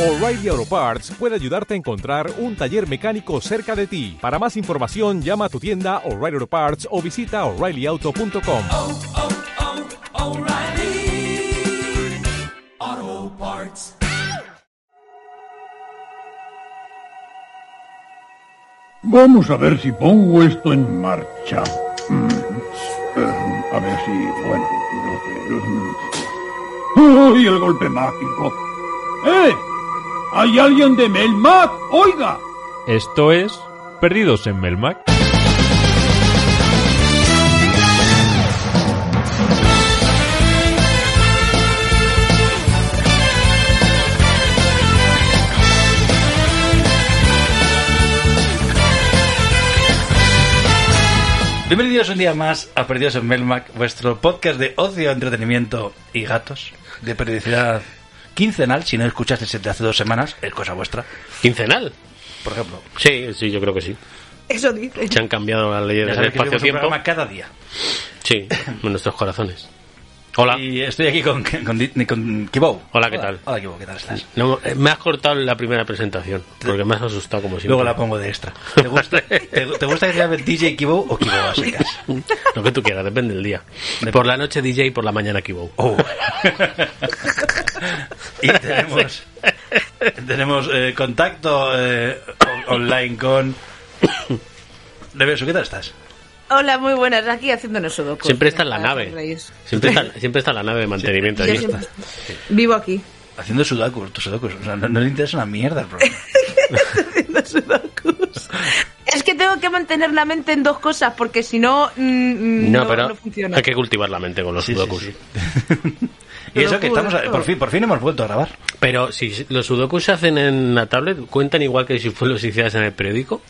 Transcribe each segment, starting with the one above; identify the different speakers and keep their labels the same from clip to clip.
Speaker 1: O'Reilly Auto Parts puede ayudarte a encontrar un taller mecánico cerca de ti. Para más información, llama a tu tienda O'Reilly Auto Parts o visita oreillyauto.com.
Speaker 2: Oh, O'Reilly Auto Parts.
Speaker 3: Vamos a ver si pongo esto en marcha. Mm, eh, A ver si, bueno, no sé. mm. ¡Uy, el golpe mágico! ¡Eh! ¿Hay alguien de Melmac? ¡Oiga!
Speaker 4: Esto es Perdidos en Melmac.
Speaker 5: Bienvenidos un día más a Perdidos en Melmac, vuestro podcast de ocio, entretenimiento y gatos, de periodicidad quincenal. Si no escuchasteis el de hace dos semanas, es cosa vuestra,
Speaker 6: ¿Quincenal?
Speaker 5: por ejemplo.
Speaker 6: Sí, sí, yo creo que sí.
Speaker 7: Eso dice.
Speaker 6: Se han cambiado las
Speaker 5: Ya
Speaker 6: leyes del
Speaker 5: sabéis que hacemos un
Speaker 6: espacio-tiempo.
Speaker 5: programa cada día.
Speaker 6: Sí, en nuestros corazones. Hola.
Speaker 5: Y estoy aquí con, con, Di- con Kibou.
Speaker 6: Ah. Hola, ¿qué tal?
Speaker 5: Hola, Kibou, ¿qué tal estás?
Speaker 6: No, eh, me has cortado en la primera presentación, porque me has asustado como siempre.
Speaker 5: Luego la pongo de extra. ¿Te gusta, te, te gusta que se llame DJ Kibou o Kibou a secas?
Speaker 6: Lo que tú quieras, depende del día. Por la noche DJ y por la mañana Kibou.
Speaker 5: Oh. y tenemos, tenemos eh, contacto eh, on- online con... Rebeso, ¿qué tal estás?
Speaker 7: Hola, muy buenas. Aquí haciéndonos sudoku.
Speaker 6: Siempre está en la
Speaker 7: Para
Speaker 6: nave.
Speaker 7: reír.
Speaker 6: Siempre está, siempre está en la nave de mantenimiento.
Speaker 7: Yo
Speaker 6: allí.
Speaker 7: siempre- Vivo aquí.
Speaker 5: Haciendo sudokus, tus sudokus. O sea, no, no le interesa una mierda el programa.
Speaker 7: haciendo sudokus. Es que tengo que mantener la mente en dos cosas porque si no, mm, mm,
Speaker 6: No, pero
Speaker 7: no funciona.
Speaker 6: hay que cultivar la mente con los
Speaker 5: Sí, sí,
Speaker 6: sudokus.
Speaker 5: sí. y eso que estamos... a- por fin, por fin hemos vuelto a grabar.
Speaker 6: Pero si los sudokus se hacen en la tablet, ¿cuentan igual que si fue- los hicieras en el periódico?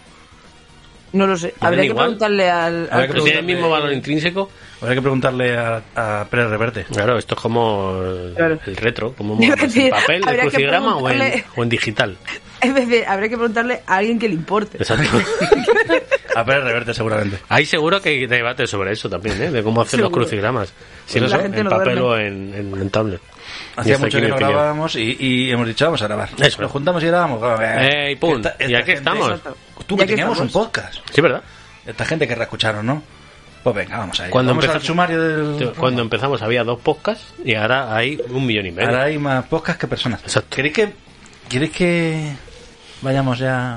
Speaker 7: No lo sé.
Speaker 6: Me
Speaker 7: Habría
Speaker 6: da
Speaker 7: que
Speaker 6: igual.
Speaker 7: preguntarle al.
Speaker 5: Habrá que
Speaker 6: ¿Tiene
Speaker 7: al-
Speaker 6: el
Speaker 5: preguntarle-
Speaker 6: mismo valor intrínseco?
Speaker 5: Habrá que preguntarle a, a Pérez Reverte.
Speaker 6: Claro, esto es como el,
Speaker 7: Claro.
Speaker 6: el retro, como
Speaker 7: Iba a
Speaker 6: en
Speaker 7: decir,
Speaker 6: papel, el
Speaker 7: habría que
Speaker 6: crucigrama o en,
Speaker 7: preguntarle-
Speaker 6: o en digital.
Speaker 7: Es decir, habría que preguntarle a alguien que le importe.
Speaker 6: Exacto.
Speaker 5: A Pérez Reverte, seguramente.
Speaker 6: Hay seguro que hay debate sobre eso también, ¿eh? de cómo hacer los
Speaker 7: Seguro.
Speaker 6: crucigramas. Si no
Speaker 7: La
Speaker 6: son
Speaker 7: gente
Speaker 6: en
Speaker 7: no
Speaker 6: papel
Speaker 7: duerme.
Speaker 6: o en, en, en tablet. Y
Speaker 5: Hacía
Speaker 6: hasta
Speaker 5: mucho
Speaker 6: aquí
Speaker 5: que
Speaker 6: mi
Speaker 5: no
Speaker 6: opinión.
Speaker 5: grabábamos y, y hemos dicho, vamos a grabar.
Speaker 6: Eso es.
Speaker 5: Nos juntamos y grabamos.
Speaker 6: Eh, y pum, y aquí estamos.
Speaker 7: Exacto.
Speaker 5: Tú
Speaker 7: Y
Speaker 5: que
Speaker 7: aquí
Speaker 5: teníamos un
Speaker 7: estamos.
Speaker 5: podcast.
Speaker 6: Sí, ¿verdad?
Speaker 5: Esta gente que escucharon, ¿no? Pues venga, vamos a ir.
Speaker 6: Cuando
Speaker 5: vamos al
Speaker 6: empezamos-
Speaker 5: sumario del...
Speaker 6: Cuando empezamos había dos podcasts y ahora hay un millón y medio.
Speaker 5: Ahora hay más podcasts que personas.
Speaker 6: Exacto.
Speaker 5: ¿Queréis que... ¿Queréis que... Vayamos ya...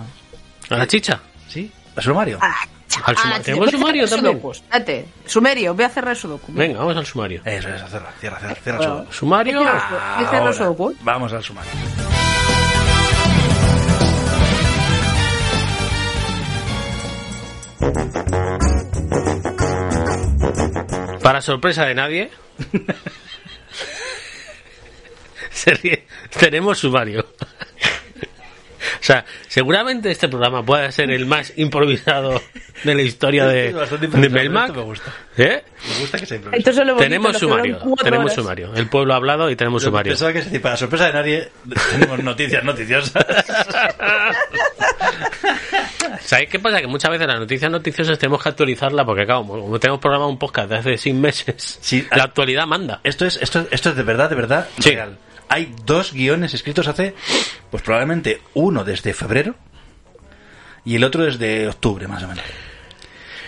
Speaker 6: ¿A la chicha?
Speaker 5: ¿Sí? ¿Al sumario?
Speaker 7: Ah,
Speaker 6: Al suma-
Speaker 7: ah, sí,
Speaker 6: ¿Tenemos
Speaker 7: voy a
Speaker 6: sumario
Speaker 7: cerrar
Speaker 6: también?
Speaker 7: sudokus. Date. Sumerio, voy a cerrar sudoku.
Speaker 6: Venga, vamos al sumario.
Speaker 5: Eso, eso, cierra, cierra, cierra, cierra
Speaker 7: Bueno.
Speaker 5: sudoku.
Speaker 6: Sumario.
Speaker 7: ¿Qué tienes? ¿Qué cerrar
Speaker 5: Ahora,
Speaker 7: sudoku?
Speaker 5: Vamos al sumario.
Speaker 6: Para sorpresa de nadie. se ríe. Tenemos sumario. o sea, seguramente este programa pueda ser el más improvisado de la historia de,
Speaker 5: Sí, bastante
Speaker 6: de
Speaker 5: improvisado,
Speaker 6: Melmac.
Speaker 5: esto me gusta.
Speaker 6: ¿eh?
Speaker 5: Me gusta que se improvise.
Speaker 7: Esto es lo bonito,
Speaker 6: Tenemos
Speaker 7: nos quedaron
Speaker 6: sumario.
Speaker 7: cuatro
Speaker 6: Tenemos
Speaker 7: horas.
Speaker 6: sumario. El pueblo ha hablado y tenemos
Speaker 5: Yo
Speaker 6: sumario.
Speaker 5: Pensaba que sí, para sorpresa de nadie, tenemos noticias noticiosas.
Speaker 6: ¿Sabéis qué pasa? Que muchas veces las noticias noticiosas tenemos que actualizarlas porque, claro, como como tenemos programado un podcast de hace seis meses,
Speaker 5: Sí,
Speaker 6: la
Speaker 5: ah.
Speaker 6: actualidad manda.
Speaker 5: Esto es, esto, esto es de verdad, de verdad,
Speaker 6: Sí.
Speaker 5: real. Hay dos guiones escritos hace, pues probablemente uno desde febrero y el otro desde octubre, más o menos.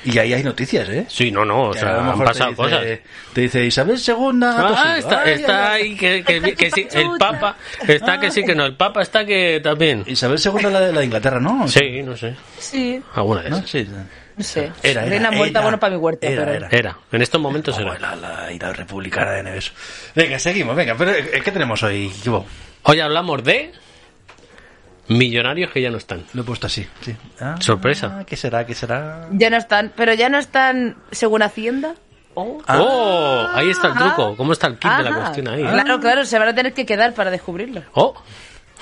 Speaker 5: Y ahí hay noticias, ¿eh?
Speaker 6: Sí, no, no, o
Speaker 5: Que a lo
Speaker 6: sea, han
Speaker 5: mejor
Speaker 6: pasado
Speaker 5: te
Speaker 6: cosas.
Speaker 5: dice, Te dice Isabel II. ha
Speaker 6: Ah,
Speaker 5: tosido.
Speaker 6: está,
Speaker 5: Ay,
Speaker 6: está
Speaker 5: ay, ay.
Speaker 6: ahí, que, que- que sí,
Speaker 7: chupachuta.
Speaker 6: el Papa, está que sí, que no, el Papa está que también.
Speaker 5: Isabel II la de, la de Inglaterra, ¿no?
Speaker 6: Sí, no sé,
Speaker 7: Sí,
Speaker 6: alguna de
Speaker 5: ¿No?
Speaker 6: esas.
Speaker 5: Sí.
Speaker 7: no sé.
Speaker 5: Era, era,
Speaker 7: Reina muerta,
Speaker 5: era.
Speaker 7: bueno para mi huerta.
Speaker 5: Era,
Speaker 7: pero-
Speaker 5: era.
Speaker 6: Era, en estos momentos
Speaker 5: Bueno,
Speaker 6: era.
Speaker 5: la, la ira republicana de Neves. Venga, seguimos, venga. Pero, eh, ¿Qué tenemos hoy, Kibo?
Speaker 6: Hoy hablamos de millonarios que ya no están.
Speaker 5: Lo he puesto así, sí. Ah,
Speaker 6: Sorpresa.
Speaker 5: ¿Qué será? ¿Qué será?
Speaker 7: Ya no están, pero ya no están según Hacienda. Oh.
Speaker 6: ¡Oh! Ahí está el truco, cómo está el kit de la
Speaker 7: Ajá.
Speaker 6: cuestión ahí. ¿eh?
Speaker 7: ah. Claro, claro, se van a tener que quedar para descubrirlo.
Speaker 6: ¡Oh!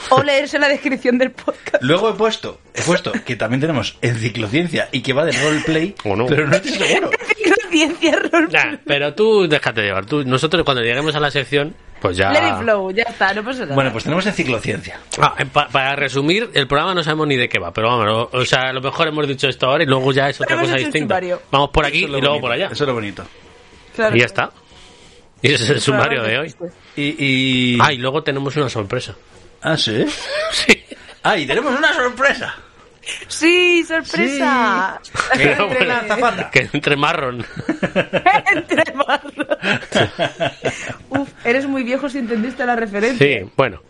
Speaker 7: O leerse la descripción del podcast.
Speaker 5: Luego he puesto, he puesto que también tenemos enciclociencia y que va de roleplay,
Speaker 6: O no.
Speaker 5: pero no estoy seguro.
Speaker 7: Ciencia rol-
Speaker 6: Nah, pero tú déjate llevar, tú, nosotros cuando lleguemos a la sección, pues ya...
Speaker 7: Let it flow, ya está, no pasa nada.
Speaker 5: Bueno, pues tenemos enciclociencia.
Speaker 6: Ah, eh, pa- para resumir, el programa no sabemos ni de qué va, pero vamos, o, o sea, a lo mejor hemos dicho esto ahora y luego ya es otra
Speaker 7: Pero hemos
Speaker 6: cosa
Speaker 7: hecho un
Speaker 6: distinta.
Speaker 7: sumario.
Speaker 6: Vamos por aquí
Speaker 5: Eso
Speaker 6: y
Speaker 5: es lo
Speaker 6: luego
Speaker 5: bonito,
Speaker 6: por allá.
Speaker 5: Eso es lo bonito.
Speaker 7: Claro.
Speaker 6: Y ya está. Y ese es el sumario de hoy.
Speaker 7: Pues,
Speaker 5: Y, y-
Speaker 6: Ah, y luego tenemos una sorpresa.
Speaker 5: Ah, sí.
Speaker 6: Sí.
Speaker 5: Ah, y tenemos una sorpresa.
Speaker 7: Sí, sorpresa.
Speaker 6: Pero
Speaker 5: Entre la
Speaker 6: bueno,
Speaker 5: azafata.
Speaker 6: que entre marrón.
Speaker 7: Entre barras. Uf, eres muy viejo si entendiste la referencia.
Speaker 6: Sí, bueno.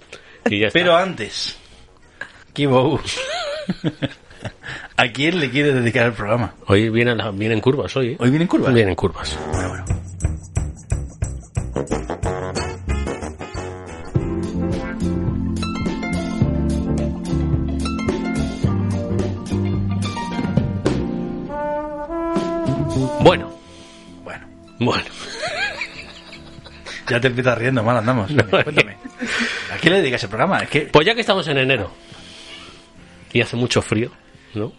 Speaker 6: Y ya está.
Speaker 5: Pero antes, Kibou, ¿a quién le quiere dedicar el programa?
Speaker 6: Hoy vienen, la- vienen curvas, hoy. ¿eh?
Speaker 5: Hoy viene en curva.
Speaker 6: Vienen curvas.
Speaker 5: Bueno, bueno.
Speaker 6: Bueno,
Speaker 5: Bueno,
Speaker 6: bueno.
Speaker 5: ya te empiezas riendo, mal andamos. Cuéntame. ¿A quién le dedicas el programa? Es que
Speaker 6: Pues ya que estamos en enero y hace mucho frío, ¿no?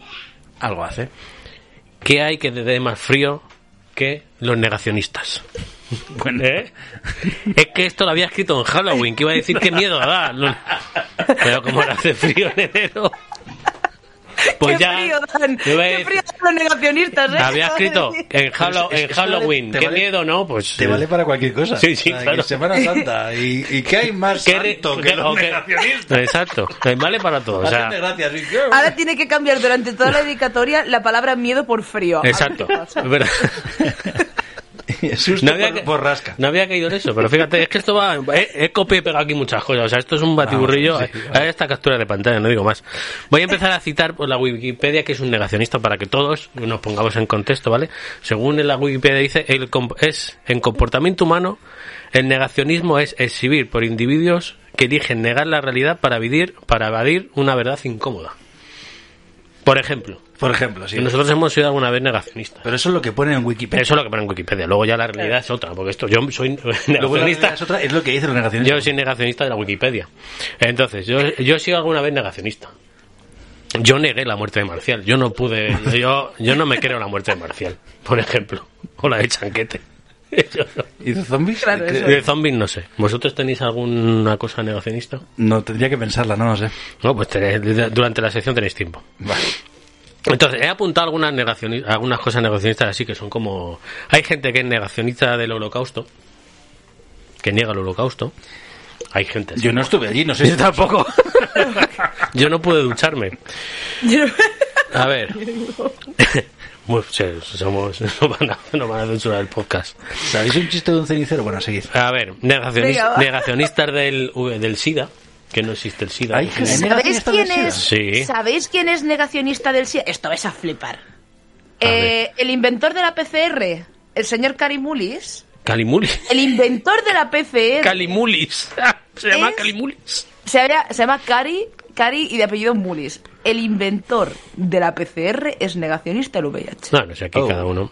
Speaker 5: algo hace.
Speaker 6: ¿Qué hay que te dé más frío que los negacionistas?
Speaker 5: Bueno,
Speaker 6: ¿Eh? Es que esto lo había escrito en Halloween, que iba a decir qué miedo da. no- Pero como ahora hace frío en enero. Pues
Speaker 7: Qué
Speaker 6: ya.
Speaker 7: frío dan.
Speaker 6: yo iba a
Speaker 7: Qué
Speaker 6: decir-
Speaker 7: frío dan los negacionistas, ¿eh?
Speaker 6: había escrito en, Hallo-
Speaker 5: Es- es-
Speaker 6: en
Speaker 5: eso
Speaker 6: Halloween.
Speaker 5: te
Speaker 6: qué
Speaker 5: vale-
Speaker 6: miedo, ¿no? Pues.
Speaker 5: te vale para cualquier cosa.
Speaker 6: Sí, sí,
Speaker 5: O sea, que
Speaker 6: claro.
Speaker 5: Semana Santa. ¿Y, y qué hay más
Speaker 6: qué re-
Speaker 5: santo que los
Speaker 6: o qué-
Speaker 5: negacionistas?
Speaker 6: Exacto. Te Vale para todo. O sea,
Speaker 5: Hacerte gracia, sí.
Speaker 7: Ahora tiene que cambiar durante toda la dedicatoria la palabra miedo por frío.
Speaker 6: exacto. Es verdad.
Speaker 5: Susto
Speaker 6: No había,
Speaker 5: por-
Speaker 6: ca-
Speaker 5: borrasca.
Speaker 6: no había caído en eso, pero fíjate, es que esto va. He, he copiado y pegado aquí muchas cosas. O sea, esto es un batiburrillo.
Speaker 5: Vamos, Ah, sí,
Speaker 6: a esta captura de pantalla, no digo más. Voy a empezar a citar por la Wikipedia, que es un negacionista para que todos nos pongamos en contexto, ¿vale? Según la Wikipedia dice, el comp- es en comportamiento humano, el negacionismo es exhibir por individuos que eligen negar la realidad para evadir, para evadir una verdad incómoda. Por ejemplo,
Speaker 5: Por ejemplo, sí.
Speaker 6: nosotros hemos sido alguna vez negacionistas.
Speaker 5: Pero eso es lo que pone en Wikipedia.
Speaker 6: Eso es lo que pone en Wikipedia. Luego ya la realidad es otra, porque esto yo soy
Speaker 5: Luego la realidad
Speaker 6: negacionista.
Speaker 5: es otra, es lo que dicen los negacionistas.
Speaker 6: Yo soy negacionista de la Wikipedia. Entonces, yo, yo he sido alguna vez negacionista. Yo negué la muerte de Marcial. Yo no pude. Yo, yo no me creo la muerte de Marcial, por ejemplo. O la de Chanquete. Yo no.
Speaker 5: ¿Y de zombies?
Speaker 7: Claro, eso.
Speaker 6: De zombies no sé. ¿Vosotros tenéis alguna cosa negacionista?
Speaker 5: No, tendría que pensarla, no lo sé.
Speaker 6: No, pues tenéis- durante la sección tenéis tiempo.
Speaker 5: Vale.
Speaker 6: Entonces, he apuntado algunas, negacioni- algunas cosas negacionistas así que son como... Hay gente que es negacionista del holocausto, que niega el holocausto. Hay gente... así.
Speaker 5: Yo no estuve allí, no sé si
Speaker 6: tampoco. Yo no pude ducharme. A ver. Bueno, se- somos, no, van a, no van a censurar el podcast.
Speaker 5: ¿Sabéis un chiste de un cenicero? Bueno, seguid.
Speaker 6: A ver, negacionis-
Speaker 7: Venga, va.
Speaker 6: negacionistas del, del SIDA, que no existe el SIDA.
Speaker 5: Ay, que-
Speaker 7: ¿Sabéis quién es?
Speaker 6: Sí.
Speaker 7: ¿Sabéis quién es negacionista del SIDA? Esto vais a flipar.
Speaker 6: A
Speaker 7: Eh, el inventor de la PCR, el señor Carimulis.
Speaker 6: Calimulis.
Speaker 7: El inventor de la PCR
Speaker 6: Calimulis. Se llama
Speaker 7: Es-
Speaker 6: Calimulis.
Speaker 7: se, había- se llama Cari, Cari y de apellido Mulis. El inventor de la PCR es negacionista del VIH.
Speaker 6: No, no sé, aquí
Speaker 5: Oh.
Speaker 6: cada uno.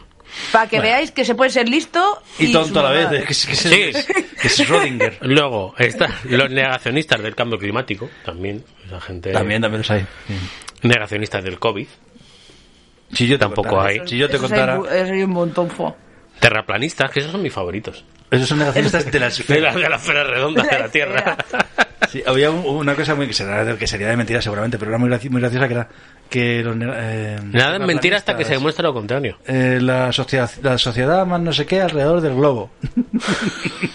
Speaker 7: Para que veáis que se puede ser listo y,
Speaker 5: Y tonto a la vez.
Speaker 7: sumar.
Speaker 5: Es que es, que es,
Speaker 6: Sí.
Speaker 5: que es Schrödinger.
Speaker 6: Luego están los negacionistas del cambio climático, también, esa gente
Speaker 5: También, también los hay.
Speaker 6: negacionistas del COVID,
Speaker 5: Si yo te
Speaker 6: Tampoco
Speaker 5: contara-
Speaker 6: hay.
Speaker 5: Si yo te
Speaker 7: Esos
Speaker 5: contara.
Speaker 7: hay mu- esos hay un montón, fo.
Speaker 6: terraplanistas, que esos son mis favoritos,
Speaker 5: Esos son negacionistas de la
Speaker 6: de
Speaker 5: esfera.
Speaker 6: la, de la esfera redonda de la Tierra.
Speaker 5: Sí, había un- una cosa muy que sería, que sería de mentira seguramente, pero era muy graci- muy graciosa, que era que los nega- eh,
Speaker 6: Nada es mentira hasta que se
Speaker 5: negacionistas,
Speaker 6: demuestre lo contrario.
Speaker 5: eh, la sociedad la sociedad más no sé qué alrededor del globo.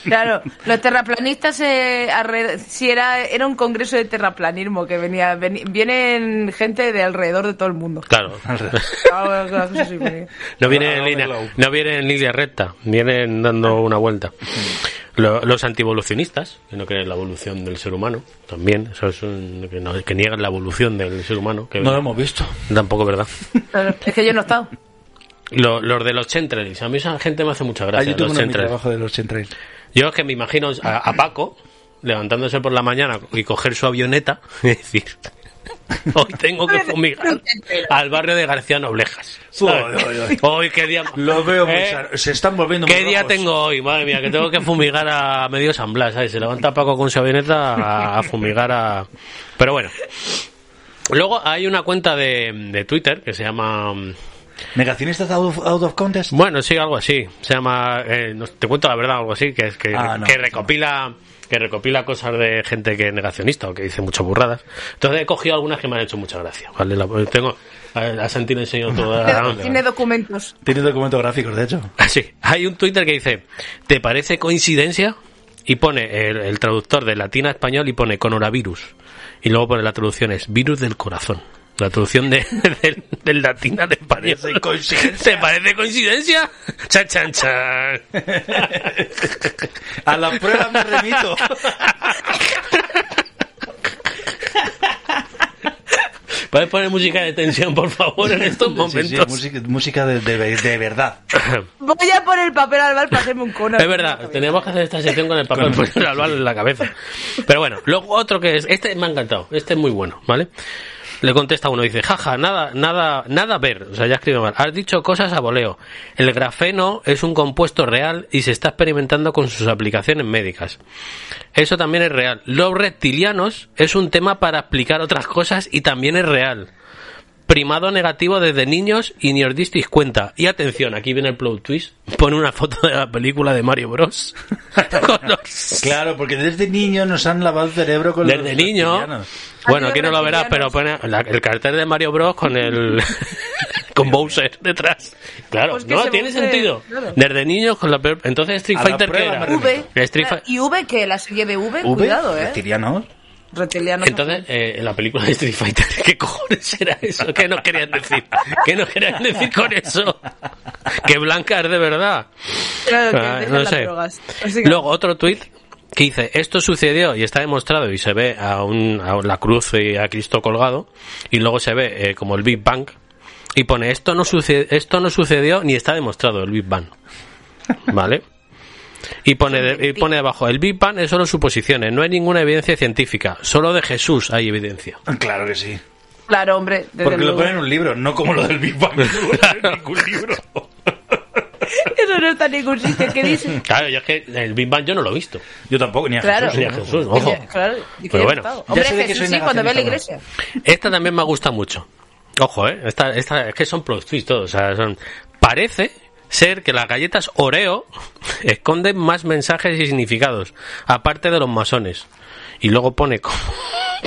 Speaker 7: Claro, los terraplanistas eh, arre- si era era un congreso de terraplanismo que venía veni- vienen gente de alrededor de todo el mundo.
Speaker 6: Claro,
Speaker 5: Alrededor.
Speaker 7: Ah, bueno, claro, sí, sí,
Speaker 6: no viene
Speaker 5: Ah,
Speaker 6: en
Speaker 5: me
Speaker 6: línea,
Speaker 5: clavo.
Speaker 6: no viene en línea recta, vienen dando una vuelta.
Speaker 5: Mm.
Speaker 6: Lo- Los antievolucionistas, que no creen en la evolución del ser humano, también, eso es un- que, no- que niegan la evolución del ser humano, que
Speaker 5: No lo hemos visto.
Speaker 6: tampoco es verdad.
Speaker 7: sí. Claro, Es que yo no he estado.
Speaker 6: Lo- los de los chemtrails. A mí esa gente me hace mucha
Speaker 5: Ah,
Speaker 6: gracia.
Speaker 5: yo tengo
Speaker 6: los
Speaker 5: uno en mi
Speaker 6: chemtrails.
Speaker 5: trabajo de los Centrail.
Speaker 6: Yo es que me imagino a, a Paco levantándose por la mañana y coger su avioneta y decir: Hoy tengo que fumigar al barrio de García Noblejas.
Speaker 5: Oy,
Speaker 6: ¿sabes?
Speaker 5: oy, oy.
Speaker 6: Hoy qué día.
Speaker 5: Lo veo muy
Speaker 6: ¿Eh?
Speaker 5: sano. Se están volviendo muy
Speaker 6: ¿Qué día
Speaker 5: rojos.
Speaker 6: tengo hoy? Madre mía, que tengo que fumigar a medio San Blas, ¿sabes? Se levanta Paco con su avioneta a, a fumigar a... Pero bueno. Luego hay una cuenta de, de Twitter que se llama... mm,
Speaker 5: ¿Negacionistas out of, out of contest?
Speaker 6: Pues, Bueno, sí, algo así. Se llama, eh, no- te cuento la verdad, algo así, que es que,
Speaker 5: Ah, no,
Speaker 6: que
Speaker 5: no.
Speaker 6: recopila que recopila cosas de gente que es negacionista o que dice muchas burradas. Entonces he cogido algunas que me han hecho mucha gracia. ¿vale? La- pues, tengo eh, a, a Santi le enseño toda.
Speaker 7: Tiene documentos.
Speaker 5: Tiene documentos gráficos, de hecho.
Speaker 6: Así. Ah, Hay un Twitter que dice, ¿te parece coincidencia? Y pone el, el traductor de latín a español y pone coronavirus. Y luego pone la traducción es virus del corazón. La traducción de, del, del latín al español.
Speaker 8: Parece coincidencia.
Speaker 6: ¿Te parece coincidencia? Chan, chan, chan.
Speaker 8: A la prueba me remito.
Speaker 6: ¿Puedes poner música de tensión, por favor, en estos
Speaker 8: Sí, sí,
Speaker 6: momentos?
Speaker 8: música música de, de- de verdad.
Speaker 7: Voy a poner el papel al bar para hacerme un cono.
Speaker 6: Es verdad, teníamos que hacer esta sección con el papel por el albal en la cabeza. Pero bueno, luego otro que es, este me ha encantado, este es muy bueno, ¿vale? Le contesta uno, dice, jaja, nada, nada, nada ver, o sea, ya escribe mal, has dicho cosas a voleo. El grafeno es un compuesto real y se está experimentando con sus aplicaciones médicas. Eso también es real. Los reptilianos es un tema para explicar otras cosas y también es real. Primado negativo desde niños y ni os disteis cuenta. Y atención, aquí viene el plot twist. Pone una foto de la película de Mario Bros. Con los-
Speaker 8: Claro, porque desde niño nos han lavado el cerebro con los
Speaker 6: Desde niño.
Speaker 8: reptilianos.
Speaker 6: Bueno,
Speaker 7: Adiós,
Speaker 6: aquí no lo verás, pero
Speaker 7: reptilianos.
Speaker 6: pone la- el cartel de Mario Bros. con el. con Bowser detrás. Claro,
Speaker 7: Pues que
Speaker 6: no,
Speaker 7: se
Speaker 6: tiene
Speaker 7: Bowser,
Speaker 6: sentido.
Speaker 7: claro.
Speaker 6: Desde niños con la peor. Entonces, Street
Speaker 8: A la
Speaker 6: Fighter, ¿qué
Speaker 8: prueba
Speaker 6: era?
Speaker 8: me remito.
Speaker 7: V. eh,
Speaker 6: Street Fi-
Speaker 7: ¿Y V que ¿La serie de V?
Speaker 8: V,
Speaker 7: Cuidado, eh.
Speaker 8: reptilianos.
Speaker 7: Reptiliano.
Speaker 6: Entonces, eh, la película de Street Fighter, ¿qué cojones era eso? ¿Qué nos querían decir? ¿Qué nos querían decir con eso? Que Blanca es de verdad.
Speaker 7: Claro, que
Speaker 6: Ah,
Speaker 7: dejan
Speaker 6: no
Speaker 7: las
Speaker 6: sé.
Speaker 7: drogas. Así que-
Speaker 6: Luego, otro tuit que dice, esto sucedió y está demostrado y se ve a, un, a la cruz y a Cristo colgado y luego se ve eh, como el Big Bang y pone, esto no, suce- esto no sucedió ni está demostrado el Big Bang. ¿Vale? Y pone, de- y pone debajo, el Big Bang es solo suposiciones, no hay ninguna evidencia científica, solo de Jesús hay evidencia.
Speaker 8: Claro que sí.
Speaker 7: Claro, hombre. desde
Speaker 8: Porque lo
Speaker 7: luego.
Speaker 8: ponen en un libro, no como lo del Big Bang. No lo ponen en ningún libro.
Speaker 7: Eso no está en ningún sitio. ¿Qué dice?
Speaker 6: Claro, yo es que el Big Bang yo no lo he visto.
Speaker 8: Yo tampoco, ni a
Speaker 7: Claro.
Speaker 8: Jesús.
Speaker 6: Ni a Jesús, ojo.
Speaker 7: Que- Claro, que
Speaker 6: Pero
Speaker 7: ya
Speaker 6: bueno,
Speaker 7: está.
Speaker 6: ya
Speaker 7: Hombre,
Speaker 8: se ve que
Speaker 7: Jesús
Speaker 8: soy
Speaker 7: sí, cuando ve la
Speaker 8: negacionista,
Speaker 7: iglesia.
Speaker 6: Esta también me gusta mucho. Ojo, ¿eh? Esta, esta, es que son plot twists todos. O sea, son, parece ser que las galletas Oreo esconden más mensajes y significados, aparte de los masones. Y luego pone como,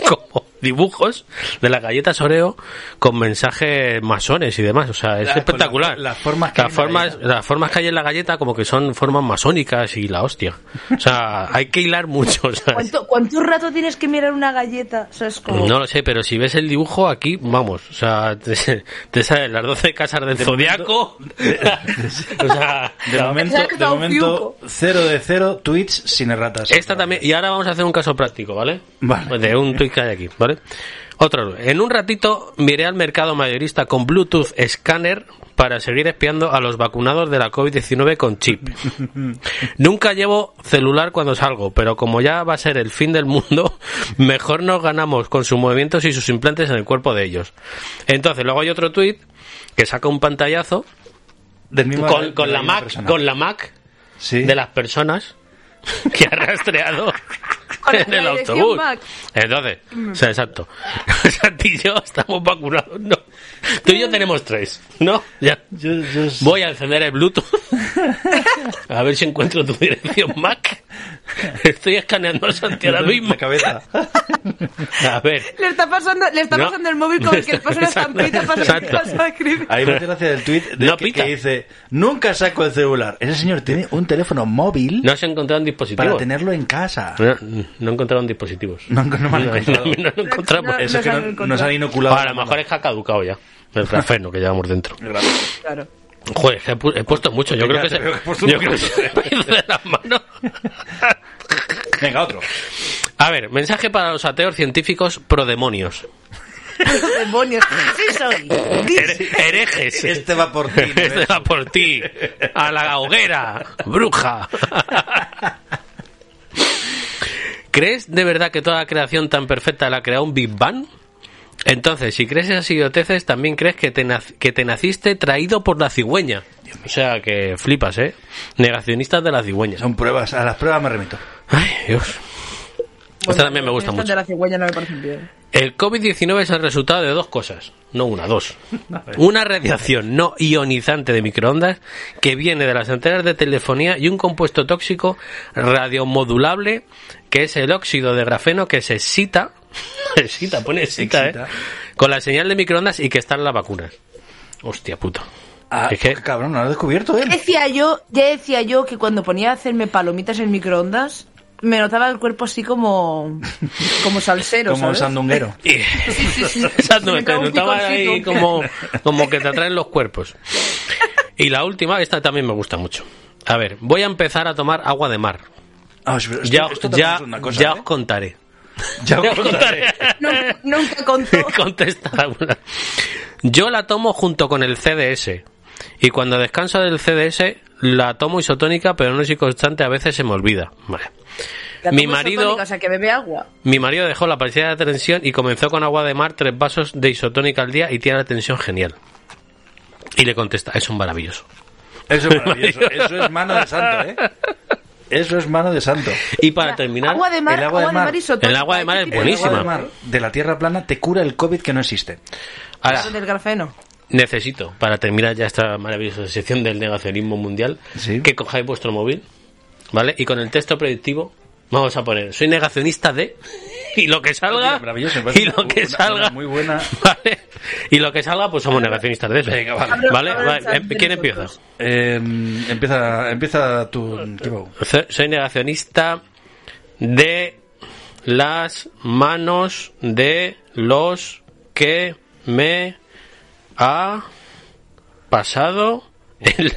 Speaker 6: como dibujos de las galletas Oreo con mensajes masones y demás. O sea, es
Speaker 8: Las-
Speaker 6: espectacular.
Speaker 8: las- las formas que
Speaker 6: las
Speaker 8: hay en la
Speaker 6: formas,
Speaker 8: galleta.
Speaker 6: las formas que hay en la galleta como que son formas masónicas y la hostia. O sea, hay que hilar mucho. o sea,
Speaker 7: ¿Cuánto, ¿Cuánto rato tienes que mirar una galleta? O sea, es como...
Speaker 6: Pues no lo sé, pero si ves el dibujo aquí, vamos, o sea, te, te salen las 12 casas del zodiaco. o sea,
Speaker 8: De momento,
Speaker 7: Exacto,
Speaker 8: de momento,
Speaker 7: Fiuco.
Speaker 8: cero de cero tweets sin erratas.
Speaker 6: esta también, y ahora vamos a hacer un caso práctico, ¿vale?
Speaker 8: Vale.
Speaker 6: De un tweet que hay aquí, ¿vale? Otro, en un ratito miré al mercado mayorista con Bluetooth escáner para seguir espiando a los vacunados de la COVID-19 con chip. Nunca llevo celular cuando salgo, pero como ya va a ser el fin del mundo, mejor nos ganamos con sus movimientos y sus implantes en el cuerpo de ellos. Entonces, luego hay otro tweet que saca un pantallazo
Speaker 8: Del mismo-
Speaker 6: con,
Speaker 8: de
Speaker 6: con la
Speaker 8: misma
Speaker 6: Mac,
Speaker 8: persona.
Speaker 6: con la Mac
Speaker 8: Sí.
Speaker 6: de las personas que ha rastreado
Speaker 7: Con
Speaker 6: en
Speaker 7: la
Speaker 6: el
Speaker 7: dirección
Speaker 6: autobús.
Speaker 7: Mac.
Speaker 6: Entonces, o sea, exacto. Santi y yo estamos vacunados, no. Tú y yo tenemos tres, ¿no? Ya.
Speaker 8: Yo- yo-
Speaker 6: Voy a encender el Bluetooth. A ver si encuentro tu dirección Mac. Estoy escaneando a Santi ahora
Speaker 8: yo-
Speaker 6: mismo.
Speaker 8: la cabeza.
Speaker 6: A ver.
Speaker 7: Le está pasando, le está
Speaker 6: No.
Speaker 7: pasando el móvil con el que le pasa una
Speaker 6: Exacto.
Speaker 7: estampita para
Speaker 6: Exacto.
Speaker 7: para escribir.
Speaker 8: Ahí me hace gracia el tweet de
Speaker 6: No
Speaker 8: que,
Speaker 6: pita.
Speaker 8: que dice: Nunca saco el celular. Ese señor tiene un teléfono móvil
Speaker 6: No se encontraron dispositivos.
Speaker 8: para tenerlo en casa.
Speaker 6: No, no encontraron dispositivos.
Speaker 8: No, no me han
Speaker 6: No,
Speaker 8: encontrado.
Speaker 6: no, no encontramos.
Speaker 7: No,
Speaker 8: Eso
Speaker 7: nos
Speaker 8: que
Speaker 7: han
Speaker 8: no,
Speaker 7: encontrado.
Speaker 8: nos han inoculado.
Speaker 6: Ahora, a lo mejor es que ha caducado ya. El grafeno que llevamos dentro.
Speaker 7: Claro.
Speaker 6: Joder, que he, pu- he puesto mucho. Yo creo
Speaker 8: Ya
Speaker 6: que
Speaker 8: te
Speaker 6: se,
Speaker 8: veo que he puesto
Speaker 6: yo
Speaker 8: mucho.
Speaker 6: creo que se me ha ido de las manos.
Speaker 8: Venga, otro.
Speaker 6: A ver, mensaje para los ateos científicos prodemonios.
Speaker 7: Demonios. Sí soy.
Speaker 6: Here- herejes.
Speaker 8: Este va por ti.
Speaker 6: Este
Speaker 8: Neves.
Speaker 6: va por ti. A la hoguera. Bruja. ¿Crees de verdad que toda creación tan perfecta la ha creado un Big Bang? Entonces, si crees esas idioteces, también crees que te, nac- que te naciste traído por la cigüeña. O sea, que flipas, ¿eh? Negacionistas de la cigüeña.
Speaker 8: Son pruebas. A las pruebas me remito.
Speaker 6: Ay, Dios. Esta también me gusta
Speaker 7: Estas
Speaker 6: mucho.
Speaker 7: de la cigüeña no me parecen bien.
Speaker 6: El COVID-19 es el resultado de dos cosas, no una, dos. Una radiación no ionizante de microondas que viene de las antenas de telefonía y un compuesto tóxico radiomodulable que es el óxido de grafeno que se excita, excita, pone excita,
Speaker 8: Excita.
Speaker 6: ¿eh? con la señal de microondas y que está en las vacunas. Hostia puta.
Speaker 8: Ah,
Speaker 6: es que
Speaker 5: ¿eh?
Speaker 8: Cabrón, no lo he descubierto
Speaker 7: Ya
Speaker 8: él.
Speaker 7: decía yo, ya decía yo que cuando ponía a hacerme palomitas en microondas, me notaba el cuerpo así como. como salsero.
Speaker 5: Como un
Speaker 7: ¿sabes?
Speaker 6: Eh,
Speaker 5: sandunguero.
Speaker 7: Sí, sí, sí.
Speaker 6: Exacto,
Speaker 7: Me
Speaker 6: te
Speaker 7: cago un
Speaker 6: notaba ahí
Speaker 7: piconcito.
Speaker 6: como, como que te atraen los cuerpos. Y la última, esta también me gusta mucho. A ver, voy a empezar a tomar agua de mar.
Speaker 5: Ah, es verdad, esto-
Speaker 6: Ya,
Speaker 5: esto también
Speaker 6: ya,
Speaker 5: es una cosa,
Speaker 6: ya
Speaker 5: ¿eh?
Speaker 6: os contaré.
Speaker 5: Ya
Speaker 6: Ya
Speaker 5: os
Speaker 6: os contaré.
Speaker 5: contaré.
Speaker 7: Nun- Nunca contó.
Speaker 6: Contesta alguna. Yo la tomo junto con el CDS. Y cuando descanso del CDS, la tomo isotónica, pero no soy constante, a veces se me olvida. Vale.
Speaker 7: La
Speaker 6: Mi
Speaker 7: tomo
Speaker 6: marido-
Speaker 7: isotónica, O sea, que bebe agua.
Speaker 6: Mi marido dejó la parecida de tensión y comenzó con agua de mar, tres vasos de isotónica al día y tiene la tensión genial. Y le contesta, es un maravilloso.
Speaker 5: Eso es maravilloso. Eso es mano de santo, ¿eh? Eso es mano de santo.
Speaker 6: Y para terminar,
Speaker 7: Agua de mar,
Speaker 5: el
Speaker 7: agua de mar, isotónica.
Speaker 6: El agua de mar es
Speaker 7: ¿Qué tipo de
Speaker 5: El
Speaker 6: buenísima.
Speaker 5: agua de mar de la tierra plana te cura el COVID que no existe.
Speaker 7: agua?
Speaker 6: ahora,
Speaker 7: Eso del grafeno.
Speaker 6: necesito, para terminar ya esta maravillosa sección del negacionismo mundial,
Speaker 5: Sí.
Speaker 6: que cojáis vuestro móvil, ¿vale? Y con el texto predictivo vamos a poner, soy negacionista de... Y lo que salga...
Speaker 5: Mira, maravilloso, me parece
Speaker 6: y lo
Speaker 5: una-
Speaker 6: que
Speaker 5: una-
Speaker 6: salga...
Speaker 5: una muy buena.
Speaker 6: ¿vale? Y lo que salga, pues somos negacionistas de eso.
Speaker 5: Venga, vale.
Speaker 6: Vale,
Speaker 7: Abro- abro
Speaker 6: vale,
Speaker 7: el chat
Speaker 6: eh, ¿Quién
Speaker 7: de
Speaker 6: empieza?
Speaker 7: nosotros.
Speaker 5: Eh, empieza, empieza tu. Kibo.
Speaker 6: So- Soy negacionista de las manos de los que me ha pasado el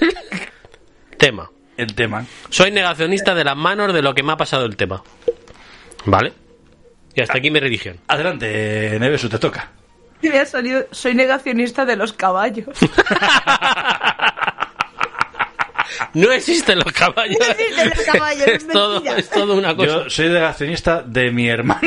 Speaker 6: tema.
Speaker 5: El tema.
Speaker 6: Soy negacionista de las manos de lo que me ha pasado el tema. ¿Vale? Y hasta aquí mi religión.
Speaker 5: Adelante, Nevesu, te toca.
Speaker 7: Y me ha salido, soy negacionista de los caballos.
Speaker 6: No existen los caballos.
Speaker 7: No existen los caballos, es
Speaker 6: es, todo,
Speaker 7: mentira.
Speaker 6: es todo una cosa.
Speaker 5: Yo soy negacionista de mi hermano.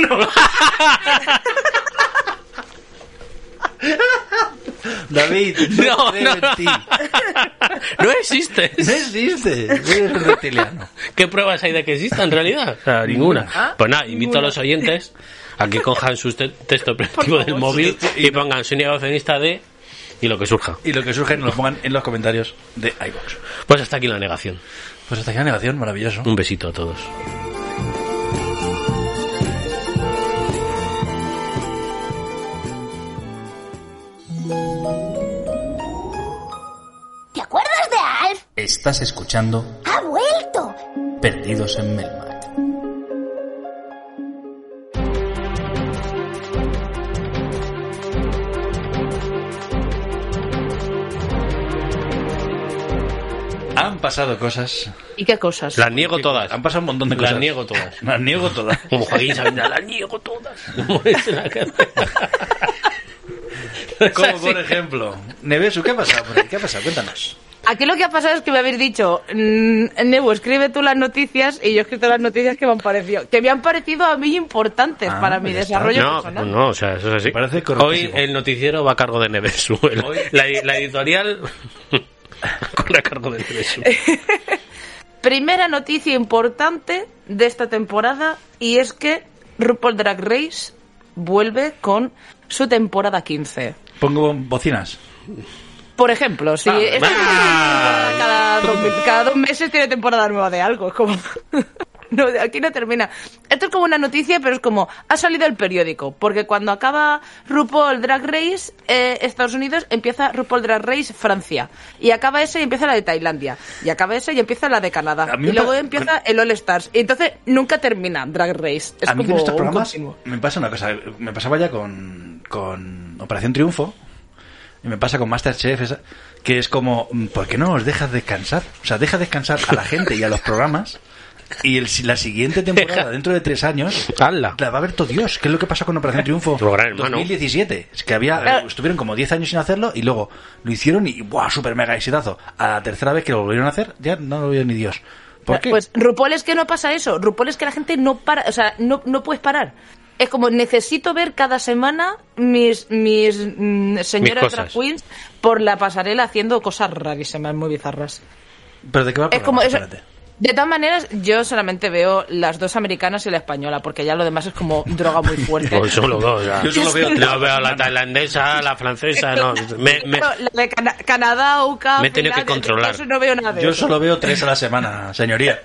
Speaker 5: David, no,
Speaker 6: No,
Speaker 5: creo
Speaker 6: no.
Speaker 5: en ti. No
Speaker 6: No existe.
Speaker 5: existe. Eres un reptiliano.
Speaker 6: ¿Qué pruebas hay de que exista en realidad? O sea, ninguna. Pues nada, invito a los oyentes a que cojan su te- texto predictivo del móvil y pongan su negacionista de y lo que surja.
Speaker 5: Y lo que surge nos lo pongan en los comentarios de iVoox.
Speaker 6: Pues hasta aquí la negación.
Speaker 5: Pues hasta aquí la negación, maravilloso.
Speaker 6: Un besito a todos.
Speaker 9: ¿Te acuerdas de Alf?
Speaker 5: Estás escuchando
Speaker 9: ¡Ha vuelto!
Speaker 5: Perdidos en Melmac. Han pasado cosas.
Speaker 7: ¿Y qué cosas?
Speaker 6: Las niego todas.
Speaker 5: Han pasado un montón de
Speaker 6: Las
Speaker 5: cosas.
Speaker 6: niego todas.
Speaker 5: Las niego todas.
Speaker 6: Como Joaquín Sabina, las niego todas. Como es la cara.
Speaker 5: Como por ejemplo, Nevesu, ¿qué ha pasado por ahí? ¿Qué ha pasado? Cuéntanos.
Speaker 7: Aquí lo que ha pasado es que me habéis dicho, mm, Nevo, escribe tú las noticias y yo he escrito las noticias que me han parecido, que me han parecido a mí importantes
Speaker 5: Ah,
Speaker 7: para mi
Speaker 5: ya está.
Speaker 7: desarrollo
Speaker 6: pues No, pues
Speaker 7: personal.
Speaker 6: no, o sea, eso es así.
Speaker 5: Me parece
Speaker 6: Hoy
Speaker 5: correctísimo.
Speaker 6: el noticiero va a cargo de Nevesu. El-
Speaker 5: Hoy-
Speaker 6: La, la editorial corre a cargo de Nevesu.
Speaker 7: Primera noticia importante de esta temporada y es que RuPaul Drag Race vuelve con su temporada 15.
Speaker 5: Pongo bocinas.
Speaker 7: Por ejemplo, si esta temporada cada, dos, me- cada dos meses tiene temporada nueva de algo, es como... No, de aquí no termina. Esto es como una noticia, pero es como ha salido el periódico, porque cuando acaba RuPaul Drag Race eh, Estados Unidos empieza RuPaul Drag Race Francia y acaba esa y empieza la de Tailandia y acaba esa y empieza la de Canadá
Speaker 5: A mí
Speaker 7: y
Speaker 5: me
Speaker 7: luego
Speaker 5: pa-
Speaker 7: empieza el All Stars y entonces nunca termina Drag Race. Es
Speaker 5: a mí
Speaker 7: como
Speaker 5: con estos
Speaker 7: un
Speaker 5: programas
Speaker 7: continuo.
Speaker 5: me pasa una cosa. Me pasaba ya con, con Operación Triunfo y me pasa con Masterchef, esa- que es como, mm, ¿por qué no os dejas descansar? O sea, deja descansar a la gente y a los programas y el, si- la siguiente temporada, dentro de tres años,
Speaker 6: Hala.
Speaker 5: la va a ver todo Dios. ¿Qué es lo que pasó con Operación Triunfo
Speaker 6: Lo gran hermano.
Speaker 5: 2017? Es que había,
Speaker 7: Claro.
Speaker 5: estuvieron como 10 años sin hacerlo y luego lo hicieron y, ¡buah! Super mega exitazo. A la tercera vez que lo volvieron a hacer, ya no lo vio ni Dios. ¿Por qué?
Speaker 7: Pues RuPaul es que no pasa eso. RuPaul es que la gente no para, o sea, no, no puedes parar. Es como necesito ver cada semana mis mis mm, señoras
Speaker 6: Mis
Speaker 7: drag
Speaker 6: cosas.
Speaker 7: queens por la pasarela haciendo cosas rarísimas, muy bizarras.
Speaker 5: ¿Pero de qué va el
Speaker 7: Es como
Speaker 5: programa?
Speaker 7: eso.
Speaker 5: Espérate.
Speaker 7: De todas maneras, yo solamente veo las dos americanas y la española, porque ya lo demás es como droga muy fuerte.
Speaker 6: Pues solo dos. ya.
Speaker 5: Yo solo veo
Speaker 6: Yo veo la tailandesa, la francesa. No, me, me-
Speaker 7: Claro, la de Cana- Canadá, UCA,
Speaker 6: Me he tenido que
Speaker 7: Finlandia,
Speaker 6: controlar.
Speaker 7: Eso no veo nada de
Speaker 5: Yo
Speaker 7: eso.
Speaker 5: solo veo tres a la semana, señoría.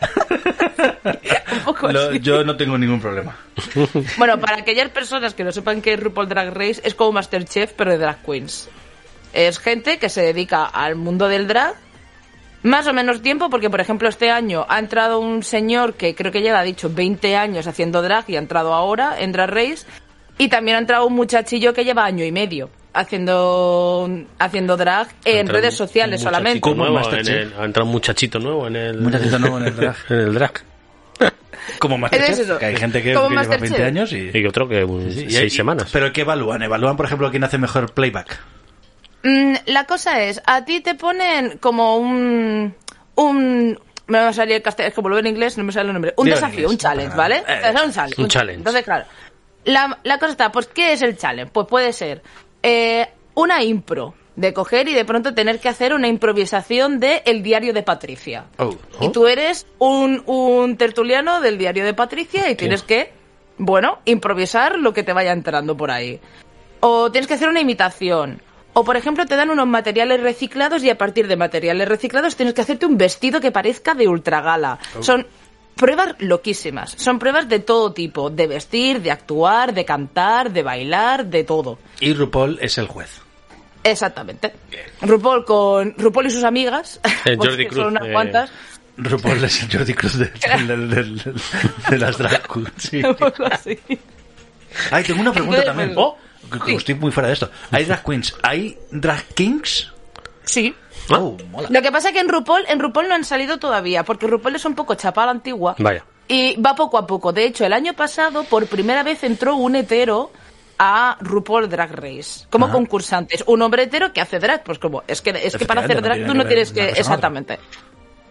Speaker 7: Un poco
Speaker 5: Lo-
Speaker 7: así.
Speaker 5: yo no tengo ningún problema.
Speaker 7: Bueno, para aquellas personas que no sepan que es RuPaul Drag Race, es como Masterchef, pero de drag queens. Es gente que se dedica al mundo del drag más o menos tiempo, porque por ejemplo este año ha entrado un señor que creo que lleva, dicho, 20 años haciendo drag y ha entrado ahora en Drag Race, y también ha entrado un muchachillo que lleva año y medio haciendo haciendo drag en
Speaker 6: Entra un-
Speaker 7: redes sociales
Speaker 6: un
Speaker 7: solamente.
Speaker 6: muchachito
Speaker 5: Como en
Speaker 6: nuevo en
Speaker 5: Masterchef.
Speaker 6: el- ha entrado un muchachito nuevo en el.
Speaker 5: Muchachito nuevo en el drag.
Speaker 6: en el drag.
Speaker 5: Como Masterchef,
Speaker 7: Es eso.
Speaker 5: que hay gente que,
Speaker 7: Como
Speaker 5: que lleva
Speaker 7: Masterchef.
Speaker 5: 20 años y...
Speaker 6: Y otro que un-
Speaker 5: y-
Speaker 6: seis
Speaker 5: y-
Speaker 6: semanas.
Speaker 5: Pero ¿qué evalúan? Evalúan, por ejemplo, quién hace mejor playback.
Speaker 7: Mm, la cosa es, a ti te ponen como un... un me va a salir el castellano, es que volver en inglés, no me sale el nombre. Un
Speaker 5: Dilo en
Speaker 7: desafío,
Speaker 5: inglés,
Speaker 7: un challenge,
Speaker 5: no Eh, pasa
Speaker 7: ¿vale?
Speaker 5: nada.
Speaker 7: O sea, un challenge.
Speaker 6: Un challenge.
Speaker 7: Entonces, claro. La, la cosa está, pues, ¿qué es el challenge? Pues puede ser eh, una impro de coger y de pronto tener que hacer una improvisación de El diario de Patricia.
Speaker 5: Oh,
Speaker 7: Y tú eres un, un tertuliano del diario de Patricia y tienes que, bueno, improvisar lo que te vaya entrando por ahí. O tienes que hacer una imitación. O, por ejemplo, te dan unos materiales reciclados y a partir de materiales reciclados tienes que hacerte un vestido que parezca de ultragala.
Speaker 6: Oh.
Speaker 7: Son pruebas loquísimas. Son pruebas de todo tipo. De vestir, de actuar, de cantar, de bailar, de todo.
Speaker 5: Y RuPaul es el juez.
Speaker 7: Exactamente. RuPaul con RuPaul y sus amigas.
Speaker 6: Eh,
Speaker 7: porque
Speaker 6: Jordi Cruz,
Speaker 7: Son unas
Speaker 6: eh,
Speaker 7: cuantas.
Speaker 5: RuPaul es el Jordi Cruz de, del- del- del- de las drag queens, sí.
Speaker 7: Algo así.
Speaker 5: Ay, tengo una pregunta
Speaker 7: Entonces,
Speaker 5: también.
Speaker 7: pues,
Speaker 5: Oh, que- que Estoy muy fuera de esto. ¿Hay drag queens? ¿Hay drag kings?
Speaker 7: Sí.
Speaker 6: Ah.
Speaker 5: Oh, mola.
Speaker 7: Lo que pasa es que en RuPaul, en RuPaul no han salido todavía, porque RuPaul es un poco chapa a la antigua.
Speaker 6: Vaya.
Speaker 7: Y va poco a poco. De hecho, el año pasado, por primera vez, entró un hetero a RuPaul Drag Race como
Speaker 5: Ah.
Speaker 7: concursantes. Un hombre hetero que hace drag. Pues como, es que, es que para hacer
Speaker 5: Efectivamente,
Speaker 7: drag
Speaker 5: no
Speaker 7: tú
Speaker 5: tiene
Speaker 7: no
Speaker 5: que ver
Speaker 7: tienes
Speaker 5: una
Speaker 7: que...
Speaker 5: cosa con otra.
Speaker 7: Exactamente.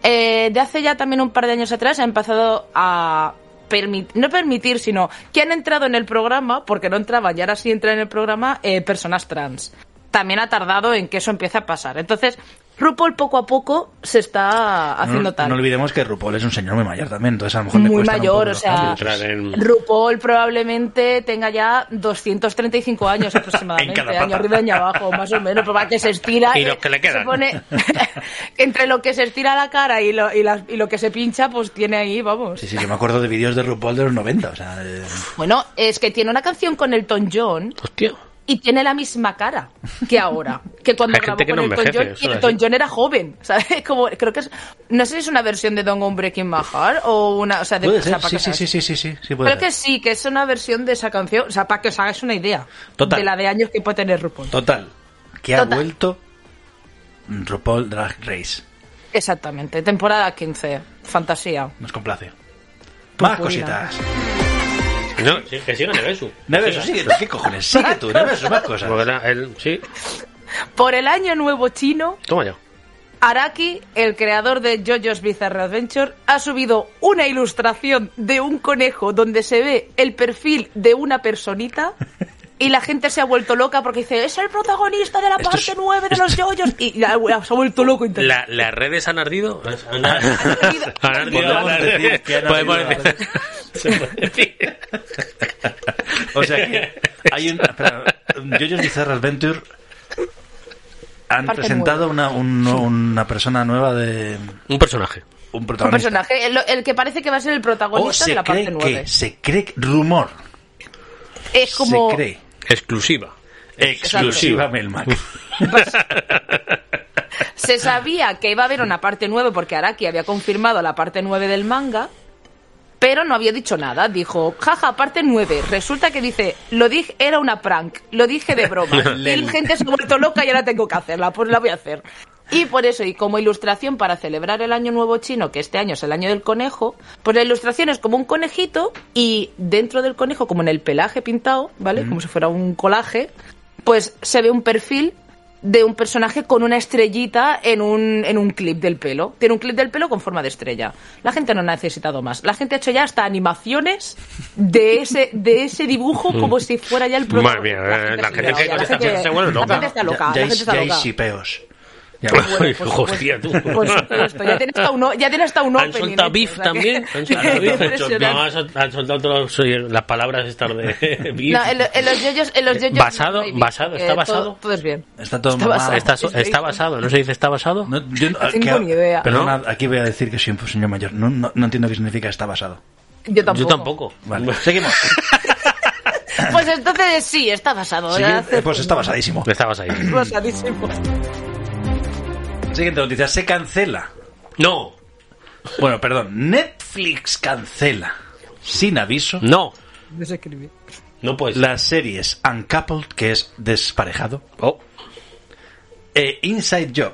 Speaker 7: Eh, de hace ya también un par de años atrás ha empezado a permit- no permitir, sino que han entrado en el programa, porque no entraban y ahora sí entran en el programa, eh, personas trans. También ha tardado en que eso empiece a pasar. Entonces, RuPaul poco a poco se está haciendo
Speaker 5: no,
Speaker 7: tal.
Speaker 5: no olvidemos que RuPaul es un señor muy mayor también, entonces a lo mejor le
Speaker 7: muy
Speaker 5: cuestan un poco
Speaker 7: mayor, o
Speaker 5: los
Speaker 7: sea,
Speaker 5: cambios.
Speaker 6: Entrar en-
Speaker 7: RuPaul probablemente tenga ya 235 años aproximadamente,
Speaker 5: En cada pata.
Speaker 7: año arriba y año abajo, más o menos, para que se estira. eh,
Speaker 6: Y los que le
Speaker 7: se
Speaker 6: quedan.
Speaker 7: pone- entre lo que se estira la cara y lo, y, las- y lo que se pincha, pues tiene ahí, vamos.
Speaker 5: Sí, sí, yo me acuerdo de vídeos de RuPaul de los 90, o sea, eh,
Speaker 7: Bueno, es que tiene una canción con Elton John
Speaker 6: Hostia.
Speaker 7: y tiene la misma cara que ahora, que cuando
Speaker 6: Hay
Speaker 7: grabó
Speaker 6: gente que
Speaker 7: con
Speaker 6: no
Speaker 7: Elton
Speaker 6: envejece,
Speaker 7: John,
Speaker 6: eso
Speaker 7: y
Speaker 6: es
Speaker 7: Elton
Speaker 6: así.
Speaker 7: John era joven, ¿sabes? Como, creo que es, no sé si es una versión de Don't Go Breaking My Heart o una, o sea, Ah, de
Speaker 5: eh, puede
Speaker 7: o sea,
Speaker 5: ser,
Speaker 7: para
Speaker 5: sí,
Speaker 7: que
Speaker 5: sí,
Speaker 7: seas-
Speaker 5: sí, sí, sí, sí, sí, puede
Speaker 7: Creo que
Speaker 5: ser.
Speaker 7: sí, que es una versión de esa canción. O sea, para que os hagáis una idea
Speaker 5: Total.
Speaker 7: de la de años que puede tener RuPaul.
Speaker 5: Total, que ha
Speaker 7: Total.
Speaker 5: vuelto RuPaul Drag Race.
Speaker 7: Exactamente. Temporada 15. Fantasía.
Speaker 5: Nos complace. Más
Speaker 7: Purpurina.
Speaker 5: cositas.
Speaker 6: No, sí, que siga Nevesu.
Speaker 5: Neveso, sigue tú. ¿Qué cojones? Sigue tú, Neveso, más cosas.
Speaker 6: Porque era él- sí,
Speaker 7: Por el año nuevo chino,
Speaker 6: toma ya.
Speaker 7: Araki, el creador de JoJo's Bizarre Adventure, ha subido una ilustración de un conejo donde se ve el perfil de una personita. Y la gente se ha vuelto loca porque dice, es el protagonista de la
Speaker 5: Esto
Speaker 7: parte
Speaker 5: es-
Speaker 7: 9 de los yoyos. Y la- se ha vuelto loco. entonces.
Speaker 6: La- ¿Las redes han ardido? Han
Speaker 7: ardido.
Speaker 6: Han ardido
Speaker 5: Podemos
Speaker 6: las
Speaker 5: decir
Speaker 6: redes.
Speaker 5: que han
Speaker 6: Podemos
Speaker 5: ardido
Speaker 6: decir- Se puede decir.
Speaker 5: O sea que hay un. espera, Jojo's Bizarre Adventure han
Speaker 7: Parte
Speaker 5: presentado una, un- una persona nueva de.
Speaker 6: Un personaje.
Speaker 5: Un
Speaker 7: Un
Speaker 5: protagonista.
Speaker 7: personaje, el, el que parece que va a ser el
Speaker 5: O
Speaker 7: protagonista de
Speaker 5: Oh, se
Speaker 7: la parte
Speaker 5: cree
Speaker 7: 9.
Speaker 5: que. Se cree. Rumor.
Speaker 7: Es como...
Speaker 5: Se cree.
Speaker 6: Exclusiva.
Speaker 5: Exclusiva Melmac.
Speaker 7: Se sabía que iba a haber una parte 9 porque Araki había confirmado la parte 9 del manga, pero no había dicho nada. Dijo, jaja, parte 9. Resulta que dice, lo dije, era una prank, lo dije de broma. y
Speaker 5: Lel.
Speaker 7: la gente se ha vuelto loca y ahora tengo que hacerla, pues la voy a hacer. Y por eso, y como ilustración para celebrar el Año Nuevo Chino, que este año es el Año del Conejo, pues la ilustración es como un conejito y dentro del conejo, como en el pelaje pintado, ¿vale? Como si fuera un colaje, pues se ve un perfil de un personaje con una estrellita en un, en un clip del pelo. Tiene un clip del pelo con forma de estrella. La gente no ha necesitado más. La gente ha hecho ya hasta animaciones de ese, de ese dibujo como si fuera ya el
Speaker 6: Mm. Madre mía, eh, la gente
Speaker 7: se-
Speaker 6: que con esta gente se vuelve
Speaker 7: La
Speaker 6: loca.
Speaker 7: gente está loca.
Speaker 5: Ya, ya
Speaker 7: la
Speaker 5: hay-
Speaker 7: gente está
Speaker 5: ya hay
Speaker 7: loca.
Speaker 5: shipeos. Ya
Speaker 6: Ay,
Speaker 5: ves.
Speaker 7: Bueno, por supuesto.
Speaker 6: hostia, tú.
Speaker 7: Por supuesto, ya tiene hasta un, o- ya tiene hasta un
Speaker 6: Han
Speaker 7: opening
Speaker 6: soltado
Speaker 7: hecho,
Speaker 6: beef
Speaker 7: o sea que-
Speaker 6: también. Han soltado beef. No, han sol- han soltado todos los- las palabras estas de beef.
Speaker 7: No, en, lo- en los yoyos, en los yoyos
Speaker 6: Basado,
Speaker 7: no hay beef, eh,
Speaker 6: basado, está
Speaker 7: todo-
Speaker 6: basado.
Speaker 7: Todo, es bien.
Speaker 5: Está todo
Speaker 7: Está
Speaker 5: mal.
Speaker 7: basado.
Speaker 6: Está, so- está basado, ¿no se dice está basado?
Speaker 5: No, yo no-
Speaker 7: No tengo
Speaker 5: que-
Speaker 7: ni idea.
Speaker 5: perdona, aquí voy a decir que soy un señor mayor. No, no, no entiendo qué significa está basado.
Speaker 7: Yo
Speaker 6: Yo
Speaker 7: tampoco.
Speaker 6: tampoco.
Speaker 5: Vale, seguimos.
Speaker 7: Pues entonces sí, está basado.
Speaker 5: Siguiente-
Speaker 6: eh,
Speaker 7: ya hace- pues,
Speaker 5: pues está basadísimo.
Speaker 6: Estabas ahí.
Speaker 7: Basadísimo.
Speaker 5: Siguiente noticia. Se cancela
Speaker 6: No,
Speaker 8: Bueno, perdón, Netflix cancela sin aviso
Speaker 6: no. No puede ser.
Speaker 8: las series Uncoupled, que es desparejado,
Speaker 6: Oh,
Speaker 8: e Inside Job,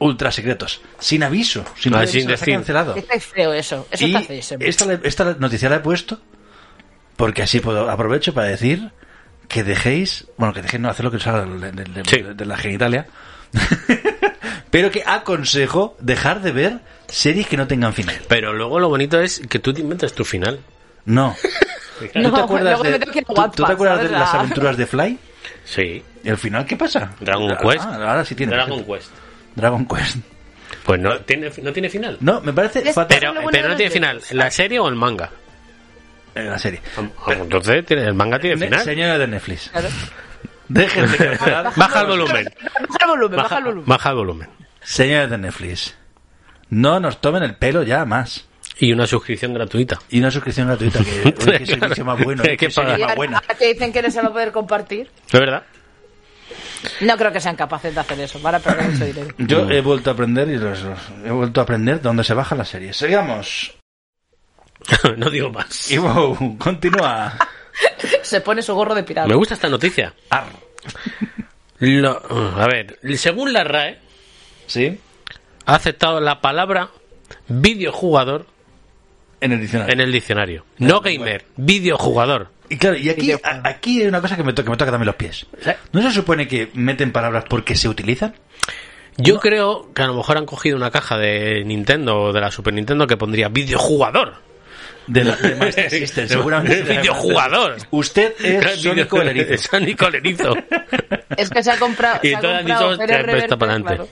Speaker 8: Ultra Secretos, sin aviso, sin,
Speaker 6: Ah,
Speaker 8: aviso,
Speaker 6: sin
Speaker 8: las ha
Speaker 6: decir.
Speaker 8: cancelado.
Speaker 7: Está feo eso. Eso
Speaker 8: Y
Speaker 7: está feísimo.
Speaker 8: esta, le- esta noticia la he puesto porque así puedo, aprovecho para decir que dejéis, bueno, que dejéis no hacer lo que os haga de, de- de-
Speaker 6: Sí.
Speaker 8: de la genitalia, pero que aconsejo dejar de ver series que no tengan final.
Speaker 6: pero luego lo bonito es que tú te inventas tu final.
Speaker 8: No. ¿Tú
Speaker 7: No,
Speaker 8: te acuerdas,
Speaker 7: luego me
Speaker 8: de,
Speaker 7: tengo que ir a
Speaker 8: tú-
Speaker 7: Wattpad,
Speaker 8: tú te acuerdas de
Speaker 7: ¿sabes? Ah.
Speaker 8: las
Speaker 7: La-
Speaker 8: aventuras de Fly?
Speaker 6: Sí.
Speaker 8: ¿El final qué pasa?
Speaker 6: Dragon
Speaker 8: Ah,
Speaker 6: Quest.
Speaker 8: ahora sí tiene.
Speaker 6: Dragon
Speaker 8: perfecto.
Speaker 6: Quest.
Speaker 8: Dragon Quest.
Speaker 6: Pues no tiene, no tiene final.
Speaker 8: No, me parece
Speaker 7: Les-
Speaker 8: fatal
Speaker 6: Pero,
Speaker 7: Lo bueno
Speaker 6: pero
Speaker 7: de
Speaker 6: no
Speaker 7: los
Speaker 6: tiene final. ¿La serie o el manga?
Speaker 8: en eh, la serie.
Speaker 6: Entonces, tiene- el manga tiene
Speaker 8: Ne-
Speaker 6: final.
Speaker 8: Señora de Netflix.
Speaker 7: Claro.
Speaker 8: Dejen de cancelar.
Speaker 6: Baja el volumen.
Speaker 7: Baja el volumen, baja, el volumen.
Speaker 6: Baja el volumen.
Speaker 8: Señores de Netflix. No nos tomen el pelo ya más.
Speaker 6: Y una suscripción gratuita.
Speaker 8: Y una suscripción gratuita que oye, qué servicio más bueno,
Speaker 6: Hay que
Speaker 8: qué serie
Speaker 6: pagar.
Speaker 8: más
Speaker 7: ahora-
Speaker 8: buena.
Speaker 7: ahora te dicen que no se va a poder compartir.
Speaker 6: ¿Es verdad?
Speaker 7: No creo que sean capaces de hacer eso. Van a perder mucho dinero.
Speaker 8: Yo he vuelto a aprender y los- los- he vuelto a aprender dónde se bajan las series. Sigamos.
Speaker 6: no digo más.
Speaker 8: Y wow, continúa.
Speaker 7: Se pone su gorro de pirata.
Speaker 6: Me gusta esta noticia.
Speaker 8: Ar.
Speaker 6: Lo- a ver, según la RAE,
Speaker 8: ¿Sí?
Speaker 6: ha aceptado la palabra videojugador
Speaker 8: En el diccionario.
Speaker 6: en el diccionario. No gamer, videojugador.
Speaker 8: Y claro, y aquí, a- aquí hay una cosa que me, to- que me toca también los pies.
Speaker 6: Sí.
Speaker 8: ¿No se supone que meten palabras porque se utilizan?
Speaker 6: Yo creo que a lo mejor han cogido una caja de Nintendo o de la Super Nintendo que pondría videojugador.
Speaker 8: De la de Master System, seguramente.
Speaker 6: videojugador.
Speaker 8: Usted es Sonic Colerizo.
Speaker 6: Sonic Olerizo.
Speaker 7: Es que se ha comprado.
Speaker 6: Y
Speaker 7: se ha
Speaker 6: entonces han
Speaker 7: comprado
Speaker 6: dicho, "Ostras,
Speaker 7: Pérez
Speaker 6: pues, está
Speaker 7: Reverte,
Speaker 6: para adelante".
Speaker 7: claro.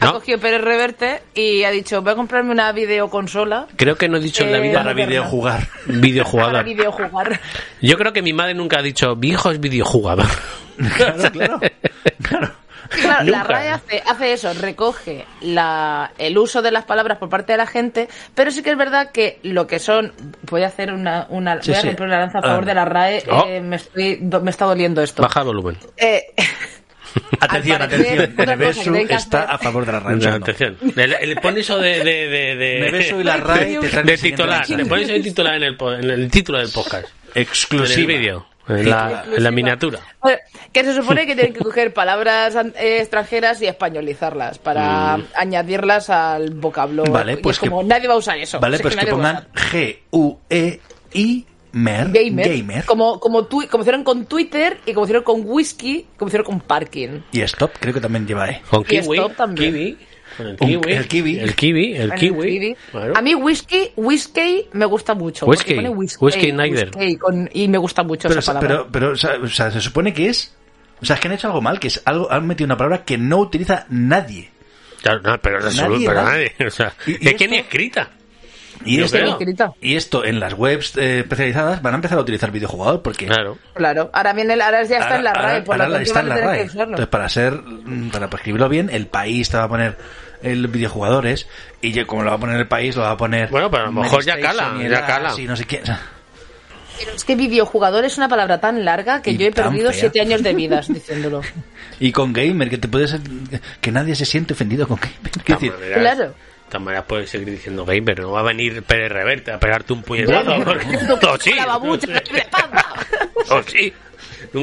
Speaker 7: Ha
Speaker 6: ¿No?
Speaker 7: cogido Pérez Reverte y ha dicho: Voy a comprarme una videoconsola
Speaker 6: Creo que no he dicho en la
Speaker 7: Eh,
Speaker 6: vida
Speaker 8: Para videojugar.
Speaker 7: para
Speaker 6: videojugador.
Speaker 7: videojugar.
Speaker 6: Yo creo que mi madre nunca ha dicho, mi hijo es videojugador.
Speaker 8: Claro, claro. claro.
Speaker 7: Sí, claro, la
Speaker 6: Nunca.
Speaker 7: RAE hace, hace eso, recoge la, el uso de las palabras por parte de la gente, pero sí que es verdad que lo que son. Voy a hacer una. una
Speaker 8: Sí,
Speaker 7: voy a
Speaker 8: sí.
Speaker 7: romper una lanza a favor
Speaker 8: Ah.
Speaker 7: de la RAE.
Speaker 6: Oh.
Speaker 7: eh, me, estoy, do- me está doliendo esto.
Speaker 6: Baja el volumen.
Speaker 7: Eh,
Speaker 8: Atención,
Speaker 7: Al parecer,
Speaker 8: atención.
Speaker 7: otra cosa que
Speaker 8: Nevesu
Speaker 7: tengo que
Speaker 8: está
Speaker 7: hacer.
Speaker 8: a favor de la
Speaker 6: No,
Speaker 8: rancha.
Speaker 6: atención. Le, le pones eso de... de, de, de-
Speaker 8: Nevesu y la RAE te traen
Speaker 6: de
Speaker 8: el siguiente
Speaker 6: titular.
Speaker 8: ranking.
Speaker 6: Le pones eso de titular en el, po- en el título del podcast. En el
Speaker 8: Exclusiva.
Speaker 6: vídeo. En la, en la miniatura.
Speaker 7: Bueno, que se supone que tienen que coger palabras eh, extranjeras y españolizarlas para añadirlas al vocablo.
Speaker 8: Mm. Vale,
Speaker 7: Y
Speaker 8: pues
Speaker 7: es
Speaker 8: que-
Speaker 7: como nadie va a usar eso.
Speaker 8: Vale,
Speaker 7: O sea,
Speaker 8: pues que
Speaker 7: nadie lo va a
Speaker 8: pongan G-U-E-I Mer.
Speaker 7: usar. gamer,
Speaker 8: Gamer.
Speaker 7: Como, como, tui- como hicieron con Twitter y como hicieron con whisky, como hicieron con parking.
Speaker 8: Y stop, creo que también lleva E.
Speaker 6: Con
Speaker 7: Y
Speaker 6: kiwi.
Speaker 7: stop también.
Speaker 6: kiwi. Con el
Speaker 8: Un-
Speaker 6: kiwi.
Speaker 8: el kiwi.
Speaker 6: El kiwi. El
Speaker 7: En
Speaker 6: kiwi.
Speaker 7: el kiwi.
Speaker 6: Claro.
Speaker 7: A mí whisky, whisky me gusta mucho.
Speaker 6: Whisky,
Speaker 7: porque pone whisky,
Speaker 6: whisky neither.
Speaker 7: whisky con- y me gusta mucho
Speaker 8: Pero,
Speaker 7: esa palabra.
Speaker 8: pero, pero, o sea, o sea, se supone que es. O sea, es que han hecho algo mal, que es algo, han metido una palabra que no utiliza nadie.
Speaker 6: Claro, no, pero,
Speaker 8: Nadie,
Speaker 6: absoluto, pero
Speaker 8: nadie.
Speaker 6: nadie. O sea,
Speaker 8: ¿Y- y
Speaker 6: es que
Speaker 8: esto?
Speaker 6: ni escrita.
Speaker 8: Y
Speaker 6: Yo
Speaker 8: esto,
Speaker 6: creo.
Speaker 7: Escrito.
Speaker 8: y esto en las webs eh, especializadas van a empezar a utilizar videojugador porque
Speaker 6: Claro.
Speaker 7: Claro, ahora, viene, el- ahora ya está en la
Speaker 8: ahora-
Speaker 7: RAE, por lo
Speaker 8: ahora
Speaker 7: tanto
Speaker 8: está
Speaker 7: van
Speaker 8: en
Speaker 7: a
Speaker 8: la
Speaker 7: tener
Speaker 8: RAE.
Speaker 7: que usarlo.
Speaker 8: Entonces, para ser mm, para escribirlo bien, el país te va a poner el videojugadores y yo, como lo va a poner el país, lo va a poner
Speaker 6: Bueno, pero a lo mejor ya
Speaker 8: Medistation
Speaker 6: cala,
Speaker 8: y el
Speaker 6: ya cala.
Speaker 8: As y no sé qué.
Speaker 7: Pero es que videojugador es una palabra tan larga que
Speaker 8: Y
Speaker 7: yo he
Speaker 8: tan
Speaker 7: perdido
Speaker 8: fea.
Speaker 7: siete años de vidas diciéndolo.
Speaker 8: Y con gamer que te puedes que nadie se siente ofendido con gamer. Quiero
Speaker 6: Esta
Speaker 8: decir,
Speaker 7: Claro.
Speaker 6: De todas maneras puedes seguir diciendo gay, pero no va a venir Pérez Reverte a pegarte un puñetazo.
Speaker 7: Claro,
Speaker 6: o sí.
Speaker 7: La babucha, ¡pam, pam!
Speaker 6: O sí. No,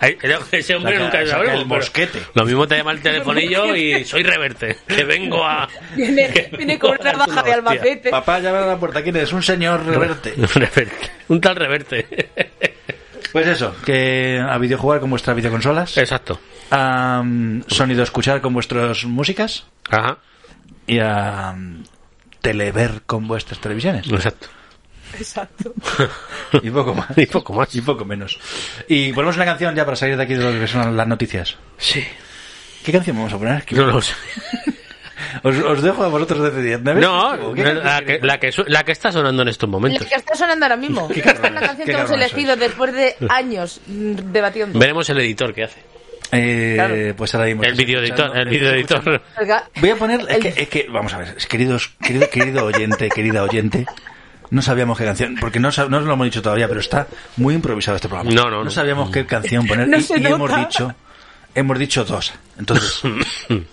Speaker 6: hay- ese hombre
Speaker 8: Oh, Saca-
Speaker 6: nunca lo
Speaker 8: saca
Speaker 6: sabremos,
Speaker 8: el
Speaker 6: pero
Speaker 8: mosquete.
Speaker 6: Lo mismo te llama el telefonillo y soy Reverte. Que vengo a.
Speaker 7: Viene, viene con una baja de albacete.
Speaker 8: papá, llama a la puerta, ¿quién eres? Un señor reverte.
Speaker 6: Reverte. Un tal Reverte.
Speaker 8: Pues eso, que a videojugar con vuestras videoconsolas,
Speaker 6: Exacto.
Speaker 8: a mm, sonido escuchar con vuestras músicas
Speaker 6: Ajá.
Speaker 8: y a mm, telever con vuestras televisiones.
Speaker 6: Exacto.
Speaker 7: Exacto.
Speaker 8: Y poco más.
Speaker 6: Y poco más.
Speaker 8: Y poco menos. Y ponemos una canción ya para salir de aquí de lo que son las noticias.
Speaker 6: Sí.
Speaker 8: ¿Qué canción vamos a poner?
Speaker 6: No lo sé.
Speaker 8: Os, os dejo a vosotros decidiendo.
Speaker 6: No, la que, la, que, su- la que está sonando en estos
Speaker 7: La
Speaker 6: momentos.
Speaker 7: que está sonando ahora mismo.
Speaker 8: Qué
Speaker 7: Esta es
Speaker 8: cabrones,
Speaker 7: la canción
Speaker 8: qué
Speaker 7: que hemos
Speaker 8: cabrones
Speaker 7: elegido después de años mm, debatiendo.
Speaker 6: Veremos el editor que hace.
Speaker 8: Eh,
Speaker 7: Claro.
Speaker 8: Pues ahora mismo
Speaker 6: El
Speaker 8: estáis
Speaker 6: videoeditor.
Speaker 8: escuchando-
Speaker 6: El videoeditor.
Speaker 7: Oiga,
Speaker 8: Voy a poner. Es
Speaker 7: el-
Speaker 8: que, eh, es que- vamos a ver, es- queridos, querido, querido oyente, querida oyente. No sabíamos qué canción, porque no, sab- no os lo hemos dicho todavía, pero está muy improvisado este programa.
Speaker 6: No, no, no.
Speaker 8: No sabíamos qué canción poner
Speaker 7: No
Speaker 8: y,
Speaker 7: se
Speaker 8: y hemos
Speaker 7: nota.
Speaker 8: dicho, hemos dicho dos. Entonces,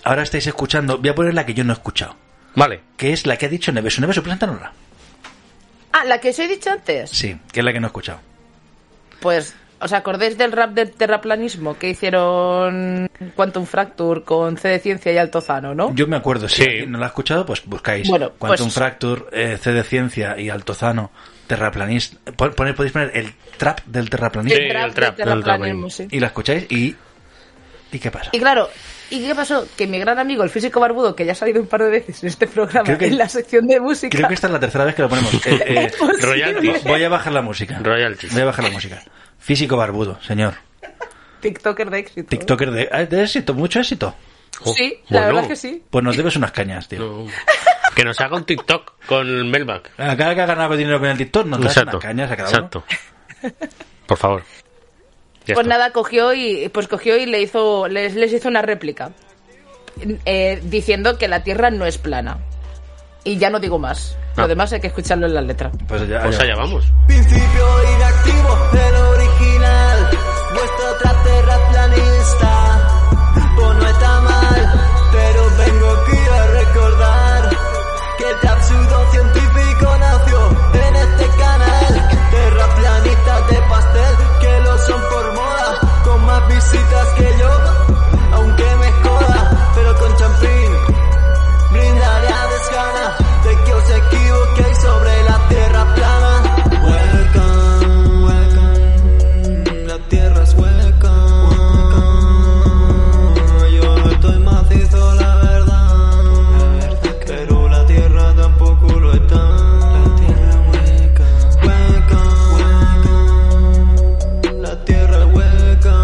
Speaker 8: ahora estáis escuchando, voy a poner la que yo no he escuchado.
Speaker 6: Vale.
Speaker 8: que es la que ha dicho Nevesu. Nevesu, preséntanosla.
Speaker 7: Ah, la que os he dicho antes.
Speaker 8: Sí, que es la que no he escuchado.
Speaker 7: Pues, ¿os acordáis del rap del terraplanismo que hicieron Quantum Fracture con C de Ciencia y Altozano, no?
Speaker 8: Yo me acuerdo, si
Speaker 6: Sí.
Speaker 8: alguien no la ha escuchado, pues buscáis
Speaker 7: Bueno,
Speaker 8: Quantum
Speaker 7: pues-
Speaker 8: Fracture, eh, C de Ciencia y Altozano, Terraplanista. Pon- pon- podéis poner el trap del terraplanista
Speaker 6: Sí.
Speaker 7: rap
Speaker 6: el trap,
Speaker 7: del
Speaker 6: el
Speaker 7: terraplanismo,
Speaker 6: terraplanismo.
Speaker 7: sí.
Speaker 8: y la escucháis y... ¿Y qué pasa?
Speaker 7: Y claro, ¿y qué pasó? Que mi gran amigo, el físico barbudo, que ya ha salido un par de veces en este programa,
Speaker 8: Creo que-
Speaker 7: en la sección de música.
Speaker 8: Creo que esta es la tercera vez que lo ponemos. Eh, eh,
Speaker 7: Es posible.
Speaker 6: royalties.
Speaker 8: voy a bajar la música.
Speaker 6: Royalties.
Speaker 8: Voy a bajar la música. Físico barbudo, señor.
Speaker 7: TikToker de éxito.
Speaker 8: TikToker de, ah, de éxito, mucho éxito.
Speaker 6: Jo,
Speaker 7: Sí, la
Speaker 6: bueno.
Speaker 7: verdad es que sí.
Speaker 8: Pues nos debes unas cañas, tío.
Speaker 6: No. Que nos haga un TikTok con el Melmac.
Speaker 8: Cada que ha ganado dinero con el TikTok, nos das unas cañas a cada uno.
Speaker 6: exacto. Por favor. Ya
Speaker 7: pues
Speaker 6: está.
Speaker 7: nada, cogió y pues cogió y le hizo les, les hizo una réplica eh, diciendo que la Tierra no es plana. Y ya no digo más. Lo
Speaker 6: Ah.
Speaker 7: demás hay que escucharlo en la letra.
Speaker 8: Pues ya,
Speaker 6: Pues
Speaker 8: ya.
Speaker 6: allá vamos.
Speaker 5: Principio inactivo del original, vuestro trap terraplanista. Pues no está mal, pero vengo aquí a recordar que el trap científico nació en este canal. Terraplanistas de pastel que lo son por moda, con más visitas que yo, aunque me joda, pero con champín brindaré a desgana de que os equivoquéis sobre la tierra plana. Welcome, welcome, la tierra es welcome. Yo no estoy macizo, la verdad, pero la tierra tampoco lo está. La tierra hueca, hueca, la tierra hueca,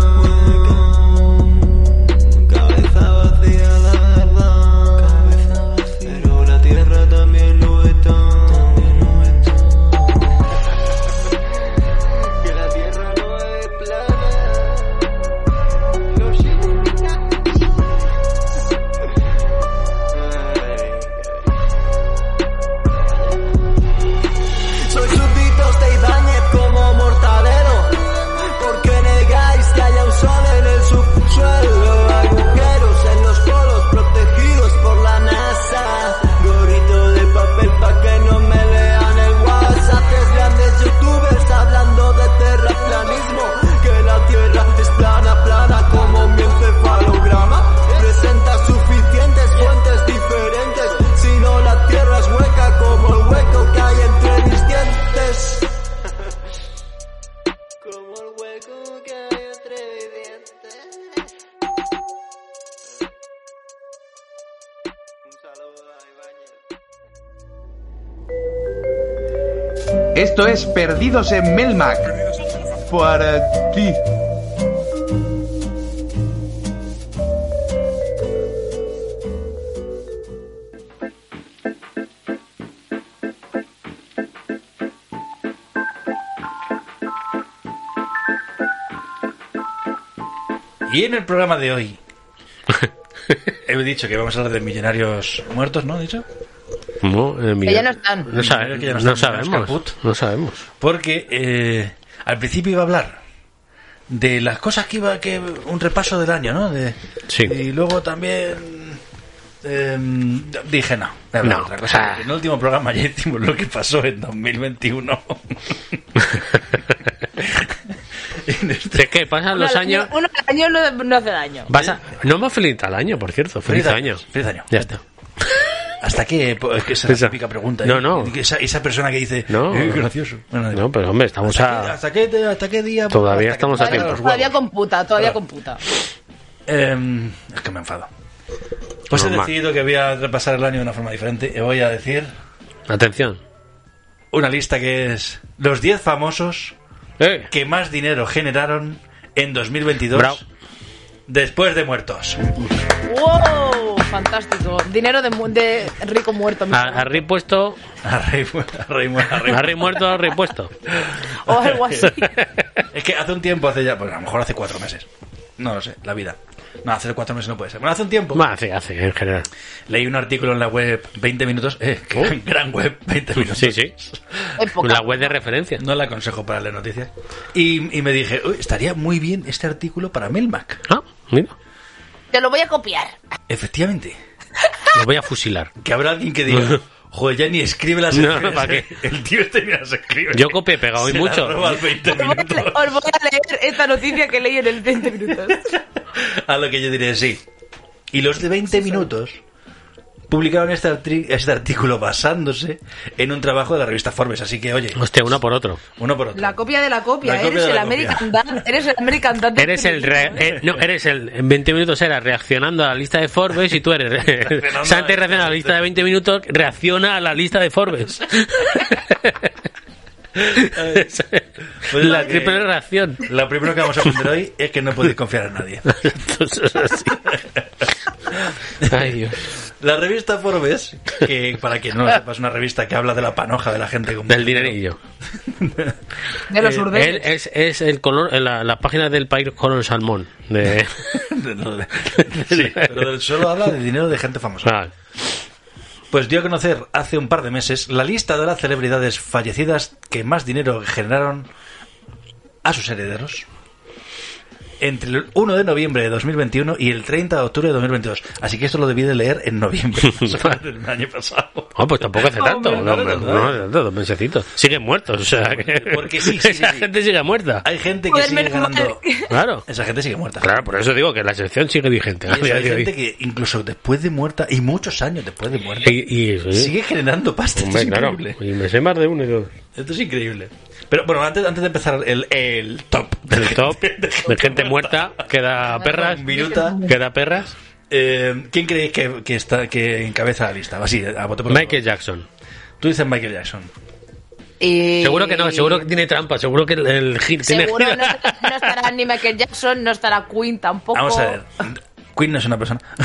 Speaker 5: cabeza vacía, la verdad. Pero la tierra también lo está. También lo está. Que la tierra no es plana. Lo significa. Ay. Soy súbditos de Ibañez como mortadero Porque negáis que haya un sol en el subsuelo Agujeros en los polos protegidos por la NASA Gorrito de papel pa' que no me lean el WhatsApp Tres grandes youtubers hablando de terraplanismo Que la Tierra es plana, plana como mi encefalograma Presenta suficientes fuentes diferentes Si no la Tierra es hueca como el hueco que hay entre mis dientes Como el hueco que hay entre mis dientes Un saludo a Ibáñez
Speaker 10: Esto es Perdidos en Melmac. Para ti.
Speaker 8: Y en el programa de hoy he dicho que vamos a hablar de millonarios muertos, ¿no? ¿He dicho?
Speaker 6: No, eh, mira.
Speaker 7: ya no están.
Speaker 6: No, sabe-
Speaker 8: Creo que ya no
Speaker 6: no
Speaker 8: están, menos caput.
Speaker 6: sabemos. No sabemos.
Speaker 8: Porque eh, al principio iba a hablar de las cosas que iba que un repaso del año, ¿no? De-
Speaker 6: Sí.
Speaker 8: Y luego también eh, dije no, voy a hablar
Speaker 6: No.
Speaker 8: de otra cosa,
Speaker 6: Ah.
Speaker 8: porque En el último programa ya hicimos lo que pasó en 2021. En este-
Speaker 6: Es que pasan los
Speaker 7: Uno al año-
Speaker 6: años.
Speaker 7: uno al año no, no hace daño.
Speaker 6: Vas a- No hemos feliz al año, por cierto. Feliz, año.
Speaker 8: Feliz año.
Speaker 6: Ya está.
Speaker 8: Hasta que, eh, po- es que esa es
Speaker 6: Esa.
Speaker 8: la típica pregunta.
Speaker 6: No,
Speaker 8: ¿eh?
Speaker 6: no.
Speaker 8: Que Esa, esa persona que dice,
Speaker 6: No.
Speaker 8: "Eh, qué gracioso. Bueno,
Speaker 6: No, pero hombre, estamos
Speaker 8: ¿Hasta, qué,
Speaker 6: a.
Speaker 8: hasta qué- hasta qué día?
Speaker 6: Todavía
Speaker 8: hasta que
Speaker 6: estamos
Speaker 8: te
Speaker 6: a
Speaker 8: salgan
Speaker 6: tiempo.
Speaker 8: los huevos?
Speaker 7: Todavía computa, todavía computa.
Speaker 8: Em, es que me enfado. Pues he
Speaker 6: Normal.
Speaker 8: decidido que voy a repasar el año de una forma diferente y voy a decir
Speaker 6: Atención.
Speaker 8: una lista que es los 10 famosos
Speaker 6: Eh.
Speaker 8: que más dinero generaron en 2022
Speaker 6: Bravo.
Speaker 8: después de muertos.
Speaker 7: ¡Wow! Fantástico. Dinero de, mu- de rico muerto.
Speaker 6: A, a Rey puesto.
Speaker 8: A rey, mu- a rey mu- a rey mu-
Speaker 6: A Rey muerto, a Rey puesto.
Speaker 7: O algo así.
Speaker 6: Ah.
Speaker 8: Es que hace un tiempo, hace ya, pues a lo mejor hace cuatro meses. No lo sé, la vida. No, hace cuatro meses no puede ser. Bueno, hace un tiempo
Speaker 6: Bueno, hace, hace, en general.
Speaker 8: leí un artículo en la web 20 minutos. Eh, qué gran- gran web, 20 minutos.
Speaker 6: Oh. Sí, sí.
Speaker 7: Época.
Speaker 6: La web de referencia.
Speaker 8: No la aconsejo para leer noticias. Y, y me dije, "Uy, estaría muy bien este artículo para Melmac.
Speaker 6: Ah, mira.
Speaker 7: Te lo voy a copiar.
Speaker 8: Efectivamente.
Speaker 6: Los voy a fusilar.
Speaker 8: Que habrá alguien que diga, joder, ya ni escribe las
Speaker 6: No,
Speaker 8: escenas,
Speaker 6: ¿para
Speaker 8: ¿eh? El tío este ni las escribe.
Speaker 6: Yo copié y pegado y
Speaker 8: Se
Speaker 6: mucho.
Speaker 8: las roba al 20
Speaker 7: Os voy, a leer,
Speaker 8: minutos.
Speaker 7: os voy a leer esta noticia que leí en el 20 minutos.
Speaker 8: A lo que yo diré sí. Y los de 20 minutos publicaron este, artri- este artículo basándose en un trabajo de la revista Forbes. Así que, oye,
Speaker 6: Hostia, uno por otro.
Speaker 8: uno por otro.
Speaker 7: La copia de la copia.
Speaker 8: La copia
Speaker 7: eres,
Speaker 8: de
Speaker 7: el
Speaker 8: la copia.
Speaker 7: American Dan, eres el American Dan.
Speaker 6: Eres el. re- eh, no, eres el. En 20 minutos era reaccionando a la lista de Forbes y tú eres.
Speaker 8: Reaccionando
Speaker 6: Santi
Speaker 8: a-
Speaker 6: reacciona a la lista de 20 minutos, reacciona a la lista de Forbes.
Speaker 8: Pues
Speaker 6: la
Speaker 8: es que-
Speaker 6: triple reacción.
Speaker 8: Lo primero que vamos a aprender hoy es que no podéis confiar en nadie.
Speaker 6: Entonces, así. Ay, Dios.
Speaker 8: La revista Forbes, que para quien no lo sepa es una revista que habla de la panoja de la gente con
Speaker 6: Del dinerillo.
Speaker 7: De los
Speaker 6: Eh,
Speaker 7: urbeles.
Speaker 6: él es, es el color, la, la página del país color salmón. De...
Speaker 8: Sí, pero del- solo habla de dinero de gente famosa.
Speaker 6: Vale.
Speaker 8: Pues dio a conocer hace un par de meses la lista de las celebridades fallecidas que más dinero generaron a sus herederos entre el 1 de noviembre de 2021 y el 30 de octubre de 2022. Así que esto lo debí de leer en noviembre o sea, del año pasado.
Speaker 6: Ah, pues tampoco hace tanto.
Speaker 8: Hombre,
Speaker 6: no,
Speaker 8: no,
Speaker 6: hombre,
Speaker 8: no,
Speaker 6: no,
Speaker 8: no.
Speaker 6: hace tanto, dos mesecitos. Siguen muertos, o sea. que-
Speaker 8: Porque sí, sí, sí,
Speaker 6: Esa
Speaker 8: sí.
Speaker 6: gente sigue muerta.
Speaker 8: Hay gente que
Speaker 7: Joder,
Speaker 8: sigue
Speaker 7: menos mal
Speaker 8: ganando...
Speaker 6: Claro.
Speaker 8: Esa gente sigue muerta.
Speaker 6: Claro, por eso digo que la sección sigue vigente.
Speaker 8: Y
Speaker 6: ¿no?
Speaker 8: eso,
Speaker 6: Ya
Speaker 8: hay
Speaker 6: digo,
Speaker 8: gente
Speaker 6: y-
Speaker 8: que incluso después de muerta y muchos años después de muerta
Speaker 6: y- y eso, ¿eh?
Speaker 8: sigue generando pasta. Esto
Speaker 6: Hombre,
Speaker 8: es
Speaker 6: claro.
Speaker 8: increíble.
Speaker 6: Y me sé más de uno y dos.
Speaker 8: Esto es increíble. Pero bueno, antes, antes de empezar el, el top
Speaker 6: El top de gente muerta, queda perras.
Speaker 8: Un minuto.
Speaker 6: Queda perras.
Speaker 8: Eh, ¿Quién creéis que, que está, que encabeza la lista? Así, a bote pronto.
Speaker 6: Michael Jackson.
Speaker 8: Tú dices Michael Jackson.
Speaker 7: Y-
Speaker 6: Seguro que no, seguro que tiene trampa, seguro que el, el gir tiene
Speaker 7: Seguro no,
Speaker 6: gira.
Speaker 7: estará- no estará ni Michael Jackson, no estará Queen tampoco.
Speaker 8: Vamos a ver. Queen no es una persona.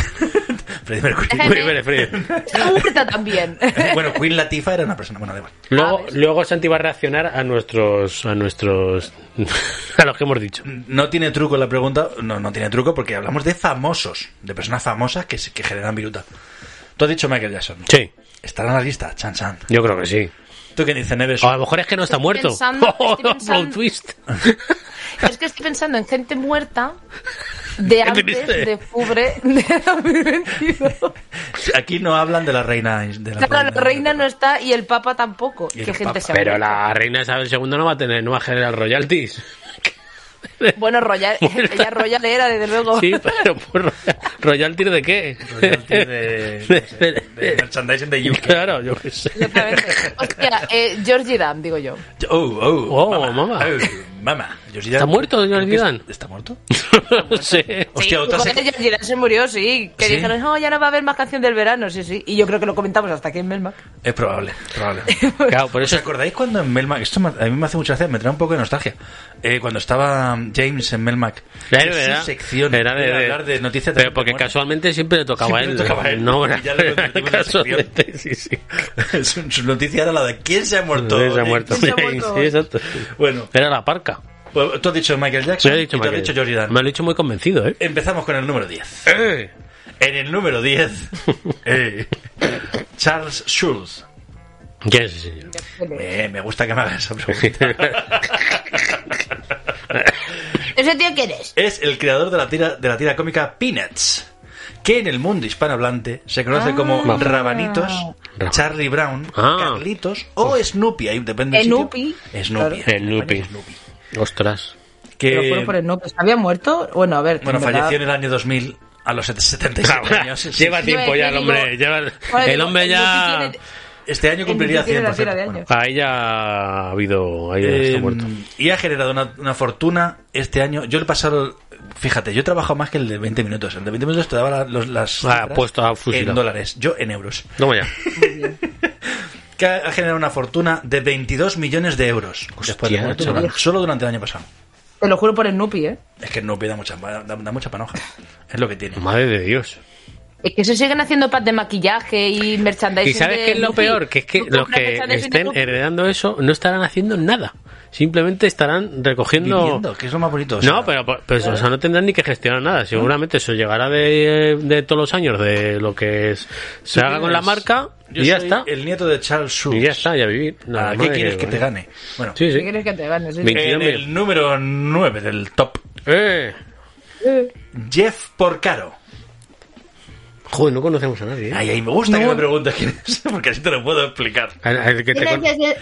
Speaker 8: Freddie Mercury.
Speaker 6: Free, free, free.
Speaker 7: Seguro también.
Speaker 8: bueno, Queen Latifa era una persona. Bueno, da igual.
Speaker 6: Luego, luego Santi va a reaccionar a nuestros, a nuestros, a los que hemos dicho.
Speaker 8: No tiene truco la pregunta. No, no tiene truco porque hablamos de famosos. De personas famosas que, se- que generan viruta. Tú has dicho Michael Jackson.
Speaker 6: Sí,
Speaker 8: Estará en la lista. Chan, chan.
Speaker 6: yo creo que sí.
Speaker 8: ¿Tú qué dices, Neves?
Speaker 6: O a lo mejor es que no está muerto.
Speaker 7: pensando-
Speaker 6: Oh,
Speaker 7: estoy pensando-
Speaker 6: plot twist.
Speaker 7: es que estoy pensando en gente muerta de antes
Speaker 6: triste.
Speaker 7: de octubre de 2022.
Speaker 8: Aquí no hablan de la reina. De la
Speaker 7: Claro, la reina no está y el papa tampoco.
Speaker 8: Y el
Speaker 7: Qué gente
Speaker 8: papa.
Speaker 7: se ha
Speaker 6: Pero
Speaker 7: muerto.
Speaker 6: la reina Isabel II no va a tener, no va a generar royalties.
Speaker 7: Bueno, Royal,
Speaker 6: Muerta.
Speaker 7: ella Royal era, desde luego.
Speaker 6: Sí, pero pues, roy- royalties de qué?
Speaker 8: Royalty de- no sé,
Speaker 6: De-
Speaker 8: de merchandising de UK.
Speaker 6: Claro, yo qué sé.
Speaker 7: Exactamente. Hostia, eh, Georgie Dan, digo yo.
Speaker 8: Oh, oh,
Speaker 6: Oh,
Speaker 8: mamá.
Speaker 6: mamá.
Speaker 8: Oh, mamá. Yo sí ya-
Speaker 6: ¿Está muerto, señor
Speaker 8: creo que es-
Speaker 6: Vidal?
Speaker 8: ¿Está muerto?
Speaker 6: No sé.
Speaker 8: Hostia,
Speaker 7: sí,
Speaker 8: otra
Speaker 7: joder,
Speaker 8: se-
Speaker 7: Georgie Dan se murió, sí. Que
Speaker 8: ¿Sí?
Speaker 7: dijeron, no, ya no va a haber más canción del verano, sí, sí. Y yo creo que lo comentamos hasta aquí en Melmac.
Speaker 8: Es probable, probable.
Speaker 6: Claro, por
Speaker 8: ¿Os
Speaker 6: eso.
Speaker 8: acordáis cuando en Melmac? Esto me- a mí me hace mucha gracia, me trae un poco de nostalgia. Eh, cuando estaba James en Melmac,
Speaker 6: Claro,
Speaker 8: en su
Speaker 6: era-
Speaker 8: sección
Speaker 6: era de-
Speaker 8: hablar de noticias de
Speaker 6: Pero porque
Speaker 8: gente
Speaker 6: casualmente siempre le tocaba a
Speaker 8: Siempre
Speaker 6: él.
Speaker 8: le tocaba a él,
Speaker 6: No,
Speaker 8: y ya le convertimos en
Speaker 6: casualmente, sí, sí.
Speaker 8: muerta. su, su noticia era la de quién se ha muerto.
Speaker 6: Sí, se ha muerto.
Speaker 7: se ha muerto.
Speaker 6: Sí, exacto.
Speaker 8: Bueno,
Speaker 6: Era la parca.
Speaker 8: pues tú has dicho Michael
Speaker 6: Me
Speaker 8: Jackson
Speaker 6: lo ha dicho
Speaker 8: y tú has
Speaker 6: Michael.
Speaker 8: dicho Jordi Dan.
Speaker 6: Me ¡Eh! lo he dicho muy convencido, ¿eh?
Speaker 8: Empezamos con el número 10. En el número 10, eh, Charles Schulz.
Speaker 6: Ya, sí, señor.
Speaker 8: Eh, me gusta que me hagas esa pregunta.
Speaker 11: ¿Ese tío quién es?
Speaker 8: es el creador de la tira de la tira cómica Peanuts, que en el mundo hispanohablante se conoce como Rabanitos, Charlie Brown,
Speaker 6: Ah.
Speaker 8: Carlitos o Snoopy, ahí depende del
Speaker 7: Snoopy.
Speaker 8: sitio. Snoopy.
Speaker 6: Claro. Snoopy.
Speaker 8: España, Snoopy.
Speaker 6: Ostras.
Speaker 7: Pero fueron por
Speaker 8: Que
Speaker 7: el no, que se había muerto. Bueno, a ver.
Speaker 8: Eh, bueno,
Speaker 7: en verdad-
Speaker 8: falleció en el año 2000 a los 77 años. Pues Sí,
Speaker 6: Ah,
Speaker 8: sí.
Speaker 6: Lleva tiempo ya el hombre. lleva-
Speaker 7: Joder,
Speaker 6: el
Speaker 7: digo,
Speaker 6: hombre
Speaker 7: el
Speaker 6: ya.
Speaker 7: Yuki tiene-
Speaker 8: Este año cumpliría
Speaker 7: el Yuki tiene
Speaker 8: 100
Speaker 7: la tira de
Speaker 8: Bueno,
Speaker 7: años.
Speaker 6: Ahí ya ha habido. Ahí está
Speaker 8: eh,
Speaker 6: muerto.
Speaker 8: y ha generado una, una fortuna este año. Yo el pasado, fíjate, yo he trabajado más que el de 20 minutos. El de 20 minutos te daba la- los- las
Speaker 6: Ah,
Speaker 8: cifras
Speaker 6: puesto a fusilado.
Speaker 8: en dólares, yo en euros.
Speaker 6: Toma ya.
Speaker 8: que ha ha generado una fortuna de 22 millones de euros después de
Speaker 6: Hostia,
Speaker 8: muerto,
Speaker 6: chaval.
Speaker 8: solo durante el año pasado.
Speaker 7: Te lo juro por Snoopy, ¿eh?
Speaker 8: Es que no da mucha, da, da mucha panoja. Es lo que tiene.
Speaker 6: Madre de Dios.
Speaker 7: Es que se siguen haciendo packs de maquillaje y merchandising.
Speaker 6: ¿Y sabes
Speaker 7: de
Speaker 6: qué es lo
Speaker 7: Snoopy.
Speaker 6: peor? Que es que
Speaker 7: Tú
Speaker 6: los
Speaker 7: compras
Speaker 6: que
Speaker 7: merchandising de
Speaker 6: estén
Speaker 7: Snoopy.
Speaker 6: heredando eso no estarán haciendo nada. Simplemente estarán recogiendo.
Speaker 8: Viviendo, que es lo más bonito. o sea, Ah.
Speaker 6: No, pero, pero o sea, no tendrán ni que gestionar nada. Seguramente eso llegará de, de todos los años, de lo que es- se haga con la
Speaker 8: tienes-
Speaker 6: marca
Speaker 8: yo
Speaker 6: y ya
Speaker 8: soy
Speaker 6: está.
Speaker 8: El nieto de Charles Schulz.
Speaker 6: Y ya está, ya vivir. Nada,
Speaker 8: ¿A ¿Qué
Speaker 6: madre
Speaker 8: quieres que
Speaker 6: vale.
Speaker 8: te gane? Bueno,
Speaker 6: Sí,
Speaker 7: ¿Qué
Speaker 6: sí.
Speaker 7: quieres que te ganes? Sí.
Speaker 6: Ve-
Speaker 8: en
Speaker 6: 22.000.
Speaker 8: el número 9 del top,
Speaker 6: Eh,
Speaker 8: Jeff Porcaro.
Speaker 6: Joder, no conocemos a nadie. ¿eh?
Speaker 8: Ay, ay, me gusta que
Speaker 6: No.
Speaker 8: me preguntes quién es, porque así te lo puedo explicar.
Speaker 6: A- a el que te
Speaker 11: ¿Quién
Speaker 6: con-
Speaker 11: es ese-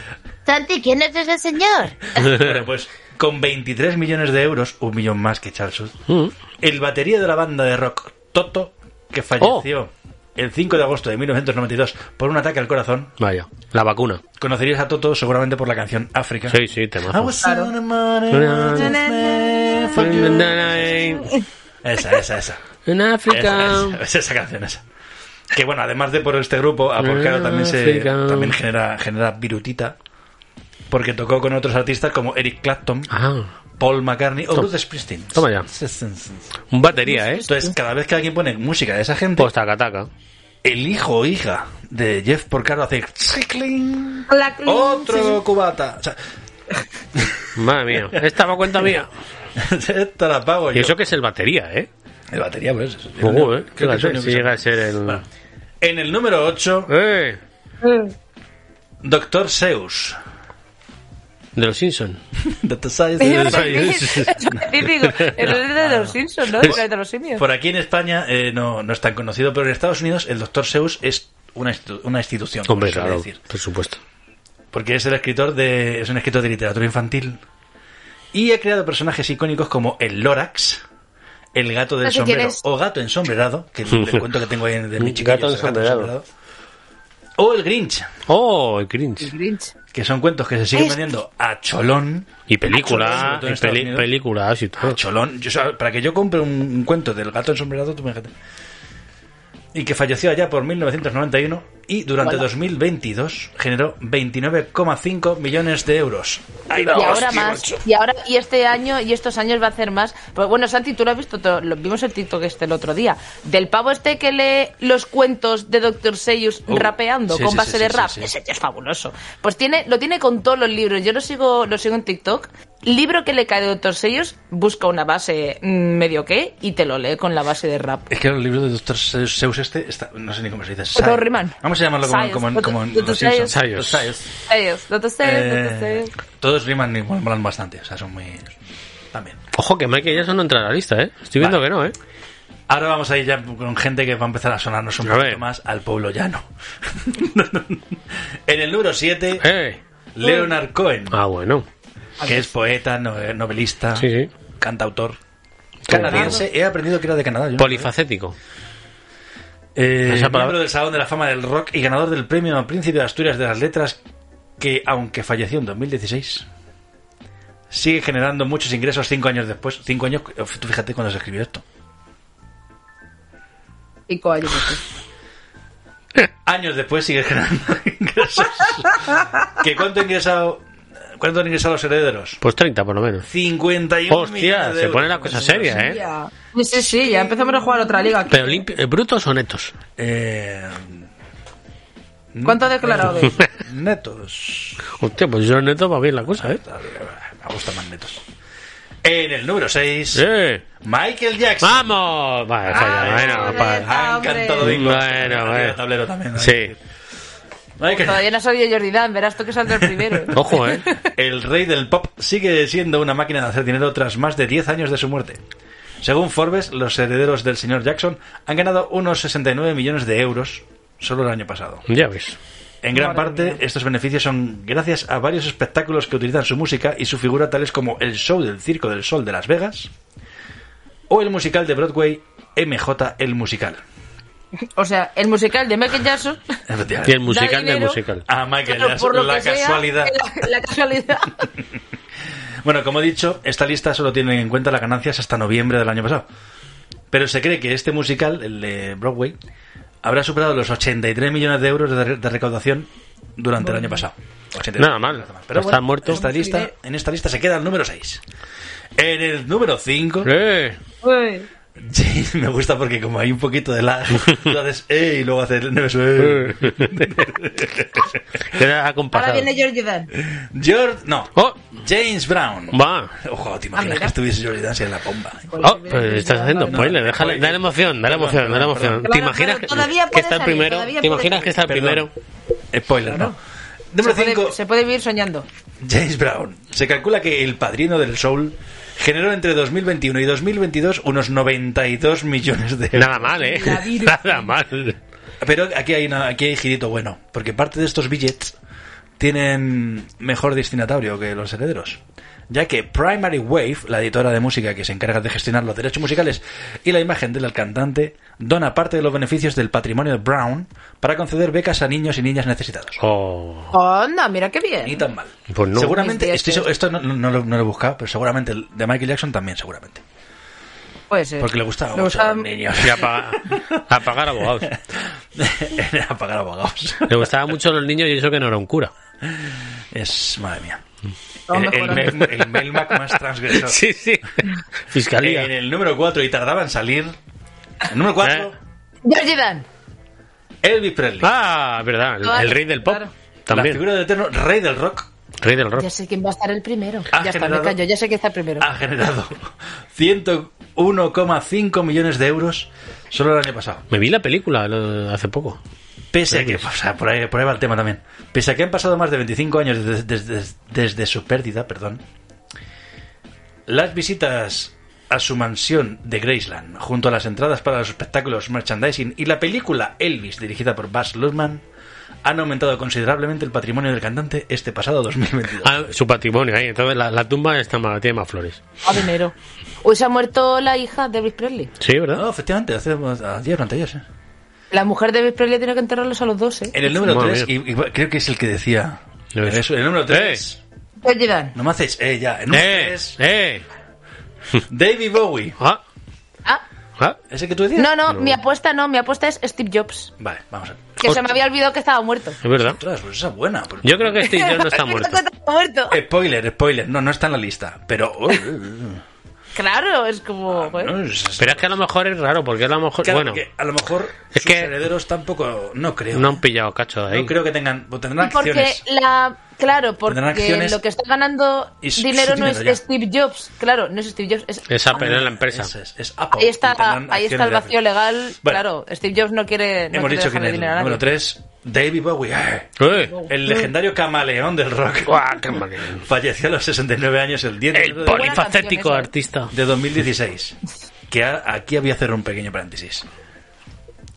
Speaker 11: Santi, ¿quién es ese señor?
Speaker 8: Bueno, pues con 23 millones de euros, un millón más que Charles Wood,
Speaker 6: Mm.
Speaker 8: el batería de la banda de rock Toto, que
Speaker 6: Oh.
Speaker 8: falleció el 5 de agosto de 1992 por un ataque al corazón,
Speaker 6: Vaya, la vacuna.
Speaker 8: conocerías a Toto seguramente por la canción África.
Speaker 6: Sí, sí, te
Speaker 8: I was on a money for you.
Speaker 6: En
Speaker 8: Esa, esa, esa. Esa, esa,
Speaker 6: África.
Speaker 8: esa, esa canción, esa. Que bueno, además de por este grupo, a Porcaro
Speaker 6: Eh,
Speaker 8: también, se,
Speaker 6: África.
Speaker 8: también genera, genera virutita. Porque tocó con otros artistas como Eric Clapton,
Speaker 6: Ah,
Speaker 8: Paul McCartney o
Speaker 6: Toma.
Speaker 8: Bruce Springsteen.
Speaker 6: Toma ya. un batería, ¿eh?
Speaker 8: Entonces, cada vez que alguien pone música de esa gente,
Speaker 6: Pues taca, taca.
Speaker 8: el hijo o hija de Jeff Porcaro hace cling,
Speaker 7: Mm,
Speaker 8: otro cubata. O sea,
Speaker 6: Madre mía. Esta va a cuenta mía.
Speaker 8: esta la pago
Speaker 6: Y
Speaker 8: yo.
Speaker 6: eso que es el batería, ¿eh?
Speaker 8: De batería, pues.
Speaker 6: Ojo, ¿eh?
Speaker 8: Creo que
Speaker 6: Fíjate,
Speaker 8: es el
Speaker 6: si llega a ser
Speaker 8: Bueno,
Speaker 6: el...
Speaker 8: En el número 8,
Speaker 6: ¡Eh!
Speaker 8: Doctor Seuss.
Speaker 6: De los Simpsons.
Speaker 8: Doctor Seuss.
Speaker 7: Y digo, el de los Simpsons,
Speaker 6: Pues
Speaker 7: ¿no? El planeta de los simios.
Speaker 8: Por aquí en España eh, no, no es tan conocido, pero en Estados Unidos el Doctor Seuss es una, institu- una institución, como
Speaker 6: Hombre,
Speaker 8: se suele
Speaker 6: claro,
Speaker 8: decir.
Speaker 6: por supuesto.
Speaker 8: porque es el escritor de es un escritor de literatura infantil y ha creado personajes icónicos como el Lorax, el gato del
Speaker 7: No sé
Speaker 8: sombrero
Speaker 7: quién es.
Speaker 8: o gato ensombrerado, que les cuento que tengo ahí de
Speaker 6: Gato
Speaker 8: mi chiquillos, el
Speaker 6: ensombrerado.
Speaker 8: o el Grinch,
Speaker 6: ¡Oh, el cringe!
Speaker 7: Grinch.
Speaker 8: que son cuentos que se siguen vendiendo a cholón.
Speaker 6: Y
Speaker 8: A cholón, sobre
Speaker 6: películas,
Speaker 8: todo en
Speaker 6: y
Speaker 8: Estados
Speaker 6: peli-
Speaker 8: Unidos.
Speaker 6: películas y
Speaker 8: A
Speaker 6: todo.
Speaker 8: Ah, cholón. Yo, o sea, para que yo compre un, un cuento del gato ensombrerado, tú imagínate. Y que falleció allá por 1991 y durante 2022 generó 29,5 millones de euros. ¡Ay, la
Speaker 7: Y ahora
Speaker 8: hostia,
Speaker 7: más,
Speaker 8: macho!
Speaker 7: y ahora, y este año, y estos años va a hacer más. Pues bueno, Santi, tú lo has visto, todo- lo vimos el TikTok este el otro día. Del pavo este que lee los cuentos de Dr. Seuss
Speaker 8: Oh,
Speaker 7: rapeando
Speaker 8: sí,
Speaker 7: con
Speaker 8: sí,
Speaker 7: base
Speaker 8: sí,
Speaker 7: de
Speaker 8: sí,
Speaker 7: rap.
Speaker 8: sí, sí.
Speaker 7: Ese tío es fabuloso. Pues tiene, lo tiene con todos los libros. Yo lo sigo, lo sigo en TikTok. Libro que le cae de Dr. Seuss, busca una base mm, medio que y te lo lee con la base de rap.
Speaker 8: Es que el libro de Dr. Seuss este, está, no sé ni cómo se dice.
Speaker 7: Otto
Speaker 8: Sci-
Speaker 7: Riemann.
Speaker 8: Vamos a llamarlo como,
Speaker 7: Science.
Speaker 8: como, en- como en
Speaker 7: Otto-
Speaker 8: Los
Speaker 7: Otto
Speaker 8: Simpsons.
Speaker 6: Science.
Speaker 8: Science.
Speaker 7: Seuss, Dr. Seuss, Dr.
Speaker 8: Eh,
Speaker 7: Seuss.
Speaker 8: todos riman y molan molan bastante, o sea, son muy... También.
Speaker 6: Ojo, que Michael Jackson no entra a la lista, ¿eh? Estoy viendo
Speaker 8: Vale.
Speaker 6: que no, ¿eh?
Speaker 8: Ahora vamos a ir ya con gente que va a empezar a sonarnos un
Speaker 6: A
Speaker 8: poquito
Speaker 6: ver.
Speaker 8: más al pueblo llano. en el número 7,
Speaker 6: ¡Eh!
Speaker 8: Leonard Cohen,
Speaker 6: Ah, bueno.
Speaker 8: que es poeta, no- eh, novelista,
Speaker 6: Sí, sí.
Speaker 8: cantautor. Canadiense, he aprendido que era de Canadá. yo no sabía.
Speaker 6: Polifacético.
Speaker 8: Eh,
Speaker 6: Esa palabra-
Speaker 8: miembro del Salón de la Fama del Rock y ganador del premio a Príncipe de Asturias de las Letras, que aunque falleció en 2016, sigue generando muchos ingresos cinco años después. Cinco años, eh, tú fíjate cuando se escribió esto.
Speaker 7: Cinco años.
Speaker 8: Años después sigue generando ingresos. ¿Que cuánto, ha ingresado, ¿Cuánto han ingresado los herederos?
Speaker 6: Pues 30 por lo menos.
Speaker 8: 51 millones
Speaker 6: Hostia,
Speaker 8: de
Speaker 6: se pone la
Speaker 8: euros.
Speaker 6: cosa seria, ¿eh?
Speaker 7: Ya. Sí, sí, sí, ya empezamos a jugar otra liga. aquí.
Speaker 6: Pero limpio, eh, brutos o netos.
Speaker 8: Eh,
Speaker 7: ¿Cuánto ha declarado de eso?
Speaker 8: netos.
Speaker 6: Hostia, pues yo neto va bien la cosa, ¿eh?
Speaker 8: Me gustan más netos. En el número 6,
Speaker 6: ¡Eh!
Speaker 8: Michael Jackson.
Speaker 6: ¡Vamos! Vale,
Speaker 7: Ah,
Speaker 6: falla,
Speaker 7: hombre.
Speaker 6: bueno, pa-
Speaker 8: Ah, encantado de
Speaker 6: Bueno,
Speaker 8: Inglaterra,
Speaker 6: bueno.
Speaker 8: tablero también. ¿eh? ¿no?
Speaker 6: Sí.
Speaker 8: Michael-
Speaker 7: Todavía no ha salido Jordi Dan, verás tú que saldrá el primero.
Speaker 6: Ojo, ¿eh?
Speaker 8: El rey del pop sigue siendo una máquina de hacer dinero tras más de 10 años de su muerte. Según Forbes, los herederos del señor Jackson han ganado unos 69 millones de euros solo el año pasado.
Speaker 6: Ya ves.
Speaker 8: En gran parte, estos beneficios son gracias a varios espectáculos que utilizan su música y su figura, tales como el show del Circo del Sol de Las Vegas o el musical de Broadway MJ El Musical.
Speaker 7: O sea, el musical de Michael Jackson.
Speaker 6: Y el
Speaker 8: Efectivamente.
Speaker 7: da
Speaker 6: musical del
Speaker 7: dinero.
Speaker 6: musical.
Speaker 8: A Michael
Speaker 7: claro, por lo
Speaker 8: Jackson, la
Speaker 7: que sea,
Speaker 8: casualidad.
Speaker 7: la, la casualidad.
Speaker 8: Bueno, como he dicho, esta lista solo tiene en cuenta las ganancias hasta noviembre del año pasado. Pero se cree que este musical, el de Broadway, habrá superado los 83 millones de euros de, de recaudación durante el año pasado. 83.
Speaker 6: Nada mal.
Speaker 8: Pero
Speaker 6: Está
Speaker 8: bueno,
Speaker 6: muerto.
Speaker 8: esta lista, en esta lista se queda el número 6. En el número 5,
Speaker 6: ¡Eh!
Speaker 7: Uy.
Speaker 8: me gusta porque como hay un poquito de lag, tú haces "Eh", y luego haces "Eh".
Speaker 6: Era
Speaker 7: Ahora
Speaker 6: acompasado.
Speaker 7: viene Jordi Dan.
Speaker 8: George, no,
Speaker 6: ¡Oh!
Speaker 8: James Brown.
Speaker 6: ¡Va!
Speaker 8: Ojo, te
Speaker 7: Ah,
Speaker 8: imaginas
Speaker 7: mira.
Speaker 8: que estuviese Jordi Dance en la bomba.
Speaker 6: Oh, pero estás haciendo spoiler,
Speaker 8: no,
Speaker 6: déjale,
Speaker 8: spoiler.
Speaker 6: dale emoción, dale
Speaker 8: Perdón,
Speaker 6: emoción, dale
Speaker 8: perdón,
Speaker 6: emoción.
Speaker 7: perdón.
Speaker 6: ¿Te imaginas
Speaker 7: Claro, claro, todavía
Speaker 6: que,
Speaker 7: puede
Speaker 6: está el
Speaker 7: salir,
Speaker 6: primero?
Speaker 7: todavía
Speaker 6: ¿Te
Speaker 7: puede
Speaker 6: imaginas
Speaker 7: salir.
Speaker 6: que está el
Speaker 8: Perdón.
Speaker 6: primero?
Speaker 8: Spoiler, ¿no?
Speaker 7: Se
Speaker 8: Número
Speaker 7: puede,
Speaker 8: 5,
Speaker 7: se puede vivir soñando.
Speaker 8: James Brown. Se calcula que el padrino del soul generó entre 2021 y 2022 unos 92 millones de euros.
Speaker 6: Nada mal, ¿eh? Nada mal.
Speaker 8: Pero aquí hay, una- aquí hay girito bueno, porque parte de estos billets tienen mejor destinatario que los herederos. Ya que Primary Wave, la editora de música que se encarga de gestionar los derechos musicales y la imagen del cantante, dona parte de los beneficios del patrimonio de Brown para conceder becas a niños y niñas necesitados.
Speaker 6: Oh,
Speaker 7: Onda, mira qué
Speaker 8: Ni
Speaker 7: bien.
Speaker 8: tan mal.
Speaker 6: Pues no.
Speaker 8: Seguramente,
Speaker 7: Mis
Speaker 8: estoy
Speaker 7: dieces.
Speaker 8: se- esto no, no- no lo, no lo he buscado, pero seguramente el de Michael Jackson también, seguramente.
Speaker 7: Puede ser.
Speaker 8: Porque le gustaba
Speaker 7: Le
Speaker 8: mucho a los
Speaker 7: gustaba-
Speaker 8: niños.
Speaker 6: y a, pa- a pagar abogados.
Speaker 8: a pagar abogados.
Speaker 6: Le gustaba mucho a los niños y eso que no era un cura.
Speaker 8: Es, madre mía.
Speaker 7: Vamos
Speaker 8: El, el,
Speaker 7: mejorando.
Speaker 8: el Melmac más transgresor. Eh,
Speaker 6: Sí, sí. Fiscalía.
Speaker 8: En el número 4, y tardaba en salir. El número 4,
Speaker 6: ¿Eh?
Speaker 7: Georgie Dan.
Speaker 8: Elvis Presley.
Speaker 6: Ah, verdad. El, el rey del pop.
Speaker 7: Claro.
Speaker 8: La
Speaker 6: También.
Speaker 8: figura del eterno rey del rock
Speaker 6: Rey del rock.
Speaker 7: Ya sé quién va a estar el primero.
Speaker 8: Ah,
Speaker 7: ya está,
Speaker 8: generado.
Speaker 7: me callo, ya sé quién está el primero.
Speaker 8: ha generado 101,5 millones de euros solo el año pasado.
Speaker 6: Me vi la película lo- hace poco.
Speaker 8: Pese a que, o sea, por ahí, por ahí va el tema también. Pese a que han pasado más de 25 años desde, desde- desde su pérdida, perdón, las visitas a su mansión de Graceland, junto a las entradas para los espectáculos, merchandising y la película Elvis, dirigida por Baz Luhrmann, han aumentado considerablemente el patrimonio del cantante este pasado 2022.
Speaker 6: Ah, su patrimonio ahí. Entonces la, la tumba está más, tiene más flores.
Speaker 7: A dinero. Ah, Hoy se ha muerto la hija de Elvis Presley.
Speaker 6: Sí, ¿verdad?
Speaker 8: No, efectivamente, hace ayer o anteayer, sí.
Speaker 7: La mujer de Elvis Presley tiene que enterrarlos a los dos, ¿eh?
Speaker 8: En el número
Speaker 6: Madre
Speaker 8: 3, y, y creo que es el que decía.
Speaker 6: Lo es.
Speaker 8: Eso, el número 3.
Speaker 7: Georgie Dan.
Speaker 8: No me haces, eh, ya. El número
Speaker 6: ¡Eh!
Speaker 8: 3,
Speaker 6: ¡Eh!
Speaker 8: David Bowie.
Speaker 6: Ah,
Speaker 7: Ah,
Speaker 6: ah.
Speaker 8: ¿Ese que tú decías?
Speaker 7: no, no, mi apuesta no, mi apuesta es Steve Jobs.
Speaker 8: Vale, vamos a ver.
Speaker 7: Que se me había olvidado que estaba muerto.
Speaker 6: Es verdad.
Speaker 8: Ostras, pues esa es buena. porque- eh,
Speaker 6: Yo creo que Steve Jobs no está muerto.
Speaker 7: Estaba muerto.
Speaker 8: Spoiler, spoiler. No, no está en la lista. Pero. oh,
Speaker 7: Claro, es como. joder.
Speaker 8: Ah, no, es-
Speaker 6: Pero es que a lo mejor es raro, porque a lo mejor.
Speaker 8: claro,
Speaker 6: bueno,
Speaker 8: que a lo mejor
Speaker 6: es
Speaker 8: sus
Speaker 6: que-
Speaker 8: herederos tampoco. No creo.
Speaker 6: no han pillado cacho de ahí.
Speaker 8: No creo que tengan. o Tendrán
Speaker 7: Y porque
Speaker 8: acciones.
Speaker 7: la. Claro, porque
Speaker 8: Tendrán acciones
Speaker 7: lo que está ganando
Speaker 8: y su-
Speaker 7: dinero
Speaker 8: su
Speaker 7: no es
Speaker 8: dinero ya.
Speaker 7: Steve Jobs. Claro, no es Steve Jobs. Es...
Speaker 6: Esa pena en la empresa.
Speaker 8: Ah, Es, es- es Apple.
Speaker 7: Ahí está,
Speaker 8: y tendrán
Speaker 7: ahí está
Speaker 8: acciones
Speaker 7: el
Speaker 8: de
Speaker 7: vacío
Speaker 8: Apple.
Speaker 7: legal.
Speaker 8: Bueno,
Speaker 7: Claro, Steve Jobs no quiere. No
Speaker 8: Hemos
Speaker 7: quiere
Speaker 8: dicho que en
Speaker 7: dejarle
Speaker 8: el
Speaker 7: dinero a nadie.
Speaker 8: número 3, David Bowie. eh,
Speaker 6: ¡Eh!
Speaker 8: El legendario camaleón del rock.
Speaker 6: ¡Guau, qué mal-
Speaker 8: Falleció a los 69 años el 10 de
Speaker 6: El
Speaker 8: enero de-
Speaker 6: polifacético artista.
Speaker 8: de 2016. Que a- aquí había hacer un pequeño paréntesis.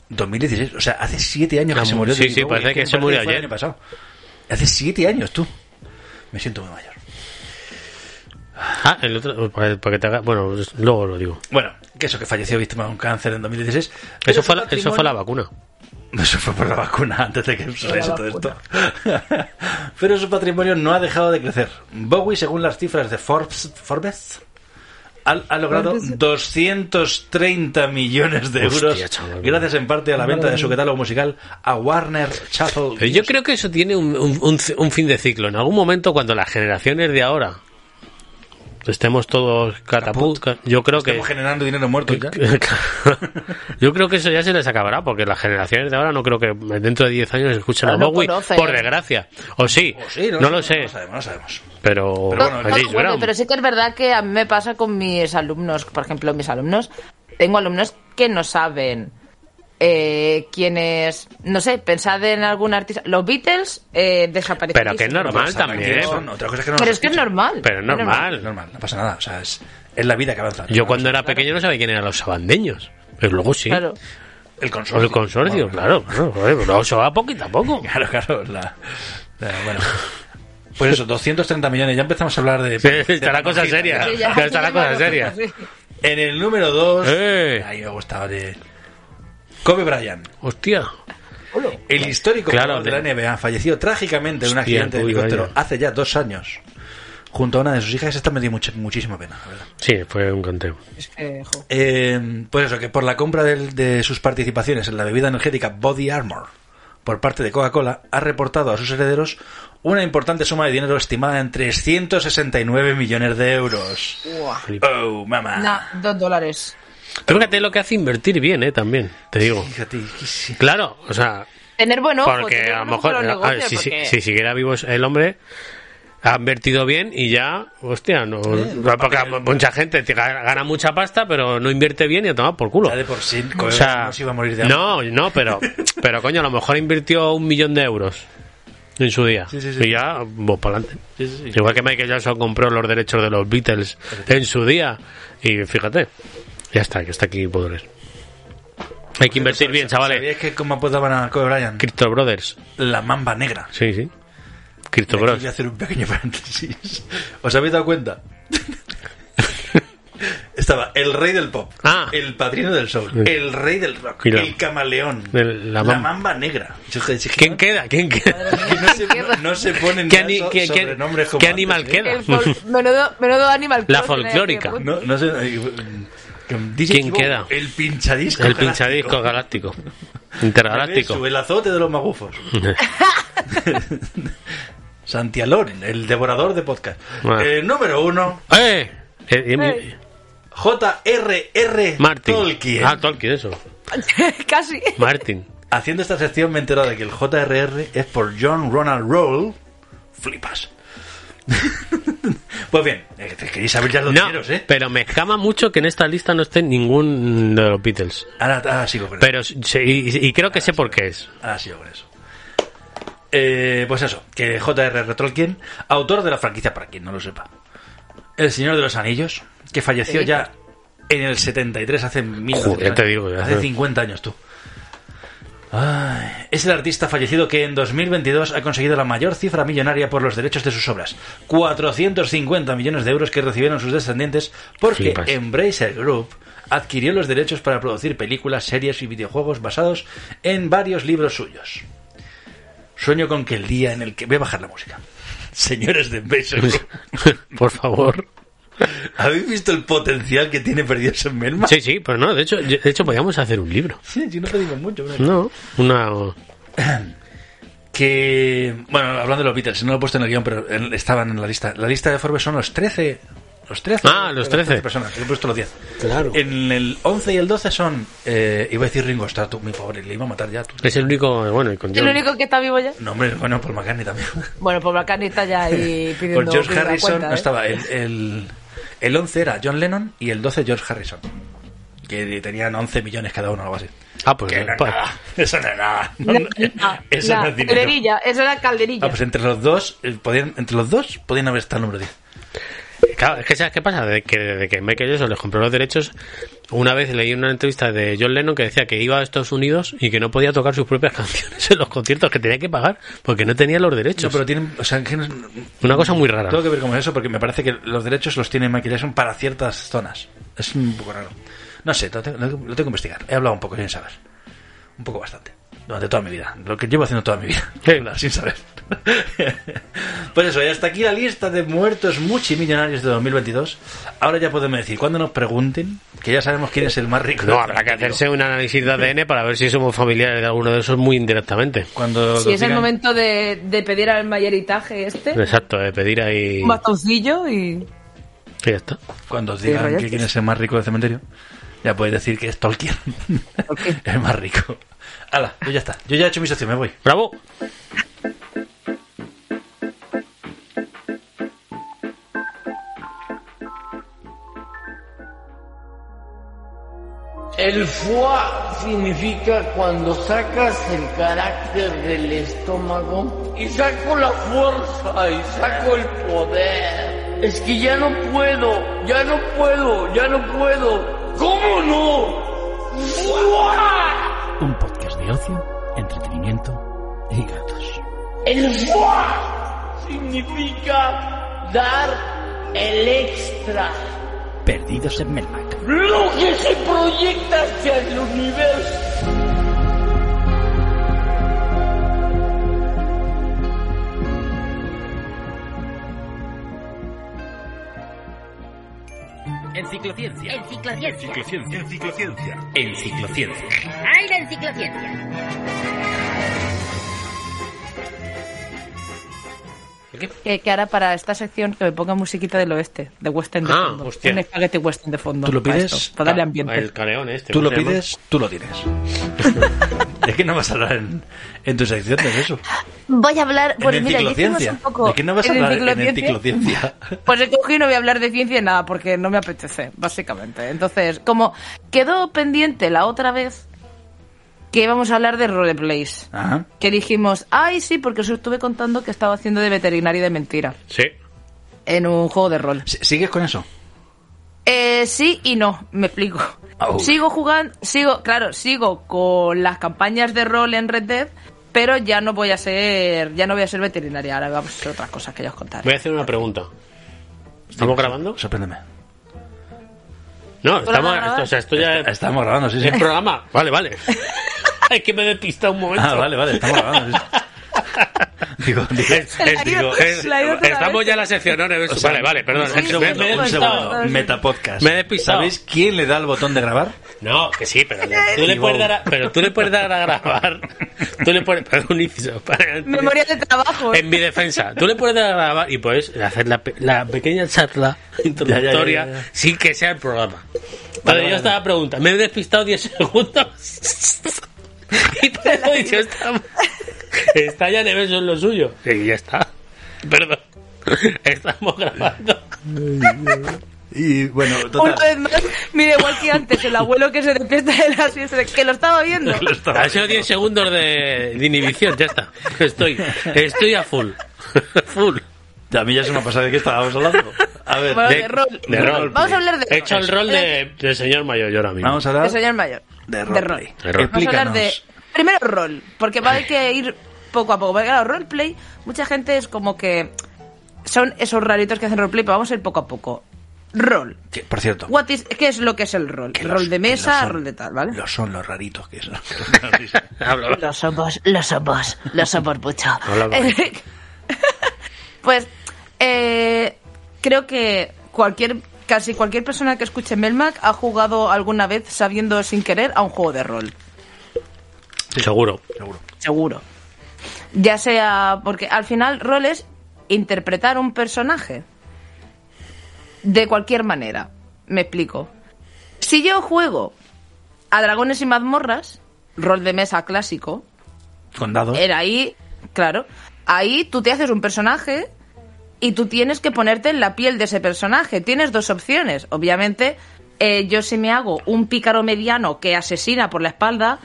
Speaker 8: 2016, o sea, hace 7 años
Speaker 6: Ah,
Speaker 8: que se murió.
Speaker 6: sí,
Speaker 8: David
Speaker 6: sí,
Speaker 8: Bowie,
Speaker 6: parece que se
Speaker 8: parece
Speaker 6: murió
Speaker 8: fue el
Speaker 6: ayer.
Speaker 8: año pasado. Hace 7 años, tú. Me siento muy mayor.
Speaker 6: Ah, el otro. Para, para que te haga- bueno, es- luego lo digo.
Speaker 8: Bueno, que eso, que falleció víctima de un cáncer en 2016. Pero
Speaker 6: Eso
Speaker 8: su
Speaker 6: fue, la, eso
Speaker 8: patrimonio-
Speaker 6: fue la vacuna.
Speaker 8: Eso fue por la vacuna antes de que sucediese todo esto. Pero su patrimonio no ha dejado de crecer. Bowie, según las cifras de Forbes, Forbes ha, ha logrado 230 millones de
Speaker 6: Hostia,
Speaker 8: euros
Speaker 6: chaval.
Speaker 8: gracias en parte a la venta de su catálogo musical a Warner Chappell.
Speaker 6: Pero Eh, yo creo que eso tiene un, un- un- un fin de ciclo. En algún momento, cuando las generaciones de ahora estemos todos catapult, ca- yo creo que.
Speaker 8: Estamos generando dinero muerto ya.
Speaker 6: yo creo que eso ya se les acabará, porque las generaciones de ahora no creo que dentro de 10 años escuchen
Speaker 7: Ah,
Speaker 6: a
Speaker 7: no
Speaker 6: Bowie,
Speaker 7: conocen.
Speaker 6: por desgracia. O sí,
Speaker 8: O sí,
Speaker 6: no, lo sé,
Speaker 8: No sabemos, no sabemos.
Speaker 6: pero,
Speaker 8: Pero bueno,
Speaker 6: a
Speaker 8: el-
Speaker 7: No,
Speaker 6: James
Speaker 7: bueno,
Speaker 6: Brown.
Speaker 7: pero sí que es verdad que a mí me pasa con mis alumnos, por ejemplo, mis alumnos. Tengo alumnos que no saben eh, quién es. No sé, pensad en algún artista. Los Beatles eh,
Speaker 6: Pero
Speaker 7: desaparecieron.
Speaker 6: que es normal
Speaker 8: Vamos a ver
Speaker 6: también. pues.
Speaker 8: quiénes son. Otra cosa es que no
Speaker 7: Pero
Speaker 8: nos
Speaker 7: es que es
Speaker 8: escuchen.
Speaker 7: normal.
Speaker 6: Pero es normal.
Speaker 8: Es normal, no pasa nada. O sea, es, es la vida que avanza.
Speaker 6: Yo cuando era pequeño no sabía quién eran los sabandeños. Pero luego sí.
Speaker 7: Claro.
Speaker 8: El
Speaker 6: O
Speaker 8: consorcio.
Speaker 6: el consorcio, claro. claro, joder, Pero eso va poquito a poco.
Speaker 8: Claro, claro. la- la- bueno. Pues eso, 230 millones. Ya empezamos a hablar de.
Speaker 6: Sí,
Speaker 8: de-
Speaker 6: está la cosa seria.
Speaker 7: Sí, ya-
Speaker 6: Claro, está la cosa seria.
Speaker 7: Sí.
Speaker 8: En el número 2.
Speaker 6: ¡Eh!
Speaker 8: Ahí me gustaba de. Kobe Bryant,
Speaker 6: Hostia.
Speaker 8: el histórico
Speaker 6: Claro,
Speaker 8: jugador de
Speaker 6: de-
Speaker 8: la NBA, falleció trágicamente en un
Speaker 6: Hostia,
Speaker 8: accidente de
Speaker 6: uy,
Speaker 8: helicóptero
Speaker 6: vaya.
Speaker 8: hace ya dos años. Junto a una de sus hijas, esta me dio mucha- muchísima pena, la verdad.
Speaker 6: Sí, fue un conteo.
Speaker 7: Es que, jo.
Speaker 8: Eh, pues eso, que por la compra del- de sus participaciones en la bebida energética Body Armor por parte de Coca-Cola, ha reportado a sus herederos una importante suma de dinero estimada en 369 millones de euros. Oh, mamá.
Speaker 7: Nah, dos dólares.
Speaker 6: Tú fíjate lo que hace invertir bien, ¿eh? También, te digo.
Speaker 8: Fíjate, que sí.
Speaker 6: Claro, o sea,
Speaker 7: Tener buen ojo.
Speaker 6: porque
Speaker 7: tener
Speaker 6: a lo
Speaker 7: buen ojo
Speaker 6: mejor
Speaker 7: con los
Speaker 6: a ver,
Speaker 7: negocios,
Speaker 6: si, si-
Speaker 7: porque-
Speaker 6: si siguiera vivo el hombre ha invertido bien y ya, hostia, no,
Speaker 8: Eh,
Speaker 6: porque mucha gente te gana gana mucha pasta pero no invierte bien y a tomar por culo.
Speaker 8: Ya de por sí,
Speaker 6: O
Speaker 8: Coca-Cola
Speaker 6: sea,
Speaker 8: no se iba a morir de hambre.
Speaker 6: no, no, pero, pero coño, a lo mejor invirtió un millón de euros en su día.
Speaker 8: Sí, sí, sí.
Speaker 6: Y ya, vos para adelante.
Speaker 8: Sí, sí, sí.
Speaker 6: Igual que Michael Jackson compró los derechos de los Beatles en su día. Y fíjate, ya está, que está aquí Poderes. Hay que
Speaker 8: Pues
Speaker 6: invertir bien, chavales.
Speaker 8: ¿Sabías que cómo apuntaban a Kobe Bryant?
Speaker 6: Crypto Brothers.
Speaker 8: La mamba negra.
Speaker 6: Sí, sí. Crypto
Speaker 8: Aquí voy a
Speaker 6: Bros.
Speaker 8: hacer un pequeño paréntesis. ¿Os habéis dado cuenta? Estaba el rey del pop,
Speaker 6: Ah.
Speaker 8: el padrino del soul, el rey del rock,
Speaker 6: Y la-
Speaker 8: el camaleón,
Speaker 6: el- la
Speaker 8: la,
Speaker 6: mam-
Speaker 8: mamba negra. Yo dije, es que
Speaker 6: ¿Quién
Speaker 8: no-
Speaker 6: queda? ¿Quién queda?
Speaker 8: que no, se, no- no se ponen
Speaker 6: ¿Qué,
Speaker 8: ya
Speaker 6: ani-
Speaker 8: so-
Speaker 6: qué- qué-
Speaker 8: sobrenombres como
Speaker 6: qué
Speaker 8: antes,
Speaker 6: animal
Speaker 8: ¿eh?
Speaker 6: queda?
Speaker 7: El fol- menudo, menudo animal.
Speaker 6: La
Speaker 7: Crossing, ¿eh?
Speaker 6: folclórica.
Speaker 7: Qué puto.
Speaker 8: No, no sé. eh, que- DJ
Speaker 6: ¿Quién
Speaker 8: Kibo,
Speaker 6: queda?
Speaker 8: El pinchadisco.
Speaker 6: El
Speaker 8: galáctico.
Speaker 6: pinchadisco galáctico.
Speaker 8: Bebesu,
Speaker 6: Intergaláctico.
Speaker 8: El azote de los magufos. Santialón, el devorador de podcast.
Speaker 6: Ah.
Speaker 8: Eh, número uno,
Speaker 6: ¡Eh! Eh, eh,
Speaker 8: J.R.R.
Speaker 6: Martin.
Speaker 8: Tolkien.
Speaker 6: Ah, Tolkien, eso.
Speaker 7: Casi.
Speaker 6: Martin.
Speaker 8: Haciendo esta sección me he enterado de que el JRR es por John Ronald Roll. Flipas. pues bien, eh, te queréis saber ya los
Speaker 6: No,
Speaker 8: tiros, ¿eh?
Speaker 6: pero me escama mucho que en esta lista no esté ningún de los Beatles.
Speaker 8: Ahora, ahora sigo con eso.
Speaker 6: Pero sí, y, y creo que sé por qué es.
Speaker 8: Ahora sigo con eso. Eh, pues eso, que J.R.R. Tolkien, autor de la franquicia, para quien no lo sepa. El Señor de los Anillos, que falleció ya en el 73, hace mil
Speaker 6: Joder, ya te digo, ya.
Speaker 8: hace 50 años tú. Ay, es el artista fallecido que en 2022 ha conseguido la mayor cifra millonaria por los derechos de sus obras. 450 millones de euros que recibieron sus descendientes porque
Speaker 6: Flipas.
Speaker 8: Embracer Group adquirió los derechos para producir películas, series y videojuegos basados en varios libros suyos. Sueño con que el día en el que... Voy a bajar la música. Señores de Embracer Group,
Speaker 6: por favor.
Speaker 8: ¿habéis visto el potencial que tiene Perdidos en Melma?
Speaker 6: Sí, sí, pero no, de hecho, de hecho podíamos hacer un libro.
Speaker 8: Sí, sí, no pedimos mucho. pero-
Speaker 6: No, una...
Speaker 8: que bueno hablando de los Beatles no lo he puesto en el guión pero en- estaban en la lista la lista de Forbes son los 13 los 13
Speaker 6: Ah, los 13.
Speaker 8: personas yo he puesto los 10
Speaker 6: Claro.
Speaker 8: en el 11 y el 12 son eh, iba a decir Ringo Starr tú, mi pobre le iba a matar ya tú
Speaker 6: Es el único, bueno, y con
Speaker 7: ¿Es el
Speaker 6: John-
Speaker 7: único que está vivo ya?
Speaker 8: no hombre bueno Paul McCartney también
Speaker 7: Bueno, pues McCartney está ya ahí pidiendo.
Speaker 8: por George
Speaker 7: pidiendo la
Speaker 8: Harrison
Speaker 7: cuenta,
Speaker 8: no
Speaker 7: ¿eh?
Speaker 8: estaba el, el, el 11 era John Lennon y el 12 George Harrison que tenían 11 millones cada uno o algo así
Speaker 6: Ah, pues,
Speaker 8: que no es
Speaker 6: pa-
Speaker 8: nada eso no es nada No, no,
Speaker 7: La-
Speaker 8: eso no
Speaker 7: la
Speaker 8: es dinero
Speaker 7: calderilla, esa era calderilla.
Speaker 8: Ah, pues entre los dos, eh, podían, entre los dos podían haber estado el número 10.
Speaker 6: Claro, es que ¿sabes qué pasa? De que, desde que Michael Jackson les compró los derechos, una vez leí una entrevista de John Lennon que decía que iba a Estados Unidos y que no podía tocar sus propias canciones en los conciertos, que tenía que pagar porque no tenía los
Speaker 8: No,
Speaker 6: derechos.
Speaker 8: pero tienen, o sea, que no-
Speaker 6: Una cosa muy rara.
Speaker 8: tengo que ver con eso porque me parece que los derechos los tiene Michael Jackson para ciertas zonas. Es un poco raro. No sé, lo tengo, lo tengo que investigar. He hablado un poco sin saber. Un poco bastante. Durante toda mi vida. Lo que llevo haciendo toda mi vida.
Speaker 6: Sí.
Speaker 8: Hablar sin saber. pues eso, y hasta aquí la lista de muertos multimillonarios de 2022. Ahora ya podemos decir, cuando nos pregunten, que ya sabemos quién es el más rico. este
Speaker 6: No, habrá que hacerse un análisis de ADN para ver si somos familiares de alguno de esos muy indirectamente.
Speaker 8: Cuando
Speaker 7: Si es
Speaker 8: nos
Speaker 7: el
Speaker 8: digan- Pues
Speaker 7: momento de, de pedir al mayoritaje este,
Speaker 6: Exacto, de pedir ahí.
Speaker 7: un bastoncillo y.
Speaker 6: Y ya está.
Speaker 8: Cuando os
Speaker 7: Sí,
Speaker 8: digan
Speaker 7: rayos.
Speaker 8: que quién es el más rico del cementerio, ya podéis decir que es Tolkien. el más rico. Hala, yo ya está. Yo ya he hecho mi sección, me voy.
Speaker 6: ¡Bravo!
Speaker 12: El foie significa cuando sacas el carácter del estómago y saco la fuerza y saco el poder. Es que ya no puedo, ya no puedo, ya no puedo. ¿Cómo no? ¡Fua!
Speaker 8: Un podcast de ocio, entretenimiento y gatos.
Speaker 12: El foie significa dar el extra.
Speaker 8: Perdidos en Melmac.
Speaker 12: Lo que se proyecta hacia el universo.
Speaker 11: Enciclociencia. Enciclociencia. Enciclociencia. Enciclociencia. Ay, la enciclociencia.
Speaker 7: Que, que ahora para esta sección que me ponga musiquita del oeste, de western de
Speaker 6: Ah,
Speaker 7: fondo.
Speaker 6: hostia.
Speaker 7: Un espagueti western de fondo.
Speaker 8: ¿Tú lo
Speaker 7: para
Speaker 8: pides?
Speaker 7: esto, para darle
Speaker 8: Ah,
Speaker 7: ambiente.
Speaker 6: El caneón este.
Speaker 8: Tú lo
Speaker 6: ¿cómo se llama?
Speaker 8: pides, tú lo tienes. es que no vas a hablar en, en tu sección de eso.
Speaker 11: Voy a hablar. Pues
Speaker 8: en
Speaker 11: mira, yo hicimos
Speaker 8: enciclociencia.
Speaker 11: un poco.
Speaker 8: ¿De qué no vas a
Speaker 7: ¿En
Speaker 8: hablar en
Speaker 7: enciclociencia?
Speaker 8: enciclociencia?
Speaker 7: Pues he cogido y no voy a hablar de ciencia ni nada, porque no me apetece, básicamente. Entonces, como quedó pendiente la otra vez, que íbamos a hablar de roleplays.
Speaker 8: Ajá.
Speaker 7: Que dijimos, ay, sí, porque os estuve contando que estaba haciendo de veterinario de mentira
Speaker 6: Sí.
Speaker 7: en un juego de rol.
Speaker 8: ¿Sigues con eso?
Speaker 7: Eh, sí y no, me explico.
Speaker 8: Au.
Speaker 7: Sigo jugando, sigo, claro, sigo con las campañas de rol en Red Dead, pero ya no voy a ser, ya no voy a ser veterinaria, ahora vamos a hacer otras cosas que ya os contaré.
Speaker 6: Voy a hacer una pregunta. ¿Estamos grabando?
Speaker 8: Sorpréndeme.
Speaker 6: No,
Speaker 7: ¿Programa
Speaker 6: estamos,
Speaker 7: grabado?
Speaker 6: esto, o sea, esto ya es,
Speaker 8: Estamos grabando, sí, sí.
Speaker 6: es programa. Vale, vale. es que me he despistado un momento.
Speaker 8: Ah, vale, vale, estamos grabando. sí, sí. digo, digo,
Speaker 6: Es-
Speaker 7: Se la
Speaker 6: es-
Speaker 7: iba-
Speaker 6: digo, es-
Speaker 7: se la iba otra
Speaker 6: estamos
Speaker 7: vez.
Speaker 6: ya en la sección, ¿no?
Speaker 8: o sea,
Speaker 6: vale, vale, perdón.
Speaker 8: Un
Speaker 6: es que me-
Speaker 8: segundo,
Speaker 6: me he
Speaker 8: un
Speaker 6: despistado.
Speaker 8: segundo. Metapodcast.
Speaker 6: Me he despistado.
Speaker 8: ¿Sabéis quién le da el botón de grabar?
Speaker 6: No, que sí, pero le- tú le puedes dar a, pero tú le puedes dar a grabar. Tú le puedes, perdón, un inciso, para-
Speaker 7: Memoria de trabajo.
Speaker 6: en mi defensa, tú le puedes dar a grabar y puedes hacer la, pe- la pequeña charla introductoria
Speaker 8: Ya, ya, ya, ya, ya.
Speaker 6: sin que sea el programa. Vale,
Speaker 8: Vale,
Speaker 6: yo
Speaker 8: vale.
Speaker 6: estaba pregunta, me he despistado 10 segundos. y te lo he dicho, está, está ya Neves en lo suyo. Y ya está. Perdón. Estamos grabando.
Speaker 8: Y bueno, total.
Speaker 7: Una vez más, mira, igual que antes, el abuelo que se despierta de las siesta, que lo estaba viendo.
Speaker 6: Ha sido 10 segundos de, de inhibición, ya está. Estoy, estoy a full. Full.
Speaker 8: A mí ya se me ha pasado de qué estábamos hablando. A ver,
Speaker 7: Bueno, de, rol.
Speaker 6: de rol.
Speaker 7: Vamos a hablar de
Speaker 6: He hecho el rol de, de señor mayor yo ahora mismo.
Speaker 8: vamos a hablar
Speaker 7: de señor mayor.
Speaker 8: de
Speaker 7: de
Speaker 8: roleplay.
Speaker 7: rol.
Speaker 6: De rol.
Speaker 7: Vamos a hablar
Speaker 8: Explícanos.
Speaker 7: de. Primero rol, porque va a haber que ir poco a poco. Porque claro, roleplay, mucha gente es como que. Son esos raritos que hacen roleplay, pero vamos a ir poco a poco. Rol.
Speaker 8: Que, por cierto,
Speaker 7: What is- ¿Qué es lo que es el rol?
Speaker 8: que los-
Speaker 7: rol de
Speaker 8: que
Speaker 7: mesa,
Speaker 8: lo son-
Speaker 7: rol de tal, ¿vale?
Speaker 8: Lo son los raritos que son.
Speaker 6: Habla, habla.
Speaker 7: Lo somos, lo somos, lo somos mucho.
Speaker 6: Hola, María.
Speaker 7: pues eh, creo que cualquier, casi cualquier persona que escuche Melmac ha jugado alguna vez sabiendo sin querer a un juego de rol.
Speaker 6: Seguro.
Speaker 8: Seguro.
Speaker 7: Seguro. Ya sea porque al final rol es interpretar un personaje. De cualquier manera. Me explico. Si yo juego a Dragones y Mazmorras, rol de mesa clásico,
Speaker 8: Con dados.
Speaker 6: ¿eh?
Speaker 7: era ahí, claro. Ahí tú te haces un personaje y tú tienes que ponerte en la piel de ese personaje. Tienes dos opciones. Obviamente, eh, yo si me hago un pícaro mediano que asesina por la espalda,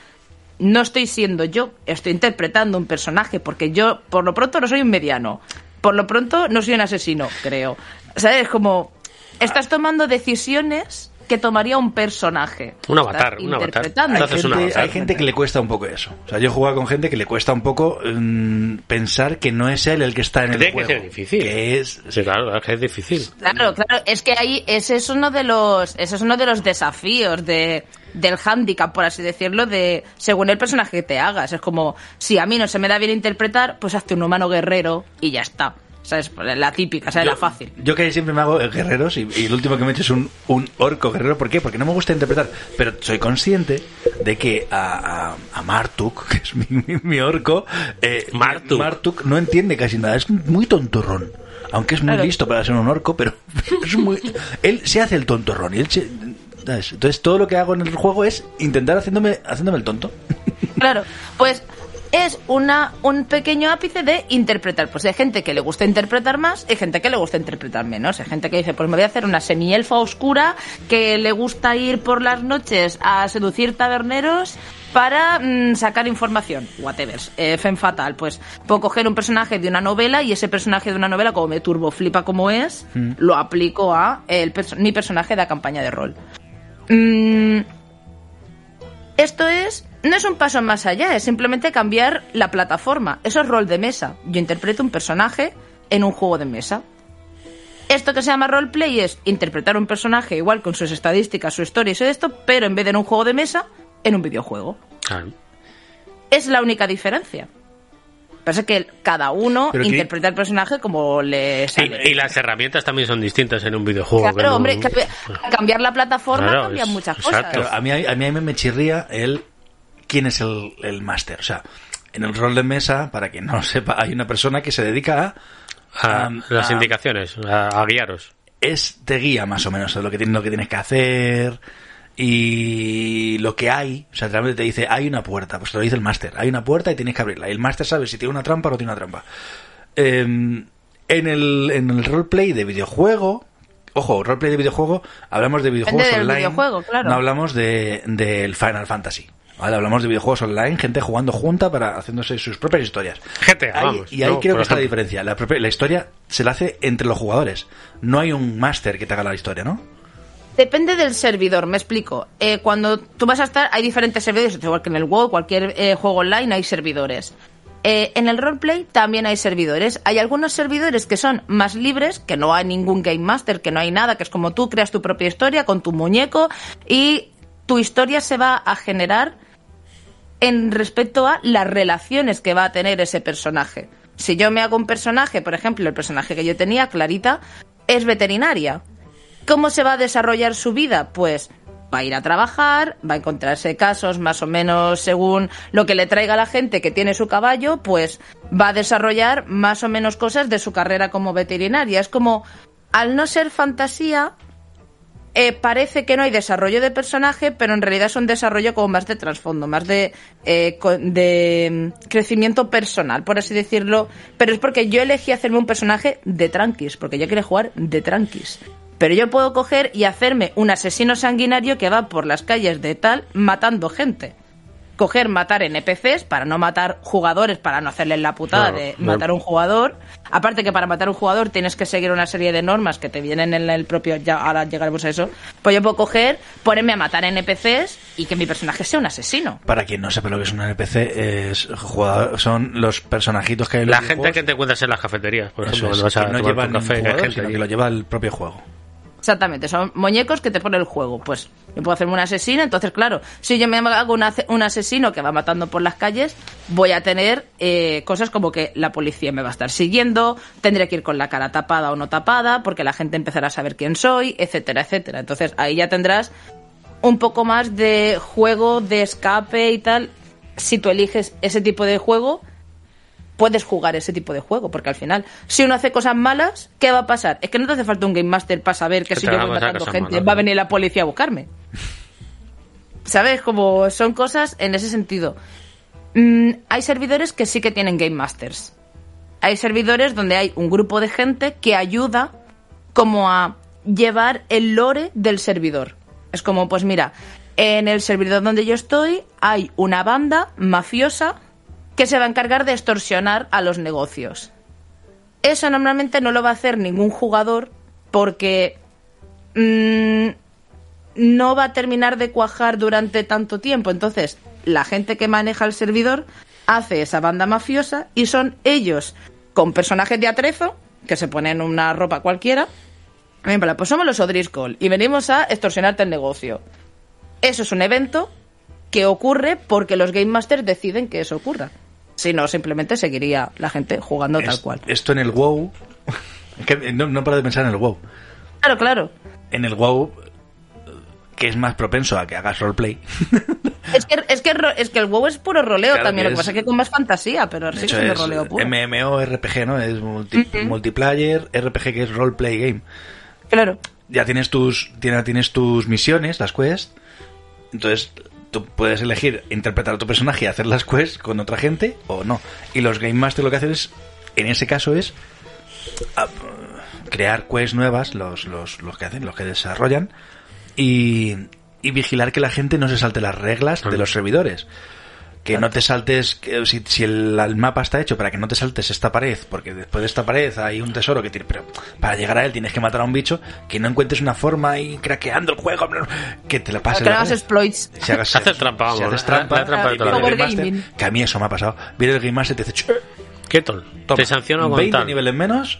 Speaker 7: no estoy siendo yo, estoy interpretando un personaje, porque yo por lo pronto no soy un mediano. Por lo pronto no soy un asesino, creo. ¿Sabes? Como estás tomando decisiones que tomaría un personaje.
Speaker 6: Un avatar,
Speaker 7: Estás
Speaker 6: un avatar.
Speaker 7: interpretando.
Speaker 8: Hay
Speaker 6: Entonces,
Speaker 8: gente,
Speaker 6: una cosa.
Speaker 8: hay gente que le cuesta un poco eso. O sea, yo he jugado con gente que le cuesta un poco mm, pensar que no es él el que está en el
Speaker 6: Tiene que
Speaker 8: juego.
Speaker 6: ser difícil.
Speaker 8: Que es...
Speaker 6: Sí, claro, es que es difícil.
Speaker 7: Claro, claro, es que ahí ese es uno de los ese es uno de los desafíos de del handicap, por así decirlo, de según el personaje que te hagas. Es como si a mí no se me da bien interpretar, pues hazte un humano guerrero y ya está. O sea, es la típica, o sea,
Speaker 8: Yo-
Speaker 7: la fácil.
Speaker 8: Yo que siempre me hago eh, guerreros y, y el último que me he hecho es un, un orco guerrero. ¿Por qué? Porque no me gusta interpretar. Pero soy consciente de que a, a- a Martuk, que es mi, mi- mi orco, eh,
Speaker 6: Martuk.
Speaker 8: Martuk no entiende casi nada. Es muy tontorrón. Aunque es muy
Speaker 7: Claro.
Speaker 8: listo para ser un orco, pero es muy... Él se hace el tontorrón y él se- ¿sabes? Entonces todo lo que hago en el juego es intentar haciéndome, haciéndome el tonto.
Speaker 7: Claro, pues es una un pequeño ápice de interpretar. Pues hay gente que le gusta interpretar más, hay gente que le gusta interpretar menos. Hay gente que dice, pues me voy a hacer una semielfa oscura que le gusta ir por las noches a seducir taberneros para mm, sacar información. Whatever. Eh, Fen Fatal, pues puedo coger un personaje de una novela y ese personaje de una novela, como me turbo flipa como es, lo aplico a el perso- mi personaje de la campaña de rol. Mm, esto es, no es un paso más allá, es simplemente cambiar la plataforma. Eso es rol de mesa. Yo interpreto un personaje en un juego de mesa. Esto que se llama roleplay es interpretar un personaje igual con sus estadísticas, su historia y eso de esto, pero en vez de en un juego de mesa, en un videojuego.
Speaker 6: Claro.
Speaker 7: Es la única diferencia. Pasa que cada uno
Speaker 8: Pero que-
Speaker 7: interpreta el personaje como le sale.
Speaker 6: Y, y las herramientas también son distintas en un videojuego. que
Speaker 7: Claro,
Speaker 6: no-
Speaker 7: hombre, que al cambiar la plataforma
Speaker 6: Claro,
Speaker 7: cambian
Speaker 6: es-
Speaker 7: muchas cosas.
Speaker 6: exacto.
Speaker 8: Claro, a mí, a mí me chirría el quién es el, el máster. O sea, en el rol de mesa, para que no lo sepa, hay una persona que se dedica a...
Speaker 6: A- las
Speaker 8: a-
Speaker 6: indicaciones, a, a guiaros.
Speaker 8: Es te guía más o menos de lo que, tienes, lo que tienes que hacer y lo que hay. O sea, realmente te dice, hay una puerta. Pues te lo dice el máster. Hay una puerta y tienes que abrirla. Y el máster sabe si tiene una trampa o no tiene una trampa. Eh, en, el, en el roleplay de videojuego... Ojo, roleplay de videojuego, hablamos de videojuegos
Speaker 7: del
Speaker 8: online.
Speaker 7: videojuego, claro.
Speaker 8: No hablamos de- del Final Fantasy. Vale, hablamos de videojuegos online, gente jugando junta para haciéndose sus propias historias.
Speaker 6: Gente,
Speaker 8: Ahí-
Speaker 6: vamos,
Speaker 8: y ahí
Speaker 6: ¿no?
Speaker 8: creo
Speaker 6: Por
Speaker 8: que está
Speaker 6: ejemplo.
Speaker 8: la diferencia. La, propia- la historia se la hace entre los jugadores. No hay un máster que te haga la historia, ¿no?
Speaker 7: Depende del servidor, me explico. Eh, cuando tú vas a estar, hay diferentes servidores, igual que en el WoW, cualquier eh, juego online hay servidores. Eh, en el roleplay también hay servidores. Hay algunos servidores que son más libres, que no hay ningún game master, que no hay nada, que es como tú creas tu propia historia con tu muñeco y tu historia se va a generar en respecto a las relaciones que va a tener ese personaje. Si yo me hago un personaje, por ejemplo, el personaje que yo tenía, Clarita, es veterinaria. ¿Cómo se va a desarrollar su vida? Pues va a ir a trabajar, va a encontrarse casos más o menos según lo que le traiga la gente que tiene su caballo, pues va a desarrollar más o menos cosas de su carrera como veterinaria. Es como, al no ser fantasía, eh, parece que no hay desarrollo de personaje, pero en realidad es un desarrollo como más de trasfondo, más de, eh, co- de mm, crecimiento personal, por así decirlo. Pero es porque yo elegí hacerme un personaje de tranquis, porque yo quería jugar de tranquis. Pero yo puedo coger y hacerme un asesino sanguinario que va por las calles de tal matando gente. Coger, matar NPCs para no matar jugadores, para no hacerles la putada
Speaker 4: Claro,
Speaker 7: de
Speaker 4: claro.
Speaker 7: matar a un jugador. Aparte que para matar a un jugador tienes que seguir una serie de normas que te vienen en el propio... Ya, ahora llegaremos a eso. Pues yo puedo coger, ponerme a matar NPCs y que mi personaje sea un asesino.
Speaker 8: Para quien no sepa lo que es un NPC, es jugador- son los personajitos que hay en
Speaker 6: La
Speaker 8: los
Speaker 6: gente que te encuentras en las cafeterías, por
Speaker 8: Eso
Speaker 6: ejemplo,
Speaker 8: es,
Speaker 6: cuando vas a
Speaker 8: que no
Speaker 6: tomar
Speaker 8: lleva
Speaker 6: tu
Speaker 8: ningún
Speaker 6: café, que hay
Speaker 8: jugador,
Speaker 6: gente
Speaker 8: sino
Speaker 6: allí.
Speaker 8: que lo lleva el propio juego.
Speaker 7: Exactamente, son muñecos que te pone el juego. Pues yo puedo hacerme un asesino, entonces claro, si yo me hago un, ace- un asesino que va matando por las calles, voy a tener eh, cosas como que la policía me va a estar siguiendo, tendré que ir con la cara tapada o no tapada, porque la gente empezará a saber quién soy, etcétera, etcétera. Entonces ahí ya tendrás un poco más de juego, de escape y tal. Si tú eliges ese tipo de juego, puedes jugar ese tipo de juego, porque al final, si uno hace cosas malas, ¿qué va a pasar? Es que no te hace falta un Game Master para saber que
Speaker 6: Que
Speaker 7: si
Speaker 6: te
Speaker 7: yo
Speaker 6: va a
Speaker 7: voy
Speaker 6: pasar
Speaker 7: matando
Speaker 6: cosas
Speaker 7: gente,
Speaker 6: malas,
Speaker 7: va a
Speaker 6: ¿no?
Speaker 7: venir la policía a buscarme. ¿Sabes? Como son cosas en ese sentido. Mm, hay servidores que sí que tienen Game Masters. Hay servidores donde hay un grupo de gente que ayuda como a llevar el lore del servidor. Es como, pues mira, en el servidor donde yo estoy hay una banda mafiosa que se va a encargar de extorsionar a los negocios. Eso normalmente no lo va a hacer ningún jugador porque mm, no va a terminar de cuajar durante tanto tiempo. Entonces, la gente que maneja el servidor hace esa banda mafiosa y son ellos con personajes de atrezo que se ponen una ropa cualquiera. Y en plan, Pues somos los O'Driscoll y venimos a extorsionarte el negocio. Eso es un evento que ocurre porque los Game Masters deciden que eso ocurra. Si no, simplemente seguiría la gente jugando tal
Speaker 8: Es-
Speaker 7: cual.
Speaker 8: Esto en el WoW... es que no, no paro de pensar en el WoW.
Speaker 7: Claro, claro.
Speaker 8: En el WoW, que es más propenso a que hagas roleplay,
Speaker 7: Pues Es que, es que, ro- es que el WoW es puro roleo
Speaker 8: Claro
Speaker 7: también. Lo
Speaker 8: que
Speaker 7: que
Speaker 8: es-
Speaker 7: pasa es que con más fantasía, pero
Speaker 8: De
Speaker 7: sigue
Speaker 8: hecho,
Speaker 7: siendo
Speaker 8: es
Speaker 7: roleo puro.
Speaker 8: MMORPG, ¿no? Es multi- multiplayer, RPG que es roleplay game.
Speaker 7: Claro.
Speaker 8: Ya tienes tus, tienes, tienes tus misiones, las quests. Entonces, tú puedes elegir interpretar a tu personaje y hacer las quests con otra gente o no. Y los Game Master lo que hacen es, en ese caso, es ah, crear quests nuevas, los, los, los que hacen, los que desarrollan, y, y vigilar que la gente no se salte las reglas de los servidores. Que no te saltes, que si, si el, el mapa está hecho para que no te saltes esta pared, porque después de esta pared hay un tesoro que tiene, pero para llegar a él tienes que matar a un bicho, que no encuentres una forma ahí craqueando el juego, que te lo pases.
Speaker 7: que
Speaker 8: la
Speaker 7: no hagas
Speaker 8: pared.
Speaker 7: exploits.
Speaker 8: Si hagas-
Speaker 6: Hacer trampa,
Speaker 8: si
Speaker 6: vamos,
Speaker 8: haces
Speaker 6: la-
Speaker 8: trampa,
Speaker 6: la trampa de
Speaker 8: viene
Speaker 6: toda
Speaker 8: el
Speaker 6: la
Speaker 8: Game
Speaker 6: vida.
Speaker 8: Master, que a mí eso me ha pasado. Viene el Game Master y te dice, "Che,
Speaker 6: ¿Qué tal?
Speaker 8: toma,
Speaker 6: Te sanciono con
Speaker 8: 20
Speaker 6: tal.
Speaker 8: niveles menos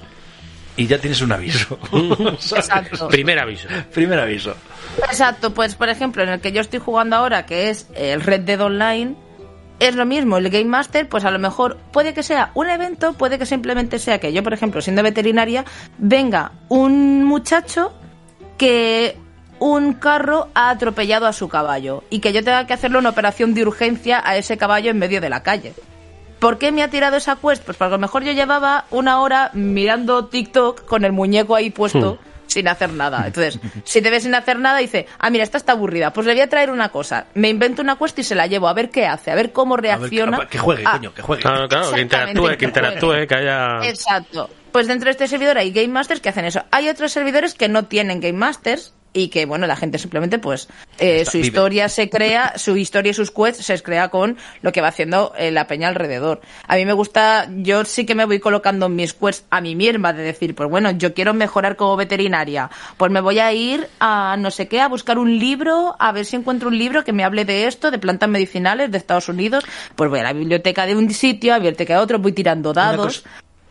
Speaker 8: y ya tienes un aviso.
Speaker 7: Exacto.
Speaker 6: Primer aviso.
Speaker 8: Primer aviso.
Speaker 7: Exacto, pues por ejemplo, en el que yo estoy jugando ahora, que es el Red Dead Online, es lo mismo, el Game Master, pues a lo mejor puede que sea un evento, puede que simplemente sea que yo, por ejemplo, siendo veterinaria, venga un muchacho que un carro ha atropellado a su caballo y que yo tenga que hacerle una operación de urgencia a ese caballo en medio de la calle. ¿Por qué me ha tirado esa quest? Pues porque a lo mejor yo llevaba una hora mirando TikTok con el muñeco ahí puesto
Speaker 8: Hmm.
Speaker 7: sin hacer nada. Entonces, si te ves sin hacer nada, dice, ah, mira, esta está aburrida, pues le voy a traer una cosa. Me invento una quest y se la llevo a ver qué hace, a ver cómo
Speaker 8: A ver,
Speaker 7: reacciona.
Speaker 8: que juegue,
Speaker 7: Ah,
Speaker 8: coño, que juegue.
Speaker 6: Claro, claro, que interactúe, que interactúe, que haya.
Speaker 7: Exacto. Pues dentro de este servidor hay Game Masters que hacen eso. Hay otros servidores que no tienen Game Masters y que, bueno, la gente simplemente, pues, eh,
Speaker 8: Está-
Speaker 7: su
Speaker 8: vive.
Speaker 7: historia se crea, su historia y sus quests se crea con lo que va haciendo eh, la peña alrededor. A mí me gusta, yo sí que me voy colocando mis quests a mí misma, de decir, pues bueno, yo quiero mejorar como veterinaria, pues me voy a ir a no sé qué, a buscar un libro, a ver si encuentro un libro que me hable de esto, de plantas medicinales de Estados Unidos, pues voy a la biblioteca de un sitio, a la biblioteca de otro, voy tirando dados.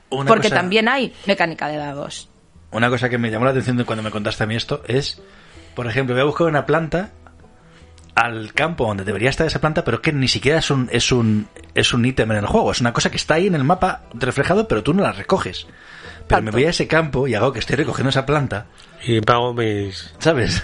Speaker 8: una
Speaker 7: Porque
Speaker 8: cosa-
Speaker 7: también hay mecánica de dados.
Speaker 8: Una cosa que me llamó la atención de cuando me contaste a mí esto es, por ejemplo, voy a buscar una planta al campo donde debería estar esa planta, pero que ni siquiera es un es un es un ítem en el juego, es una cosa que está ahí en el mapa reflejado, pero tú no la recoges. Pero me voy a ese campo y hago que estoy recogiendo esa planta.
Speaker 6: Y pago mis.
Speaker 8: ¿Sabes?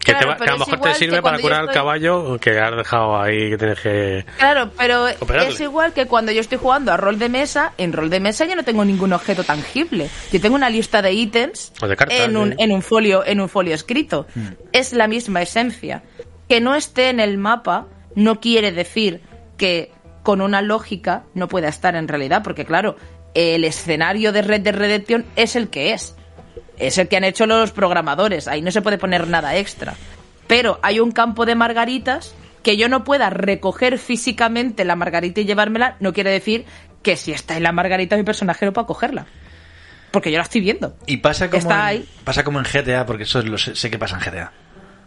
Speaker 6: Que, te
Speaker 7: Claro,
Speaker 6: va- que
Speaker 7: pero
Speaker 6: a lo
Speaker 7: es
Speaker 6: mejor te
Speaker 7: igual que
Speaker 6: sirve para
Speaker 7: cuando yo
Speaker 6: curar el
Speaker 7: estoy-
Speaker 6: caballo que has dejado ahí, que tienes que.
Speaker 7: Claro, pero
Speaker 6: Operarle.
Speaker 7: es igual que cuando yo estoy jugando a rol de mesa, en rol de mesa yo no tengo ningún objeto tangible. Yo tengo una lista de ítems
Speaker 6: O de Mm. cartas,
Speaker 7: en, un,
Speaker 6: ¿eh?
Speaker 7: en un folio, en un folio escrito. Es la misma esencia. Que no esté en el mapa no quiere decir que con una lógica no pueda estar en realidad, porque claro, el escenario de Red de Redemption es el que es. Es el que han hecho los programadores. Ahí no se puede poner nada extra. Pero hay un campo de margaritas que yo no pueda recoger físicamente la margarita y llevármela, no quiere decir que si está en la margarita mi personaje no pueda cogerla. Porque yo la estoy viendo.
Speaker 8: Y pasa como
Speaker 7: Está
Speaker 8: en,
Speaker 7: ahí.
Speaker 8: pasa como en GTA, porque eso lo sé, sé que pasa en GTA.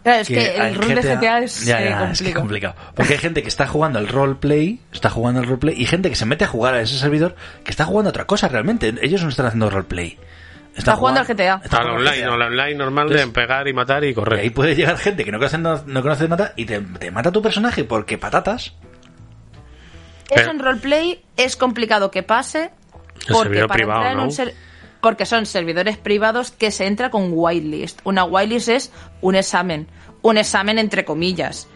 Speaker 7: Claro, es que,
Speaker 8: en
Speaker 7: el rol de GTA es,
Speaker 8: Ya,
Speaker 7: eh,
Speaker 8: ya, es que
Speaker 7: complicado.
Speaker 8: complicado. Porque hay gente que está jugando al roleplay, está jugando al roleplay, y gente que se mete a jugar a ese servidor que está jugando a otra cosa realmente. Ellos no están haciendo roleplay. Están
Speaker 7: Está jugando al GTA.
Speaker 8: están
Speaker 6: al
Speaker 8: jugando al
Speaker 6: online,
Speaker 8: GTA.
Speaker 6: al online normal
Speaker 8: Entonces-
Speaker 6: de pegar y matar y
Speaker 8: Y
Speaker 6: correr.
Speaker 8: ahí puede llegar gente que no conoce, nada- no, conoce nada y te, te mata tu personaje porque patatas.
Speaker 7: Eso en roleplay es complicado que pase porque,
Speaker 6: servidor
Speaker 7: para
Speaker 6: privado,
Speaker 7: entrar en
Speaker 6: ¿no?
Speaker 7: un ser- porque son servidores privados que se entra con whitelist. Una whitelist es un examen, un examen entre comillas.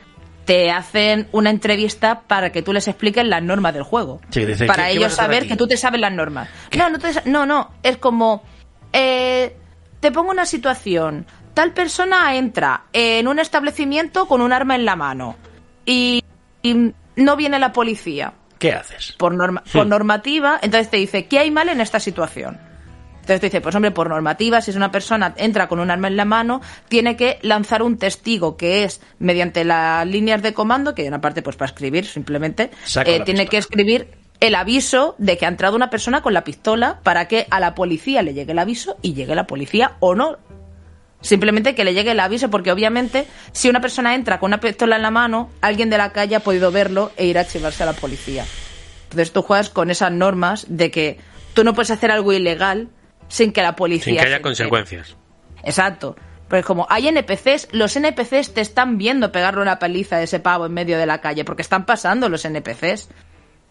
Speaker 7: Te hacen una entrevista para que tú les expliques las normas del juego.
Speaker 8: Sí, dice,
Speaker 7: para
Speaker 8: ¿qué- qué vas
Speaker 7: ellos
Speaker 8: a hacer
Speaker 7: saber
Speaker 8: aquí?
Speaker 7: que tú te sabes las normas. No, no, te sa- no, no, es como... eh, te pongo una situación. Tal persona entra en un establecimiento con un arma en la mano y- y no viene la policía
Speaker 8: ¿Qué haces?
Speaker 7: por, norma, por normativa, entonces te dice, ¿qué hay mal en esta situación? Entonces te dice, pues hombre, por normativa, si es una persona entra con un arma en la mano, tiene que lanzar un testigo, que es mediante las líneas de comando, que hay una parte pues para escribir simplemente,
Speaker 8: Saco
Speaker 7: eh,
Speaker 8: la
Speaker 7: tiene
Speaker 8: pistola.
Speaker 7: que escribir el aviso de que ha entrado una persona con la pistola para que a la policía le llegue el aviso y llegue la policía o no. Simplemente que le llegue el aviso, porque obviamente si una persona entra con una pistola en la mano, alguien de la calle ha podido verlo e ir a chivarse a la policía. Entonces tú juegas con esas normas de que tú no puedes hacer algo ilegal sin que la policía...
Speaker 6: sin que
Speaker 7: se
Speaker 6: haya
Speaker 7: entere.
Speaker 6: consecuencias.
Speaker 7: Exacto. Pero es como hay NPCs, los NPCs te están viendo pegarle una paliza a ese pavo en medio de la calle porque están pasando los NPCs.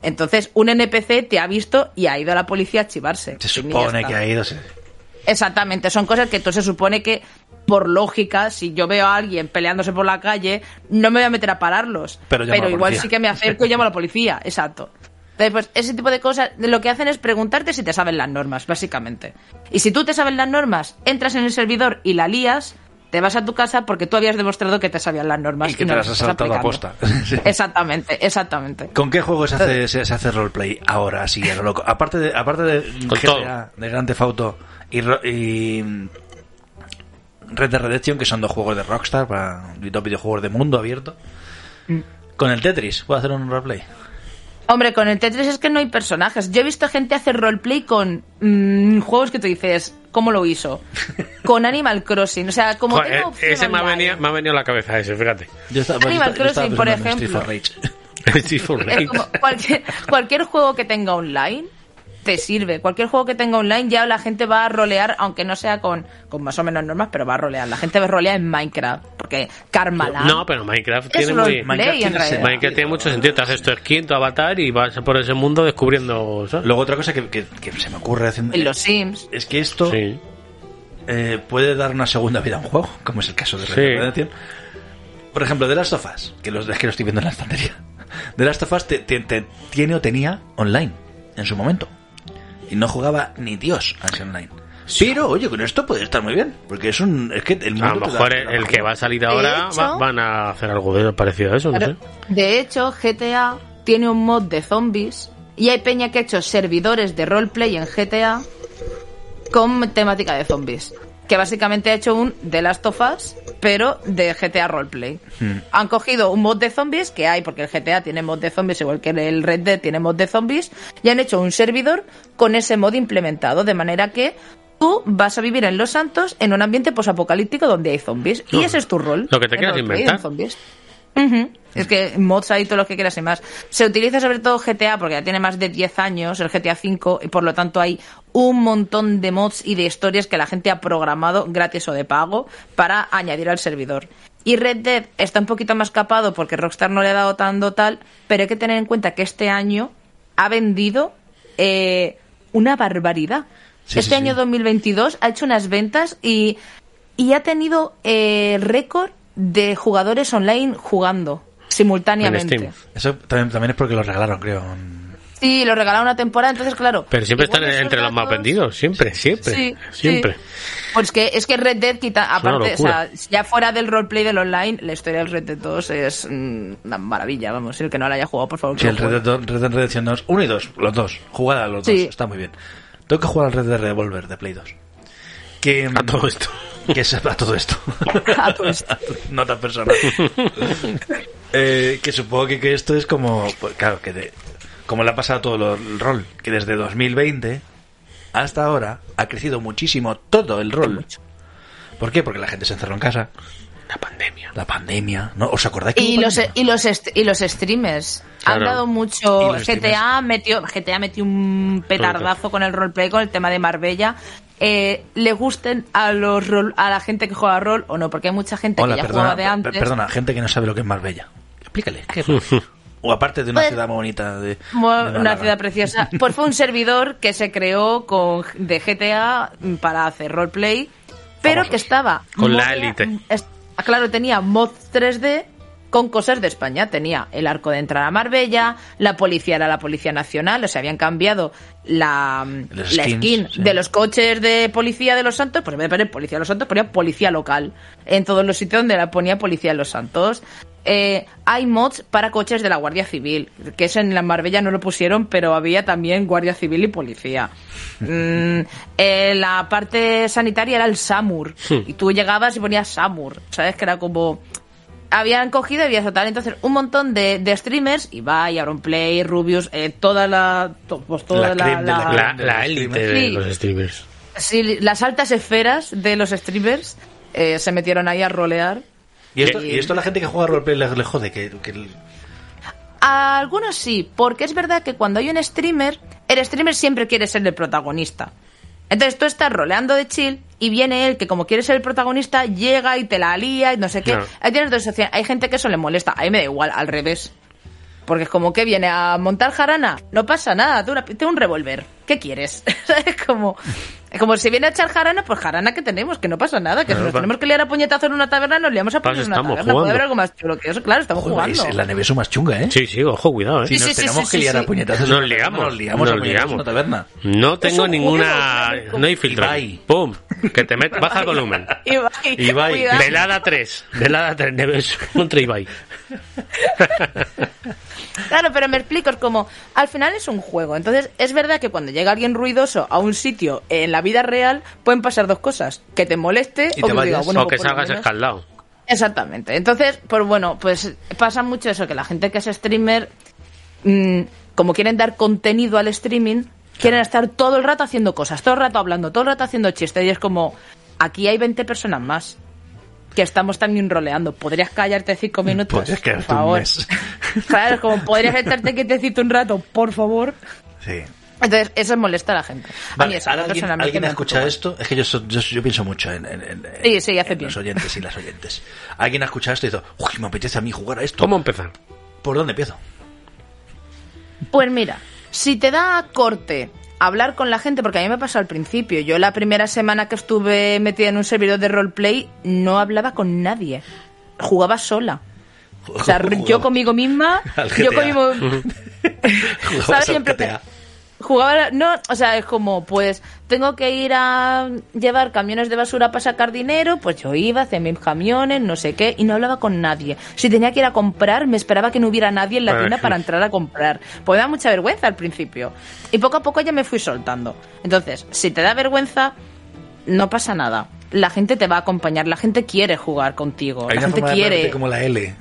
Speaker 7: Entonces un NPC te ha visto y ha ido a la policía a chivarse.
Speaker 8: Se
Speaker 7: Y ya
Speaker 8: supone
Speaker 7: está.
Speaker 8: que ha ido. se-
Speaker 7: Exactamente, son cosas que tú se supone que, por lógica, si yo veo a alguien peleándose por la calle, no me voy a meter a pararlos.
Speaker 8: Pero llamo a la
Speaker 7: igual
Speaker 8: policía.
Speaker 7: sí que me acerco y llamo a la policía, exacto. Entonces, pues ese tipo de cosas lo que hacen es preguntarte si te saben las normas, básicamente. Y si tú te sabes las normas, entras en el servidor y la lías, te vas a tu casa porque tú habías demostrado que te sabían las normas.
Speaker 8: Y que
Speaker 7: no
Speaker 8: te las has
Speaker 7: estás
Speaker 8: saltado a
Speaker 7: aplicando.
Speaker 8: posta. Sí.
Speaker 7: Exactamente, exactamente.
Speaker 8: ¿Con qué juego se hace, se, se hace roleplay ahora, así, a lo loco? Aparte de, aparte de
Speaker 6: Con
Speaker 8: GTA, de Grand Theft Auto y, ro- y Red Dead Redemption, que son dos juegos de Rockstar, para y dos videojuegos de mundo abierto.
Speaker 7: Mm.
Speaker 8: Con el Tetris, ¿puedo hacer un roleplay?
Speaker 7: Hombre, con el Tetris es que no hay personajes. Yo he visto gente hacer roleplay con mm, juegos que tú dices, ¿cómo lo hizo? Con Animal Crossing. O sea, como
Speaker 6: Joder, eh,
Speaker 7: tengo opción
Speaker 6: ese me ha,
Speaker 7: online.
Speaker 6: venido, me ha venido a la cabeza ese, fíjate.
Speaker 8: Yo estaba,
Speaker 7: Animal Crossing, por
Speaker 8: pensando en Street
Speaker 7: ejemplo.
Speaker 8: for Rage.
Speaker 6: Sí, fue un
Speaker 7: Es
Speaker 6: like.
Speaker 7: como cualquier, cualquier juego que tenga online te sirve. Cualquier juego que tenga online ya la gente va a rolear, aunque no sea con, con más o menos normas, pero va a rolear. La gente va a rolear en Minecraft, porque Karma
Speaker 6: No, pero Minecraft
Speaker 7: Es
Speaker 6: tiene muy...
Speaker 7: roleplay,
Speaker 8: Minecraft
Speaker 7: en
Speaker 8: tiene
Speaker 7: realidad.
Speaker 8: sentido.
Speaker 6: Minecraft tiene mucho sentido. Te haces tu skin, tu avatar y vas por ese mundo descubriendo... ¿sabes?
Speaker 8: Luego otra cosa que, que- que se me ocurre haciendo...
Speaker 7: En los Sims.
Speaker 8: Es que esto
Speaker 6: Sí.
Speaker 8: eh, puede dar una segunda vida a un juego, como es el caso de Red
Speaker 6: Sí.
Speaker 8: Dead Redemption. Por ejemplo, de las tofas, que los, es que lo estoy viendo en la estantería. De las tofas tiene o tenía online en su momento. Y no jugaba ni Dios a ese online. Pero, oye, con esto puede estar muy bien. Porque es un. Es que el mundo
Speaker 6: A lo
Speaker 8: te da-
Speaker 6: mejor
Speaker 8: te da-
Speaker 6: el que va a salir ahora
Speaker 7: De
Speaker 6: va-
Speaker 7: hecho-
Speaker 6: van a hacer algo de- parecido a eso, no
Speaker 7: Claro.
Speaker 6: sé.
Speaker 7: De hecho, GTA tiene un mod de zombies y hay peña que ha hecho servidores de roleplay en GTA con temática de zombies. que básicamente ha hecho un The Last of Us, pero de GTA Roleplay.
Speaker 6: Hmm.
Speaker 7: Han cogido un mod de zombies que hay, porque el GTA tiene mod de zombies, igual que el Red Dead tiene mod de zombies, y han hecho un servidor con ese mod implementado, de manera que tú vas a vivir en Los Santos en un ambiente posapocalíptico donde hay zombies. Y ese es tu rol.
Speaker 6: Lo que te
Speaker 7: en
Speaker 6: quieras
Speaker 7: Roleplay,
Speaker 6: inventar.
Speaker 7: en zombies. Ujú. Es que mods hay todo lo que quieras y más. Se utiliza sobre todo GTA porque ya tiene más de 10 años, el GTA V, y por lo tanto hay un montón de mods y de historias que la gente ha programado gratis o de pago para añadir al servidor. Y Red Dead está un poquito más capado porque Rockstar no le ha dado tanto tal, pero hay que tener en cuenta que este año ha vendido eh, una barbaridad.
Speaker 8: Sí,
Speaker 7: este
Speaker 8: sí, sí.
Speaker 7: año 2022 ha hecho unas ventas y, y ha tenido eh, récord de jugadores online jugando simultáneamente.
Speaker 8: Eso también, también es porque lo regalaron, creo.
Speaker 7: Sí, lo regalaron una temporada, entonces claro.
Speaker 6: Pero siempre están
Speaker 7: igual esos
Speaker 6: entre los más
Speaker 7: datos-
Speaker 6: vendidos, siempre, siempre.
Speaker 7: Sí,
Speaker 6: siempre.
Speaker 7: sí. Pues que es que Red Dead quita,
Speaker 6: Es una
Speaker 7: aparte, o
Speaker 6: locura.
Speaker 7: sea, ya fuera del roleplay del online, la historia del Red Dead 2 es mm, una maravilla, vamos, el que no la haya jugado, por favor. que
Speaker 8: Sí, el
Speaker 7: lo juegue.
Speaker 8: Red Dead, Red Dead Redemption 2. Uno y dos, los dos. Jugada a los
Speaker 7: Sí.
Speaker 8: dos, está muy bien. Tengo que jugar al Red Dead Revolver de Play 2. Que, a todo esto. Que sepa todo esto.
Speaker 7: A todo esto.
Speaker 8: Nota personal. Eh, que supongo que, que esto es como. pues, claro, que de- como le ha pasado a todo lo- el rol. Que desde 2020 hasta ahora ha crecido muchísimo todo el rol. ¿Por qué? Porque la gente se encerró en casa. La pandemia. La pandemia. ¿no? ¿Os acordáis que
Speaker 7: Y
Speaker 8: hubo
Speaker 7: los, e-, y, los est- y los streamers. Han
Speaker 8: Claro.
Speaker 7: dado
Speaker 8: Y
Speaker 7: mucho.
Speaker 8: los
Speaker 7: GTA metió, GTA metió un petardazo con el roleplay, con el tema de Marbella. Eh, le gusten a los rol- a la gente que juega rol o no, porque hay mucha gente
Speaker 8: Hola,
Speaker 7: que ya
Speaker 8: perdona,
Speaker 7: jugaba de
Speaker 8: per-
Speaker 7: antes.
Speaker 8: perdona, gente que no sabe lo que es Marbella. Explícale. ¿qué es Marbella? o aparte de una ciudad muy bonita de,
Speaker 7: Mu-
Speaker 8: de
Speaker 7: Pues, Una
Speaker 8: Málaga.
Speaker 7: ciudad preciosa. Pues fue un servidor que se creó con, de GTA mm, para hacer roleplay, pero que estaba.
Speaker 6: Con
Speaker 7: moda-
Speaker 6: la élite.
Speaker 7: es- ah, claro, tenía mod 3D con cosas de España. Tenía el arco de entrada a Marbella, la policía era la policía nacional, o sea, habían cambiado la, mm, la
Speaker 6: skins,
Speaker 7: skin
Speaker 6: sí.
Speaker 7: de los coches de policía de Los Santos, pues en vez de poner policía de Los Santos, ponía policía local. En todos los sitios donde la ponía policía de Los Santos. Eh, hay mods para coches de la Guardia Civil, que eso en la Marbella no lo pusieron, pero había también Guardia Civil y policía. Mm, eh, la parte sanitaria era el SAMUR.
Speaker 6: Hmm.
Speaker 7: Y tú llegabas y ponías SAMUR. ¿Sabes? Que era como. Habían cogido y había soltado. Entonces, un montón de, de streamers, Ibai, Auronplay, Rubius, eh, toda la. to- pues toda la-
Speaker 6: creme de
Speaker 7: la-
Speaker 6: la la élite de
Speaker 7: Sí.
Speaker 6: los streamers.
Speaker 7: Sí, las altas esferas de los streamers eh, se metieron ahí a rolear.
Speaker 8: Y esto, y esto la gente que juega roleplay le, le jode. Que, que el-
Speaker 7: A algunos sí, porque es verdad que cuando hay un streamer, el streamer siempre quiere ser el protagonista. Entonces tú estás roleando de chill y viene él que como quiere ser el protagonista llega y te la lía y no sé qué.
Speaker 6: Claro.
Speaker 7: Ahí tienes dos opciones. Hay gente que eso le molesta. A mí me da igual, al revés. Porque es como que viene a montar jarana. No pasa nada, tú una- tengo un revólver. ¿Qué quieres? es como, es como si viene a echar jarana, pues jarana que tenemos, que no pasa nada. Que
Speaker 8: Claro,
Speaker 7: si nos
Speaker 8: pa-
Speaker 7: tenemos que liar a puñetazo en una taberna, nos liamos a
Speaker 6: Para
Speaker 7: puñetazo
Speaker 6: eso
Speaker 7: en una
Speaker 6: estamos
Speaker 7: taberna. Puede haber
Speaker 6: jugando.
Speaker 7: algo más chulo que eso. Claro, estamos
Speaker 8: Joder,
Speaker 7: jugando.
Speaker 8: es la nevera es más chunga, ¿eh?
Speaker 6: Sí, sí, ojo, cuidado, eh.
Speaker 8: Si
Speaker 7: Sí,
Speaker 8: nos
Speaker 7: sí, sí,
Speaker 8: tenemos
Speaker 7: sí,
Speaker 8: que
Speaker 7: sí,
Speaker 8: liar a
Speaker 7: sí.
Speaker 8: puñetazos. en
Speaker 6: Nos
Speaker 8: una taberna,
Speaker 6: liamos,
Speaker 8: Nos liamos
Speaker 6: nos
Speaker 8: a puñetazos en
Speaker 6: liamos.
Speaker 8: una taberna.
Speaker 6: No tengo
Speaker 7: un
Speaker 6: ninguna.
Speaker 7: juego,
Speaker 6: No hay filtro.
Speaker 8: Ibai.
Speaker 6: ¡Pum! Que te metas. Baja el volumen.
Speaker 7: Ibai,
Speaker 8: Ibai,
Speaker 7: cuidado.
Speaker 6: Velada 3. Velada 3. Neves contra Ibai.
Speaker 7: Claro, pero me explico, es como, al final es un juego. Entonces, es verdad que cuando llega alguien ruidoso a un sitio en la vida real, pueden pasar dos cosas. Que te moleste o
Speaker 8: Y te
Speaker 7: que diga,
Speaker 8: vayas.
Speaker 7: bueno,
Speaker 6: o que
Speaker 7: pues por lo
Speaker 6: salgas
Speaker 7: menos-
Speaker 6: escaldado.
Speaker 7: Exactamente. Entonces, pues bueno, pues pasa mucho eso, que la gente que es streamer, mm, como quieren dar contenido al streaming, quieren estar todo el rato haciendo cosas, todo el rato hablando, todo el rato haciendo chistes. Y es como, aquí hay 20 personas más que estamos también roleando. ¿Podrías callarte cinco minutos?
Speaker 8: Mm, Podrías
Speaker 7: por
Speaker 8: quedarte un
Speaker 7: favor?
Speaker 8: mes.
Speaker 7: Claro, es como, ¿podrías estarte quietecito un rato, por favor?
Speaker 8: Sí.
Speaker 7: Entonces, eso molesta a la gente. a mí
Speaker 8: Vale,
Speaker 7: eso,
Speaker 8: ahora alguien,
Speaker 7: personalmente,
Speaker 8: alguien
Speaker 7: me
Speaker 8: ha escuchado
Speaker 7: preocupa.
Speaker 8: esto. Es que yo, so- yo, yo pienso mucho en, en- en- en-
Speaker 7: Sí, sí, hace
Speaker 8: en
Speaker 7: bien.
Speaker 8: los oyentes y las oyentes. Alguien ha escuchado esto y dice, uy, me apetece a mí jugar a esto.
Speaker 6: ¿Cómo empezar?
Speaker 8: ¿Por dónde empiezo?
Speaker 7: Pues mira, si te da corte hablar con la gente, porque a mí me pasó al principio, yo la primera semana que estuve metida en un servidor de roleplay no hablaba con nadie, jugaba sola. O sea, yo conmigo misma,
Speaker 8: Pues Al
Speaker 7: yo
Speaker 8: GTA.
Speaker 7: conmigo...
Speaker 8: Jugabas
Speaker 7: ¿sabes?
Speaker 8: al
Speaker 7: Siempre
Speaker 8: GTA.
Speaker 7: Jugaba, no, o sea, es como, pues, tengo que ir a llevar camiones de basura para sacar dinero, pues yo iba, hacía mis camiones, no sé qué, y no hablaba con nadie. Si tenía que ir a comprar, me esperaba que no hubiera nadie en la
Speaker 6: Ay.
Speaker 7: tienda para entrar a comprar. Pues me da mucha vergüenza al principio. Y poco a poco ya me fui soltando. Entonces, si te da vergüenza, no pasa nada. la gente te va a acompañar, la gente quiere jugar contigo,
Speaker 8: Hay
Speaker 7: la
Speaker 8: una
Speaker 7: gente
Speaker 8: forma de
Speaker 7: quiere.
Speaker 8: hablarte como la L.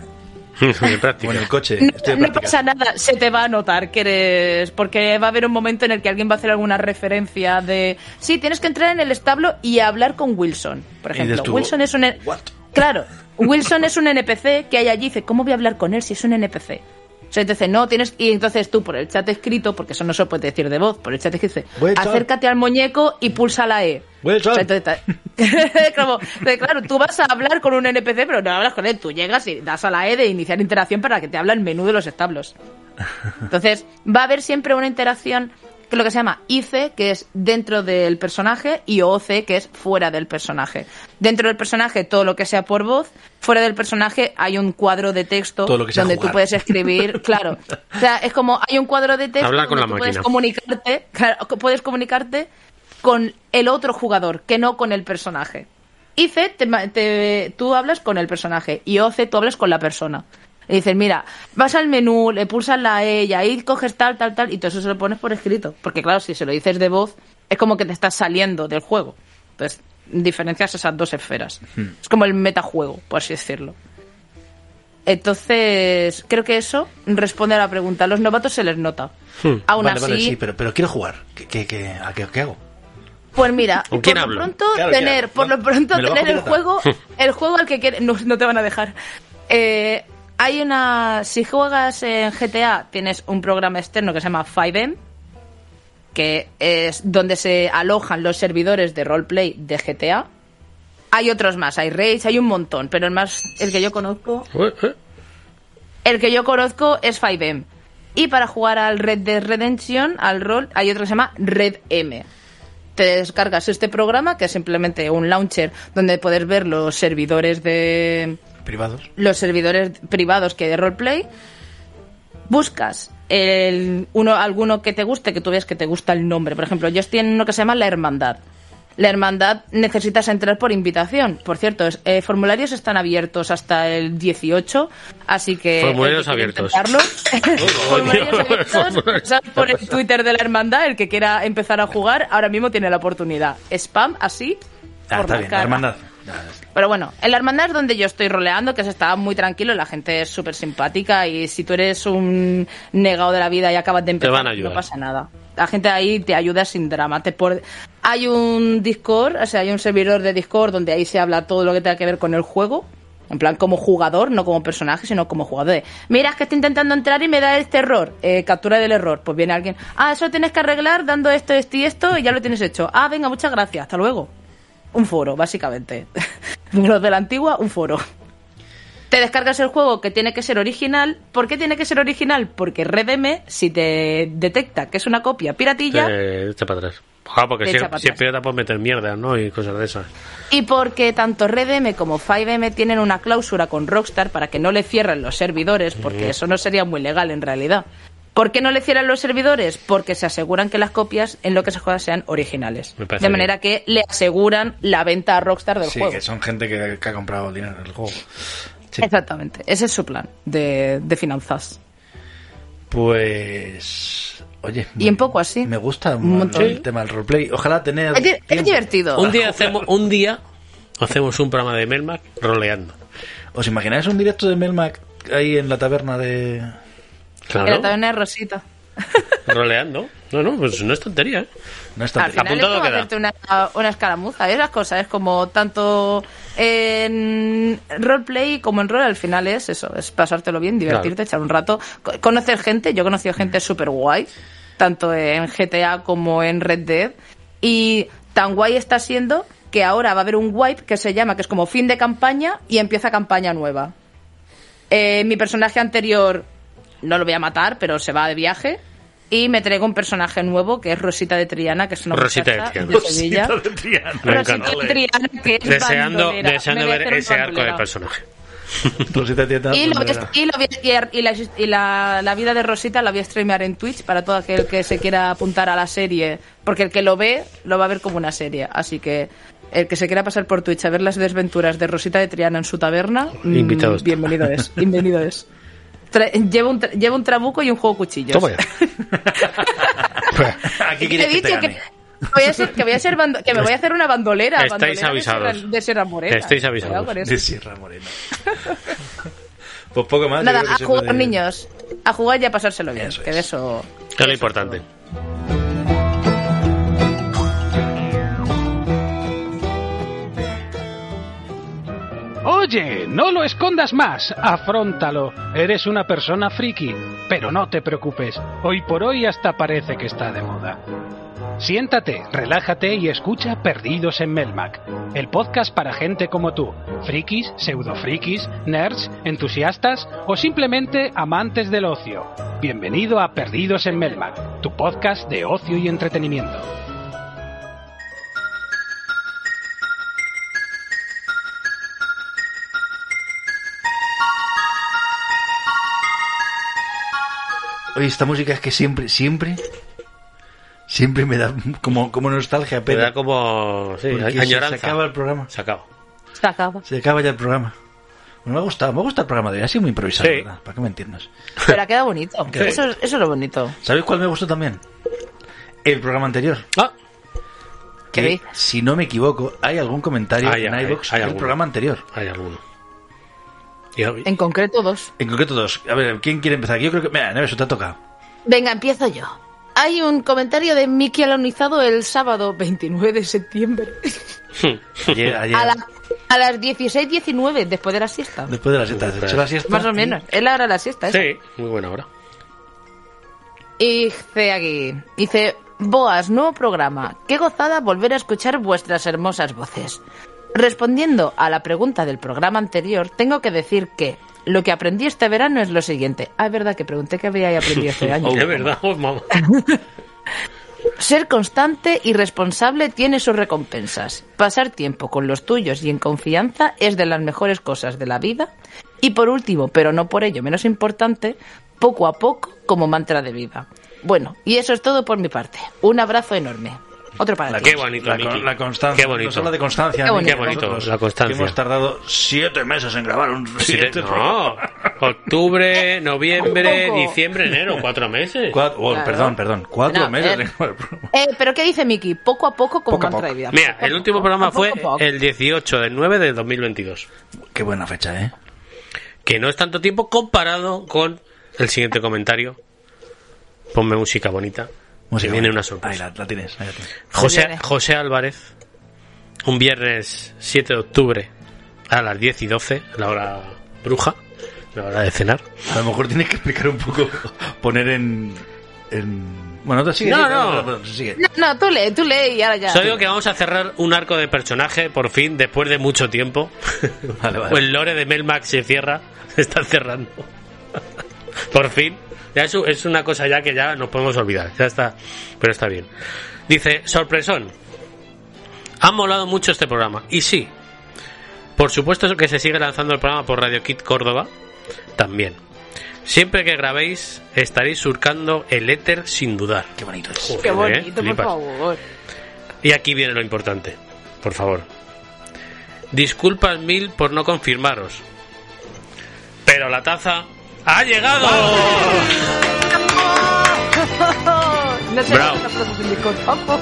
Speaker 8: O en el coche.
Speaker 7: No,
Speaker 8: Estoy de
Speaker 7: no
Speaker 8: práctica.
Speaker 7: pasa nada, se te va a notar que eres. Porque va a haber un momento en el que alguien va a hacer alguna referencia de. Sí, tienes que entrar en el establo y hablar con Wilson, por
Speaker 8: Y
Speaker 7: ejemplo.
Speaker 8: dices tú,
Speaker 7: Wilson es un. en- Claro, Wilson es un NPC que hay allí dice: ¿Cómo voy a hablar con él si es un NPC? O sea, entonces no tienes. Y entonces tú por el chat escrito, porque eso no se puede decir de voz, por el chat escrito, dice,
Speaker 8: Wilson.
Speaker 7: acércate al muñeco y pulsa la E.
Speaker 8: Wilson.
Speaker 7: O sea, entonces ta- Como, de- claro, tú vas a hablar con un NPC, pero no hablas con él. Tú llegas y das a la E de iniciar interacción para que te habla el menú de los establos. Entonces, va a haber siempre una interacción que es lo que se llama IC, que es dentro del personaje, y OC, que es fuera del personaje. Dentro del personaje, todo lo que sea por voz. Fuera del personaje, hay un cuadro de texto
Speaker 6: Todo lo que sea
Speaker 7: donde
Speaker 6: jugar.
Speaker 7: tú puedes escribir. Claro. O sea, es como hay un cuadro de texto
Speaker 6: Hablar con
Speaker 7: donde
Speaker 6: la
Speaker 7: tú puedes
Speaker 6: máquina.
Speaker 7: comunicarte, claro, puedes comunicarte con el otro jugador, que no con el personaje. IC, te ma- te- tú hablas con el personaje. Y OC, tú hablas con la persona. Le dices, mira, vas al menú, le pulsas la E y ahí coges tal, tal, tal, y todo eso se lo pones por escrito. Porque claro, si se lo dices de voz, es como que te estás saliendo del juego. Entonces, diferencias esas dos esferas. Es como el metajuego, por así decirlo. Entonces, creo que eso responde a la pregunta. A los novatos se les nota. Aún
Speaker 8: vale,
Speaker 7: así,
Speaker 8: vale, sí, pero, pero quiero jugar. ¿Qué, qué, qué- a qué, qué hago?
Speaker 7: pues mira,
Speaker 8: ¿Con
Speaker 7: por
Speaker 8: quién
Speaker 7: lo
Speaker 8: hablo?
Speaker 7: pronto
Speaker 8: Claro,
Speaker 7: tener,
Speaker 8: claro.
Speaker 7: por lo pronto
Speaker 8: Me lo
Speaker 7: tener el
Speaker 8: bajo Hmm. pirata.
Speaker 7: juego, el juego al que quieres, no, no te van a dejar. Eh, hay una, si juegas en GTA tienes un programa externo que se llama 5M, que es donde se alojan los servidores de roleplay de GTA. Hay otros más, hay Rage, hay un montón, pero el más, el que yo conozco el que yo conozco es 5M. Y para jugar al Red Dead Redemption, al rol, hay otro que se llama Red M. Te descargas este programa, que es simplemente un launcher donde puedes ver los servidores de.
Speaker 8: ¿Privados?
Speaker 7: los servidores privados que hay de roleplay. Buscas el, uno, alguno que te guste, que tú veas que te gusta el nombre. Por ejemplo, yo estoy en uno que se llama La Hermandad. La hermandad necesitas entrar por invitación. Por cierto, es- eh, formularios están abiertos hasta el 18, así que...
Speaker 6: Formularios
Speaker 7: el que quiera
Speaker 6: abiertos.
Speaker 7: intentarlo- formularios abiertos, pasad por el Twitter de la hermandad, el que quiera empezar a jugar, ahora mismo tiene la oportunidad. Spam, así,
Speaker 8: Ah,
Speaker 7: por la
Speaker 8: está bien, la
Speaker 7: cara.
Speaker 8: hermandad.
Speaker 7: Pero bueno, en la hermandad es donde yo estoy roleando, que se está muy tranquilo, la gente es súper simpática y si tú eres un negado de la vida y acabas de empezar,
Speaker 6: van a ayudar.
Speaker 7: no pasa nada. La gente ahí te ayuda sin drama. Te por... Hay un Discord, o sea, hay un servidor de Discord donde ahí se habla todo lo que tenga que ver con el juego. En plan, como jugador, no como personaje, sino como jugador. de, Mira, es que estoy intentando entrar y me da este error. Eh, captura del error. Pues viene alguien. Ah, eso lo tienes que arreglar dando esto, esto y esto y ya lo tienes hecho. Ah, venga, muchas gracias. Hasta luego un foro, básicamente. Los de la antigua, un foro. Te descargas el juego que tiene que ser original. ¿Por qué tiene que ser original? Porque RedM, si te detecta que es una copia piratilla,
Speaker 6: Te echa para atrás. Ah, porque
Speaker 7: Te
Speaker 6: si,
Speaker 7: echa para
Speaker 6: si es pirata puedes meter mierda, ¿no? Y cosas de esas.
Speaker 7: Y porque tanto RedM como 5M tienen una cláusula con Rockstar para que no le cierren los servidores, porque
Speaker 6: Mm.
Speaker 7: eso no sería muy legal en realidad. ¿Por qué no le cierran los servidores? Porque se aseguran que las copias en lo que se juega sean originales.
Speaker 8: Me parece
Speaker 7: De manera que le aseguran la venta a Rockstar del
Speaker 8: Sí,
Speaker 7: juego.
Speaker 8: que son gente que, que ha comprado dinero en el juego.
Speaker 7: Exactamente. Ese es su plan de, de finanzas.
Speaker 8: Pues. Oye,
Speaker 7: Y en poco así.
Speaker 8: me gusta
Speaker 7: Un montón.
Speaker 8: el tema del roleplay. Ojalá tener.
Speaker 7: Es, di- es
Speaker 8: tiempo.
Speaker 7: divertido.
Speaker 6: Un día hacemos, un día hacemos un programa de Melmac roleando.
Speaker 8: ¿Os imagináis un directo de Melmac ahí en la taberna de.
Speaker 7: En la taberna de Rosita.
Speaker 6: roleando. No, no, pues no es tontería, ¿eh?
Speaker 8: No es
Speaker 7: Al final esto
Speaker 6: Apuntado
Speaker 7: va a
Speaker 6: queda.
Speaker 7: hacerte una, una escaramuza. Esas cosas es como tanto en roleplay como en rol. Al final es eso, es pasártelo bien, divertirte, echar un rato. co- Conocer gente. Yo he conocido gente súper guay, tanto en GTA como en Red Dead. Y tan guay está siendo que ahora va a haber un wipe que se llama, que es como fin de campaña y empieza campaña nueva. Eh, mi personaje anterior no lo voy a matar, pero se va de viaje. Y me traigo un personaje nuevo que es Rosita de Triana, que es una
Speaker 6: Rosita de
Speaker 7: muchacha
Speaker 6: Triana.
Speaker 7: de Sevilla.
Speaker 8: de Triana.
Speaker 6: Me
Speaker 7: Rosita
Speaker 6: encanta.
Speaker 7: de Triana, que es
Speaker 6: Deseando,
Speaker 7: bandolera.
Speaker 6: deseando
Speaker 7: Me voy a
Speaker 6: ver
Speaker 7: hacer un
Speaker 6: ese arco de
Speaker 7: bandolera.
Speaker 6: personaje.
Speaker 8: Rosita Tieta.
Speaker 6: Pues
Speaker 7: Y, lo voy a-
Speaker 8: bandolera.
Speaker 7: y, lo voy a- y la, y la- la vida de Rosita la voy a streamear en Twitch para todo aquel que se quiera apuntar a la serie. Porque el que lo ve, lo va a ver como una serie. Así que el que se quiera pasar por Twitch a ver las desventuras de Rosita de Triana en su taberna, mm,
Speaker 6: Invitado está.
Speaker 7: bienvenido es. Bienvenido es. Tra- lleva, un tra- lleva un trabuco y un juego de cuchillos.
Speaker 6: Toma ya.
Speaker 8: Aquí
Speaker 7: Te he
Speaker 8: quieres que
Speaker 7: dicho
Speaker 8: te
Speaker 7: que-
Speaker 8: gane.
Speaker 7: Voy a ser- que voy a ser bando- que me voy a hacer una bandolera.
Speaker 6: Estáis
Speaker 7: bandolera de
Speaker 6: avisados.
Speaker 7: Sierra- De Sierra Morena.
Speaker 6: Estáis avisados.
Speaker 7: Cuidado con eso.
Speaker 8: De Sierra Morena. pues poco más. yo
Speaker 7: Nada,
Speaker 8: creo que
Speaker 7: a
Speaker 8: se
Speaker 7: jugar,
Speaker 8: puede-
Speaker 7: niños. A jugar y a pasárselo bien.
Speaker 8: Eso
Speaker 7: que de eso.
Speaker 6: Que es lo importante.
Speaker 4: Oye, no lo escondas más, afróntalo. Eres una persona friki, pero no te preocupes. Hoy por hoy hasta parece que está de moda. Siéntate, relájate y escucha Perdidos en Melmac, el podcast para gente como tú, frikis, pseudofrikis, nerds, entusiastas o simplemente amantes del ocio. Bienvenido a Perdidos en Melmac, tu podcast de ocio y entretenimiento.
Speaker 8: Oye, esta música es que siempre, siempre, siempre me da como, como nostalgia,
Speaker 6: Me
Speaker 8: pero
Speaker 6: da como. Sí,
Speaker 8: Porque se-
Speaker 6: añoranza.
Speaker 8: se acaba el programa.
Speaker 6: Se acaba.
Speaker 7: Se acaba.
Speaker 8: se acaba ya el programa. Bueno, me ha gustado, me ha gustado el programa de hoy, ha sido muy improvisado,
Speaker 6: Sí.
Speaker 8: ¿verdad? ¿Para qué mentirnos?
Speaker 7: Pero ha quedado bonito.
Speaker 8: Sí.
Speaker 7: Eso, eso es lo bonito.
Speaker 8: ¿Sabéis cuál me gustó también? El programa anterior.
Speaker 6: Ah.
Speaker 8: Que,
Speaker 7: ¿Qué dices?
Speaker 8: si no me equivoco, hay algún comentario
Speaker 6: Hay-
Speaker 8: en
Speaker 6: hay-
Speaker 8: iVoox
Speaker 6: hay
Speaker 8: del
Speaker 6: alguno.
Speaker 8: programa anterior.
Speaker 6: Hay alguno. Y-
Speaker 7: En concreto, dos.
Speaker 8: En concreto dos. A ver, ¿quién quiere empezar? Yo creo que... Mira, Neves, te ha tocado.
Speaker 7: Venga, empiezo yo. Hay un comentario de Miki Alonizado el sábado 29 de septiembre.
Speaker 8: Ayer, ayer,
Speaker 7: A, la- a las 16.19, después de la siesta.
Speaker 8: después de la siesta. ¿Has hecho la siesta?
Speaker 7: Más o menos. Es la hora de la siesta, esa.
Speaker 6: Sí, muy buena hora.
Speaker 7: Y dice aquí, dice, Boas, nuevo programa. Qué gozada volver a escuchar vuestras hermosas voces. Respondiendo a la pregunta del programa anterior, tengo que decir que lo que aprendí este verano es lo siguiente. Ah, es verdad que pregunté qué había aprendido este año.
Speaker 6: Es verdad, oh, mamá.
Speaker 7: Ah, Ser constante y responsable tiene sus recompensas. Pasar tiempo con los tuyos y en confianza es de las mejores cosas de la vida. Y por último, pero no por ello menos importante, poco a poco como mantra de vida. Bueno, y eso es todo por mi parte. Un abrazo enorme. Otro para ti.
Speaker 6: Qué bonito,
Speaker 8: La,
Speaker 6: Miki.
Speaker 8: con- la constancia.
Speaker 6: Qué bonito.
Speaker 8: Nos habla de constancia.
Speaker 7: Qué
Speaker 8: Miki,
Speaker 7: bonito.
Speaker 8: a
Speaker 7: Qué bonito,
Speaker 8: nosotros,
Speaker 6: la constancia.
Speaker 8: que hemos tardado siete meses en grabar un
Speaker 6: Sí,
Speaker 8: siete
Speaker 6: no. Octubre, noviembre,
Speaker 7: Un poco.
Speaker 6: diciembre, enero, cuatro meses.
Speaker 8: Cuatro, oh,
Speaker 7: Claro.
Speaker 8: Perdón, perdón. Cuatro
Speaker 7: No,
Speaker 8: meses
Speaker 7: eh.
Speaker 8: en grabar el programa.
Speaker 7: Eh, pero ¿qué dice Miki? Poco a poco como
Speaker 8: Poco a
Speaker 7: mantra
Speaker 8: poco.
Speaker 7: de vida.
Speaker 6: Mira,
Speaker 7: Poco a
Speaker 6: el último
Speaker 7: poco,
Speaker 6: programa fue
Speaker 7: poco a poco.
Speaker 6: el 18 del 9 del 2022.
Speaker 8: Qué buena fecha, ¿eh?
Speaker 6: Que no es tanto tiempo comparado con el siguiente comentario. Ponme música bonita.
Speaker 8: Música
Speaker 6: que viene
Speaker 8: buena.
Speaker 6: una sorpresa.
Speaker 8: Ahí la, la tienes, ahí la tienes.
Speaker 6: José,
Speaker 7: viene.
Speaker 6: José Álvarez, un viernes 7 de octubre a las 10 y 12, la hora bruja, la hora de cenar.
Speaker 8: A lo mejor tienes que explicar un poco, poner en... en... Bueno, tú sigue.
Speaker 6: No,
Speaker 8: sigue,
Speaker 6: no.
Speaker 8: perdón, perdón, sigue.
Speaker 7: No, no, tú lee, tú lee y ahora ya.
Speaker 6: Solo digo que vamos a cerrar un arco de personaje, por fin, después de mucho tiempo.
Speaker 8: Vale, vale.
Speaker 6: O el lore de Melmac se cierra, se está cerrando. por fin. Ya es, u- es una cosa ya que ya nos podemos olvidar. Ya está. Pero está bien. Dice, sorpresón. Ha molado mucho este programa. Y sí. Por supuesto que se sigue lanzando el programa por Radio Kit Córdoba. También. Siempre que grabéis, estaréis surcando el éter sin dudar.
Speaker 8: Qué bonito es.
Speaker 6: Joder,
Speaker 7: Qué
Speaker 6: ¿eh?
Speaker 7: bonito, por
Speaker 6: Flipas.
Speaker 7: favor.
Speaker 6: Y aquí viene lo importante, por favor. Disculpas mil por no confirmaros. Pero la taza ha llegado.
Speaker 7: No sé
Speaker 6: Bravo.
Speaker 7: qué está produciendo, por favor.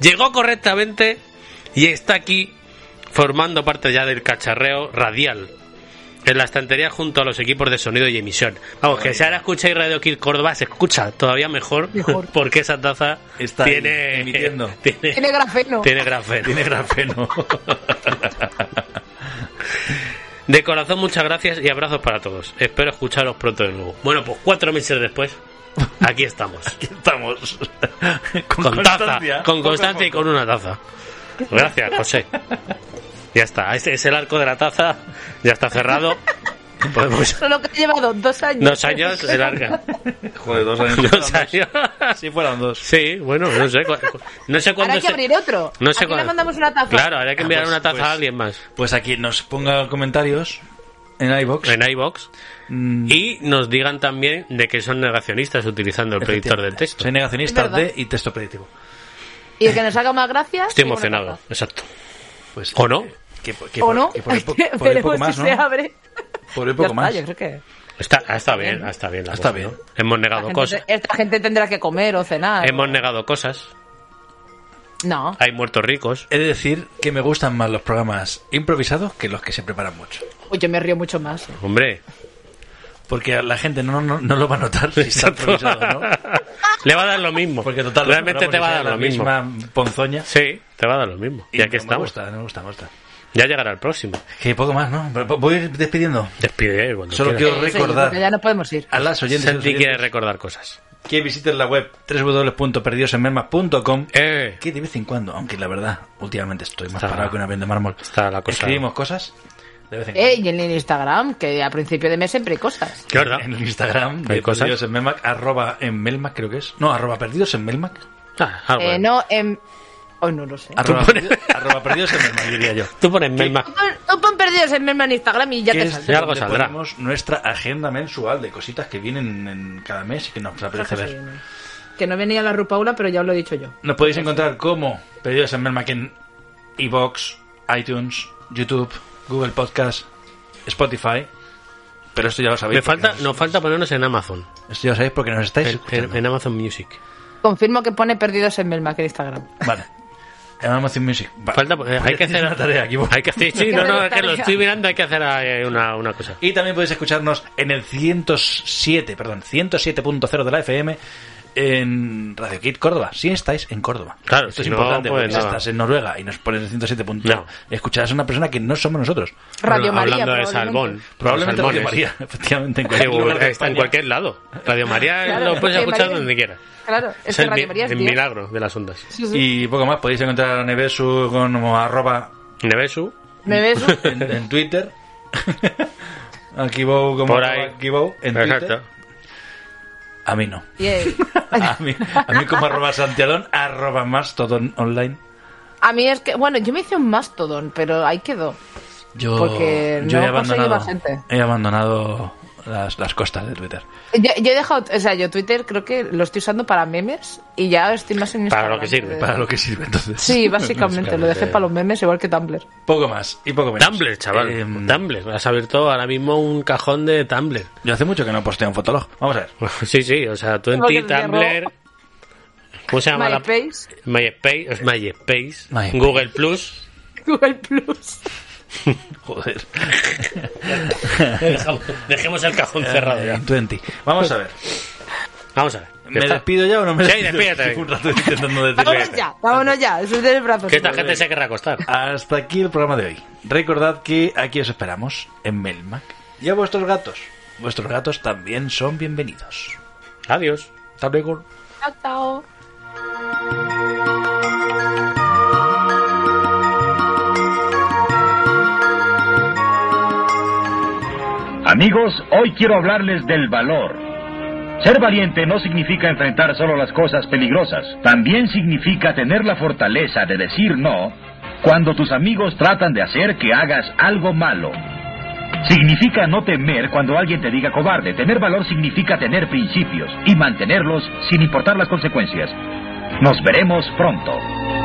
Speaker 6: Llegó correctamente y está aquí formando parte ya del cacharreo radial. En la estantería junto a los equipos de sonido y emisión. Vamos, que si ahora escucháis Radio Kill Córdoba, se escucha todavía mejor,
Speaker 7: Mejor.
Speaker 6: porque esa taza
Speaker 8: Está
Speaker 6: tiene,
Speaker 8: emitiendo.
Speaker 6: tiene,
Speaker 7: Tiene grafeno.
Speaker 6: tiene grafeno.
Speaker 8: Tiene grafeno.
Speaker 6: De corazón, muchas gracias y abrazos para todos. Espero escucharos pronto de nuevo. Bueno, pues cuatro meses después, aquí estamos.
Speaker 8: Aquí estamos.
Speaker 6: con, taza, con constancia y con una taza. Gracias, José. Ya está, ese es el arco de la taza, ya está cerrado. Podemos.
Speaker 7: Solo que he llevado dos años.
Speaker 6: Dos años, el arco.
Speaker 8: Joder, dos años.
Speaker 6: Dos años.
Speaker 8: Si fueran dos.
Speaker 6: Sí, bueno, no sé. cu- cu- No sé
Speaker 7: Ahora
Speaker 6: cuándo
Speaker 7: hay que
Speaker 6: se-
Speaker 7: abrir otro.
Speaker 6: No sé
Speaker 7: Aquí le
Speaker 6: cuándo-
Speaker 7: mandamos una taza.
Speaker 6: Claro, habría que enviar
Speaker 8: pues-
Speaker 6: una taza
Speaker 8: pues-
Speaker 6: a alguien más.
Speaker 8: Pues a quien nos ponga comentarios en iBox.
Speaker 6: en iBox y nos digan también de que son negacionistas utilizando el predictor del texto.
Speaker 8: Soy negacionista
Speaker 7: Es verdad.
Speaker 8: de y texto predictivo.
Speaker 7: Y el que nos haga más gracias.
Speaker 6: Estoy
Speaker 7: sí, una
Speaker 6: emocionado,
Speaker 7: taza.
Speaker 6: exacto.
Speaker 8: Pues,
Speaker 6: ¿O no?
Speaker 8: Que, que- que
Speaker 7: O
Speaker 8: por-
Speaker 7: no.
Speaker 8: que por el po- por el
Speaker 7: Veremos
Speaker 8: poco más,
Speaker 7: si
Speaker 8: ¿no?
Speaker 7: se abre.
Speaker 5: Por el
Speaker 7: Ya
Speaker 5: poco
Speaker 7: está,
Speaker 5: más.
Speaker 7: yo creo que-
Speaker 6: Está, ah, está bien, está bien. la
Speaker 5: Está
Speaker 6: cosa,
Speaker 5: bien.
Speaker 6: ¿no? Hemos negado
Speaker 7: Entonces,
Speaker 6: cosas. Eh,
Speaker 7: esta gente tendrá que comer o cenar.
Speaker 6: Hemos negado cosas.
Speaker 7: No.
Speaker 6: Hay muertos ricos.
Speaker 5: He de decir que me gustan más los programas improvisados que los que se preparan mucho.
Speaker 7: Uy, yo me río mucho más. ¿eh?
Speaker 6: Hombre.
Speaker 5: Porque a la gente no, no, no lo va a notar si está
Speaker 6: Exacto.
Speaker 5: improvisado, ¿no?
Speaker 6: Le va a dar lo mismo. Porque
Speaker 5: total,
Speaker 6: Realmente
Speaker 5: vamos,
Speaker 6: te va a
Speaker 5: esa es
Speaker 6: dar lo
Speaker 5: la
Speaker 6: mismo.
Speaker 5: misma ponzoña.
Speaker 6: Sí, te va a dar lo mismo.
Speaker 5: Y
Speaker 6: ya que
Speaker 5: no Me
Speaker 6: estamos.
Speaker 5: gusta, no me gusta, me gusta.
Speaker 6: Ya llegará el próximo.
Speaker 5: Que poco más, ¿no? Pero Voy a ir despidiendo.
Speaker 6: Despide. cuando
Speaker 5: Solo
Speaker 6: quieras.
Speaker 5: quiero recordar
Speaker 7: ya no podemos ir.
Speaker 5: a las oyentes, y los
Speaker 6: Santi quiere
Speaker 5: oyentes
Speaker 6: recordar cosas.
Speaker 5: que visiten la web www.perdidosenmermas.com
Speaker 6: Eh.
Speaker 5: que de vez en cuando, aunque la verdad últimamente estoy más parado que una venda de mármol,
Speaker 6: está la cosa-
Speaker 5: escribimos cosas de vez en
Speaker 7: Eh, y en el Instagram, que a principio de mes siempre hay cosas.
Speaker 6: ¿Qué verdad?
Speaker 5: En el Instagram
Speaker 6: ¿Hay
Speaker 5: de
Speaker 6: cosas?
Speaker 5: Perdidos en Melmac, arroba en Melmac creo que es. No, arroba Perdidos en Melmac.
Speaker 6: Ah,
Speaker 7: Eh, no, em, oh, no lo sé.
Speaker 5: Arroba, arroba Perdidos en Melmac, diría yo.
Speaker 6: Tú pones Melmac.
Speaker 7: No pon perdidos en Melman Instagram y ya
Speaker 5: que
Speaker 7: te
Speaker 5: es
Speaker 7: saldrá.
Speaker 6: algo
Speaker 5: donde
Speaker 6: saldrá.
Speaker 5: ponemos nuestra agenda mensual de cositas que vienen en cada mes y que nos apetece ver.
Speaker 7: Que no venía la Rupaula, pero ya os lo he dicho yo.
Speaker 5: Nos podéis encontrar como Perdidos en Melmac en iBox, iTunes, YouTube, Google Podcast, Spotify. Pero esto ya lo sabéis.
Speaker 6: Me
Speaker 5: porque
Speaker 6: falta,
Speaker 5: nos-
Speaker 6: nos falta ponernos en Amazon.
Speaker 5: Esto ya lo sabéis porque nos estáis
Speaker 6: En- En,
Speaker 5: escuchando.
Speaker 6: en Amazon Music.
Speaker 7: Confirmo que pone perdidos en Melman en Instagram.
Speaker 5: Vale. En Amazon Music. Vale.
Speaker 6: Falta, eh, hay que
Speaker 5: Voy a
Speaker 6: hacer
Speaker 5: una tarea aquí.
Speaker 6: Hay que hacer, sí,
Speaker 7: Hay que
Speaker 6: no,
Speaker 7: hacer
Speaker 6: no,
Speaker 7: la
Speaker 6: es que lo
Speaker 7: tarea.
Speaker 6: estoy mirando, hay que hacer eh, una, una cosa.
Speaker 5: Y también podéis escucharnos en el 107, perdón, 107.0 de la FM en Radio Kit Córdoba. Si estáis en Córdoba.
Speaker 6: Claro,
Speaker 5: Esto
Speaker 6: si
Speaker 5: es
Speaker 6: no,
Speaker 5: importante
Speaker 6: pues
Speaker 5: porque si
Speaker 6: nada.
Speaker 5: estás en Noruega y nos pones el 107.0
Speaker 6: No.
Speaker 5: escucharás a una persona que no somos nosotros.
Speaker 7: Radio María,
Speaker 6: Hablando de
Speaker 7: probablemente.
Speaker 6: Salmón.
Speaker 5: Probablemente
Speaker 6: Los
Speaker 5: Radio
Speaker 6: salmones.
Speaker 5: María, efectivamente en
Speaker 6: Sí,
Speaker 5: cualquier lugar de
Speaker 6: está en
Speaker 5: España.
Speaker 6: cualquier lado. Radio María
Speaker 7: Claro,
Speaker 6: lo puedes
Speaker 7: Radio
Speaker 6: escuchar
Speaker 7: María.
Speaker 6: donde quieras.
Speaker 7: Claro, es que
Speaker 6: el, mi-
Speaker 7: Radio María es
Speaker 6: el
Speaker 7: Dios.
Speaker 6: milagro de las ondas.
Speaker 7: Sí, sí.
Speaker 5: Y poco más, podéis encontrar a Nevesu como arroba
Speaker 6: Nevesu,
Speaker 7: ¿Me ves?
Speaker 5: en, en Twitter. A Kibou como
Speaker 6: Por
Speaker 5: arroba
Speaker 6: ahí.
Speaker 5: Kibou en Twitter.
Speaker 6: Exacto.
Speaker 5: A mí no.
Speaker 7: Bien.
Speaker 5: A mí, a mí como arroba santialón, arroba más todo online.
Speaker 7: A mí es que, bueno, yo me hice un mastodon, pero ahí quedó.
Speaker 5: Yo,
Speaker 7: Porque
Speaker 5: yo
Speaker 7: no
Speaker 5: he abandonado,
Speaker 7: conseguí más gente.
Speaker 5: he abandonado las, las costas de Twitter.
Speaker 7: Yo, yo he dejado, o sea, yo Twitter creo que lo estoy usando para memes y ya estoy más en Instagram.
Speaker 6: Para lo que sirve,
Speaker 7: Eh,
Speaker 5: Para lo que sirve entonces.
Speaker 7: Sí, básicamente, lo dejé
Speaker 6: Básicamente.
Speaker 7: para los memes igual que Tumblr.
Speaker 5: Poco más y poco menos.
Speaker 6: Tumblr, chaval.
Speaker 5: Eh,
Speaker 6: Tumblr. Has abierto ahora mismo un cajón de Tumblr.
Speaker 5: Yo hace mucho que no posteo en Fotolog. Vamos a ver.
Speaker 6: Sí, sí, o sea, Twenty,
Speaker 7: Porque te
Speaker 6: Tumblr.
Speaker 7: robo.
Speaker 6: ¿Cómo se llama la.?
Speaker 7: MySpace,
Speaker 6: MySpace, es MySpace,
Speaker 5: MySpace.
Speaker 6: Google Plus.
Speaker 7: Google Plus.
Speaker 5: Joder.
Speaker 6: Dejemos el cajón cerrado ya.
Speaker 5: 20. Vamos a ver.
Speaker 6: Vamos a ver.
Speaker 5: Eh, ¿Me
Speaker 6: Está-
Speaker 5: despido ya o no me
Speaker 6: Sí,
Speaker 5: despido?
Speaker 6: despídete.
Speaker 5: Llevo Un rato intentando decirlo.
Speaker 7: Vámonos ya, vámonos ya, eso es el brazo.
Speaker 6: Que esta gente se querrá acostar.
Speaker 5: Hasta aquí el programa de hoy. Recordad que aquí os esperamos en Melmac. Y a vuestros gatos. Vuestros gatos también son bienvenidos.
Speaker 6: Adiós.
Speaker 5: Hasta luego.
Speaker 7: Chao, chao.
Speaker 13: Amigos, hoy quiero hablarles del valor. Ser valiente no significa enfrentar solo las cosas peligrosas, también significa tener la fortaleza de decir no cuando tus amigos tratan de hacer que hagas algo malo. Significa no temer cuando alguien te diga cobarde. Tener valor significa tener principios y mantenerlos sin importar las consecuencias. Nos veremos pronto.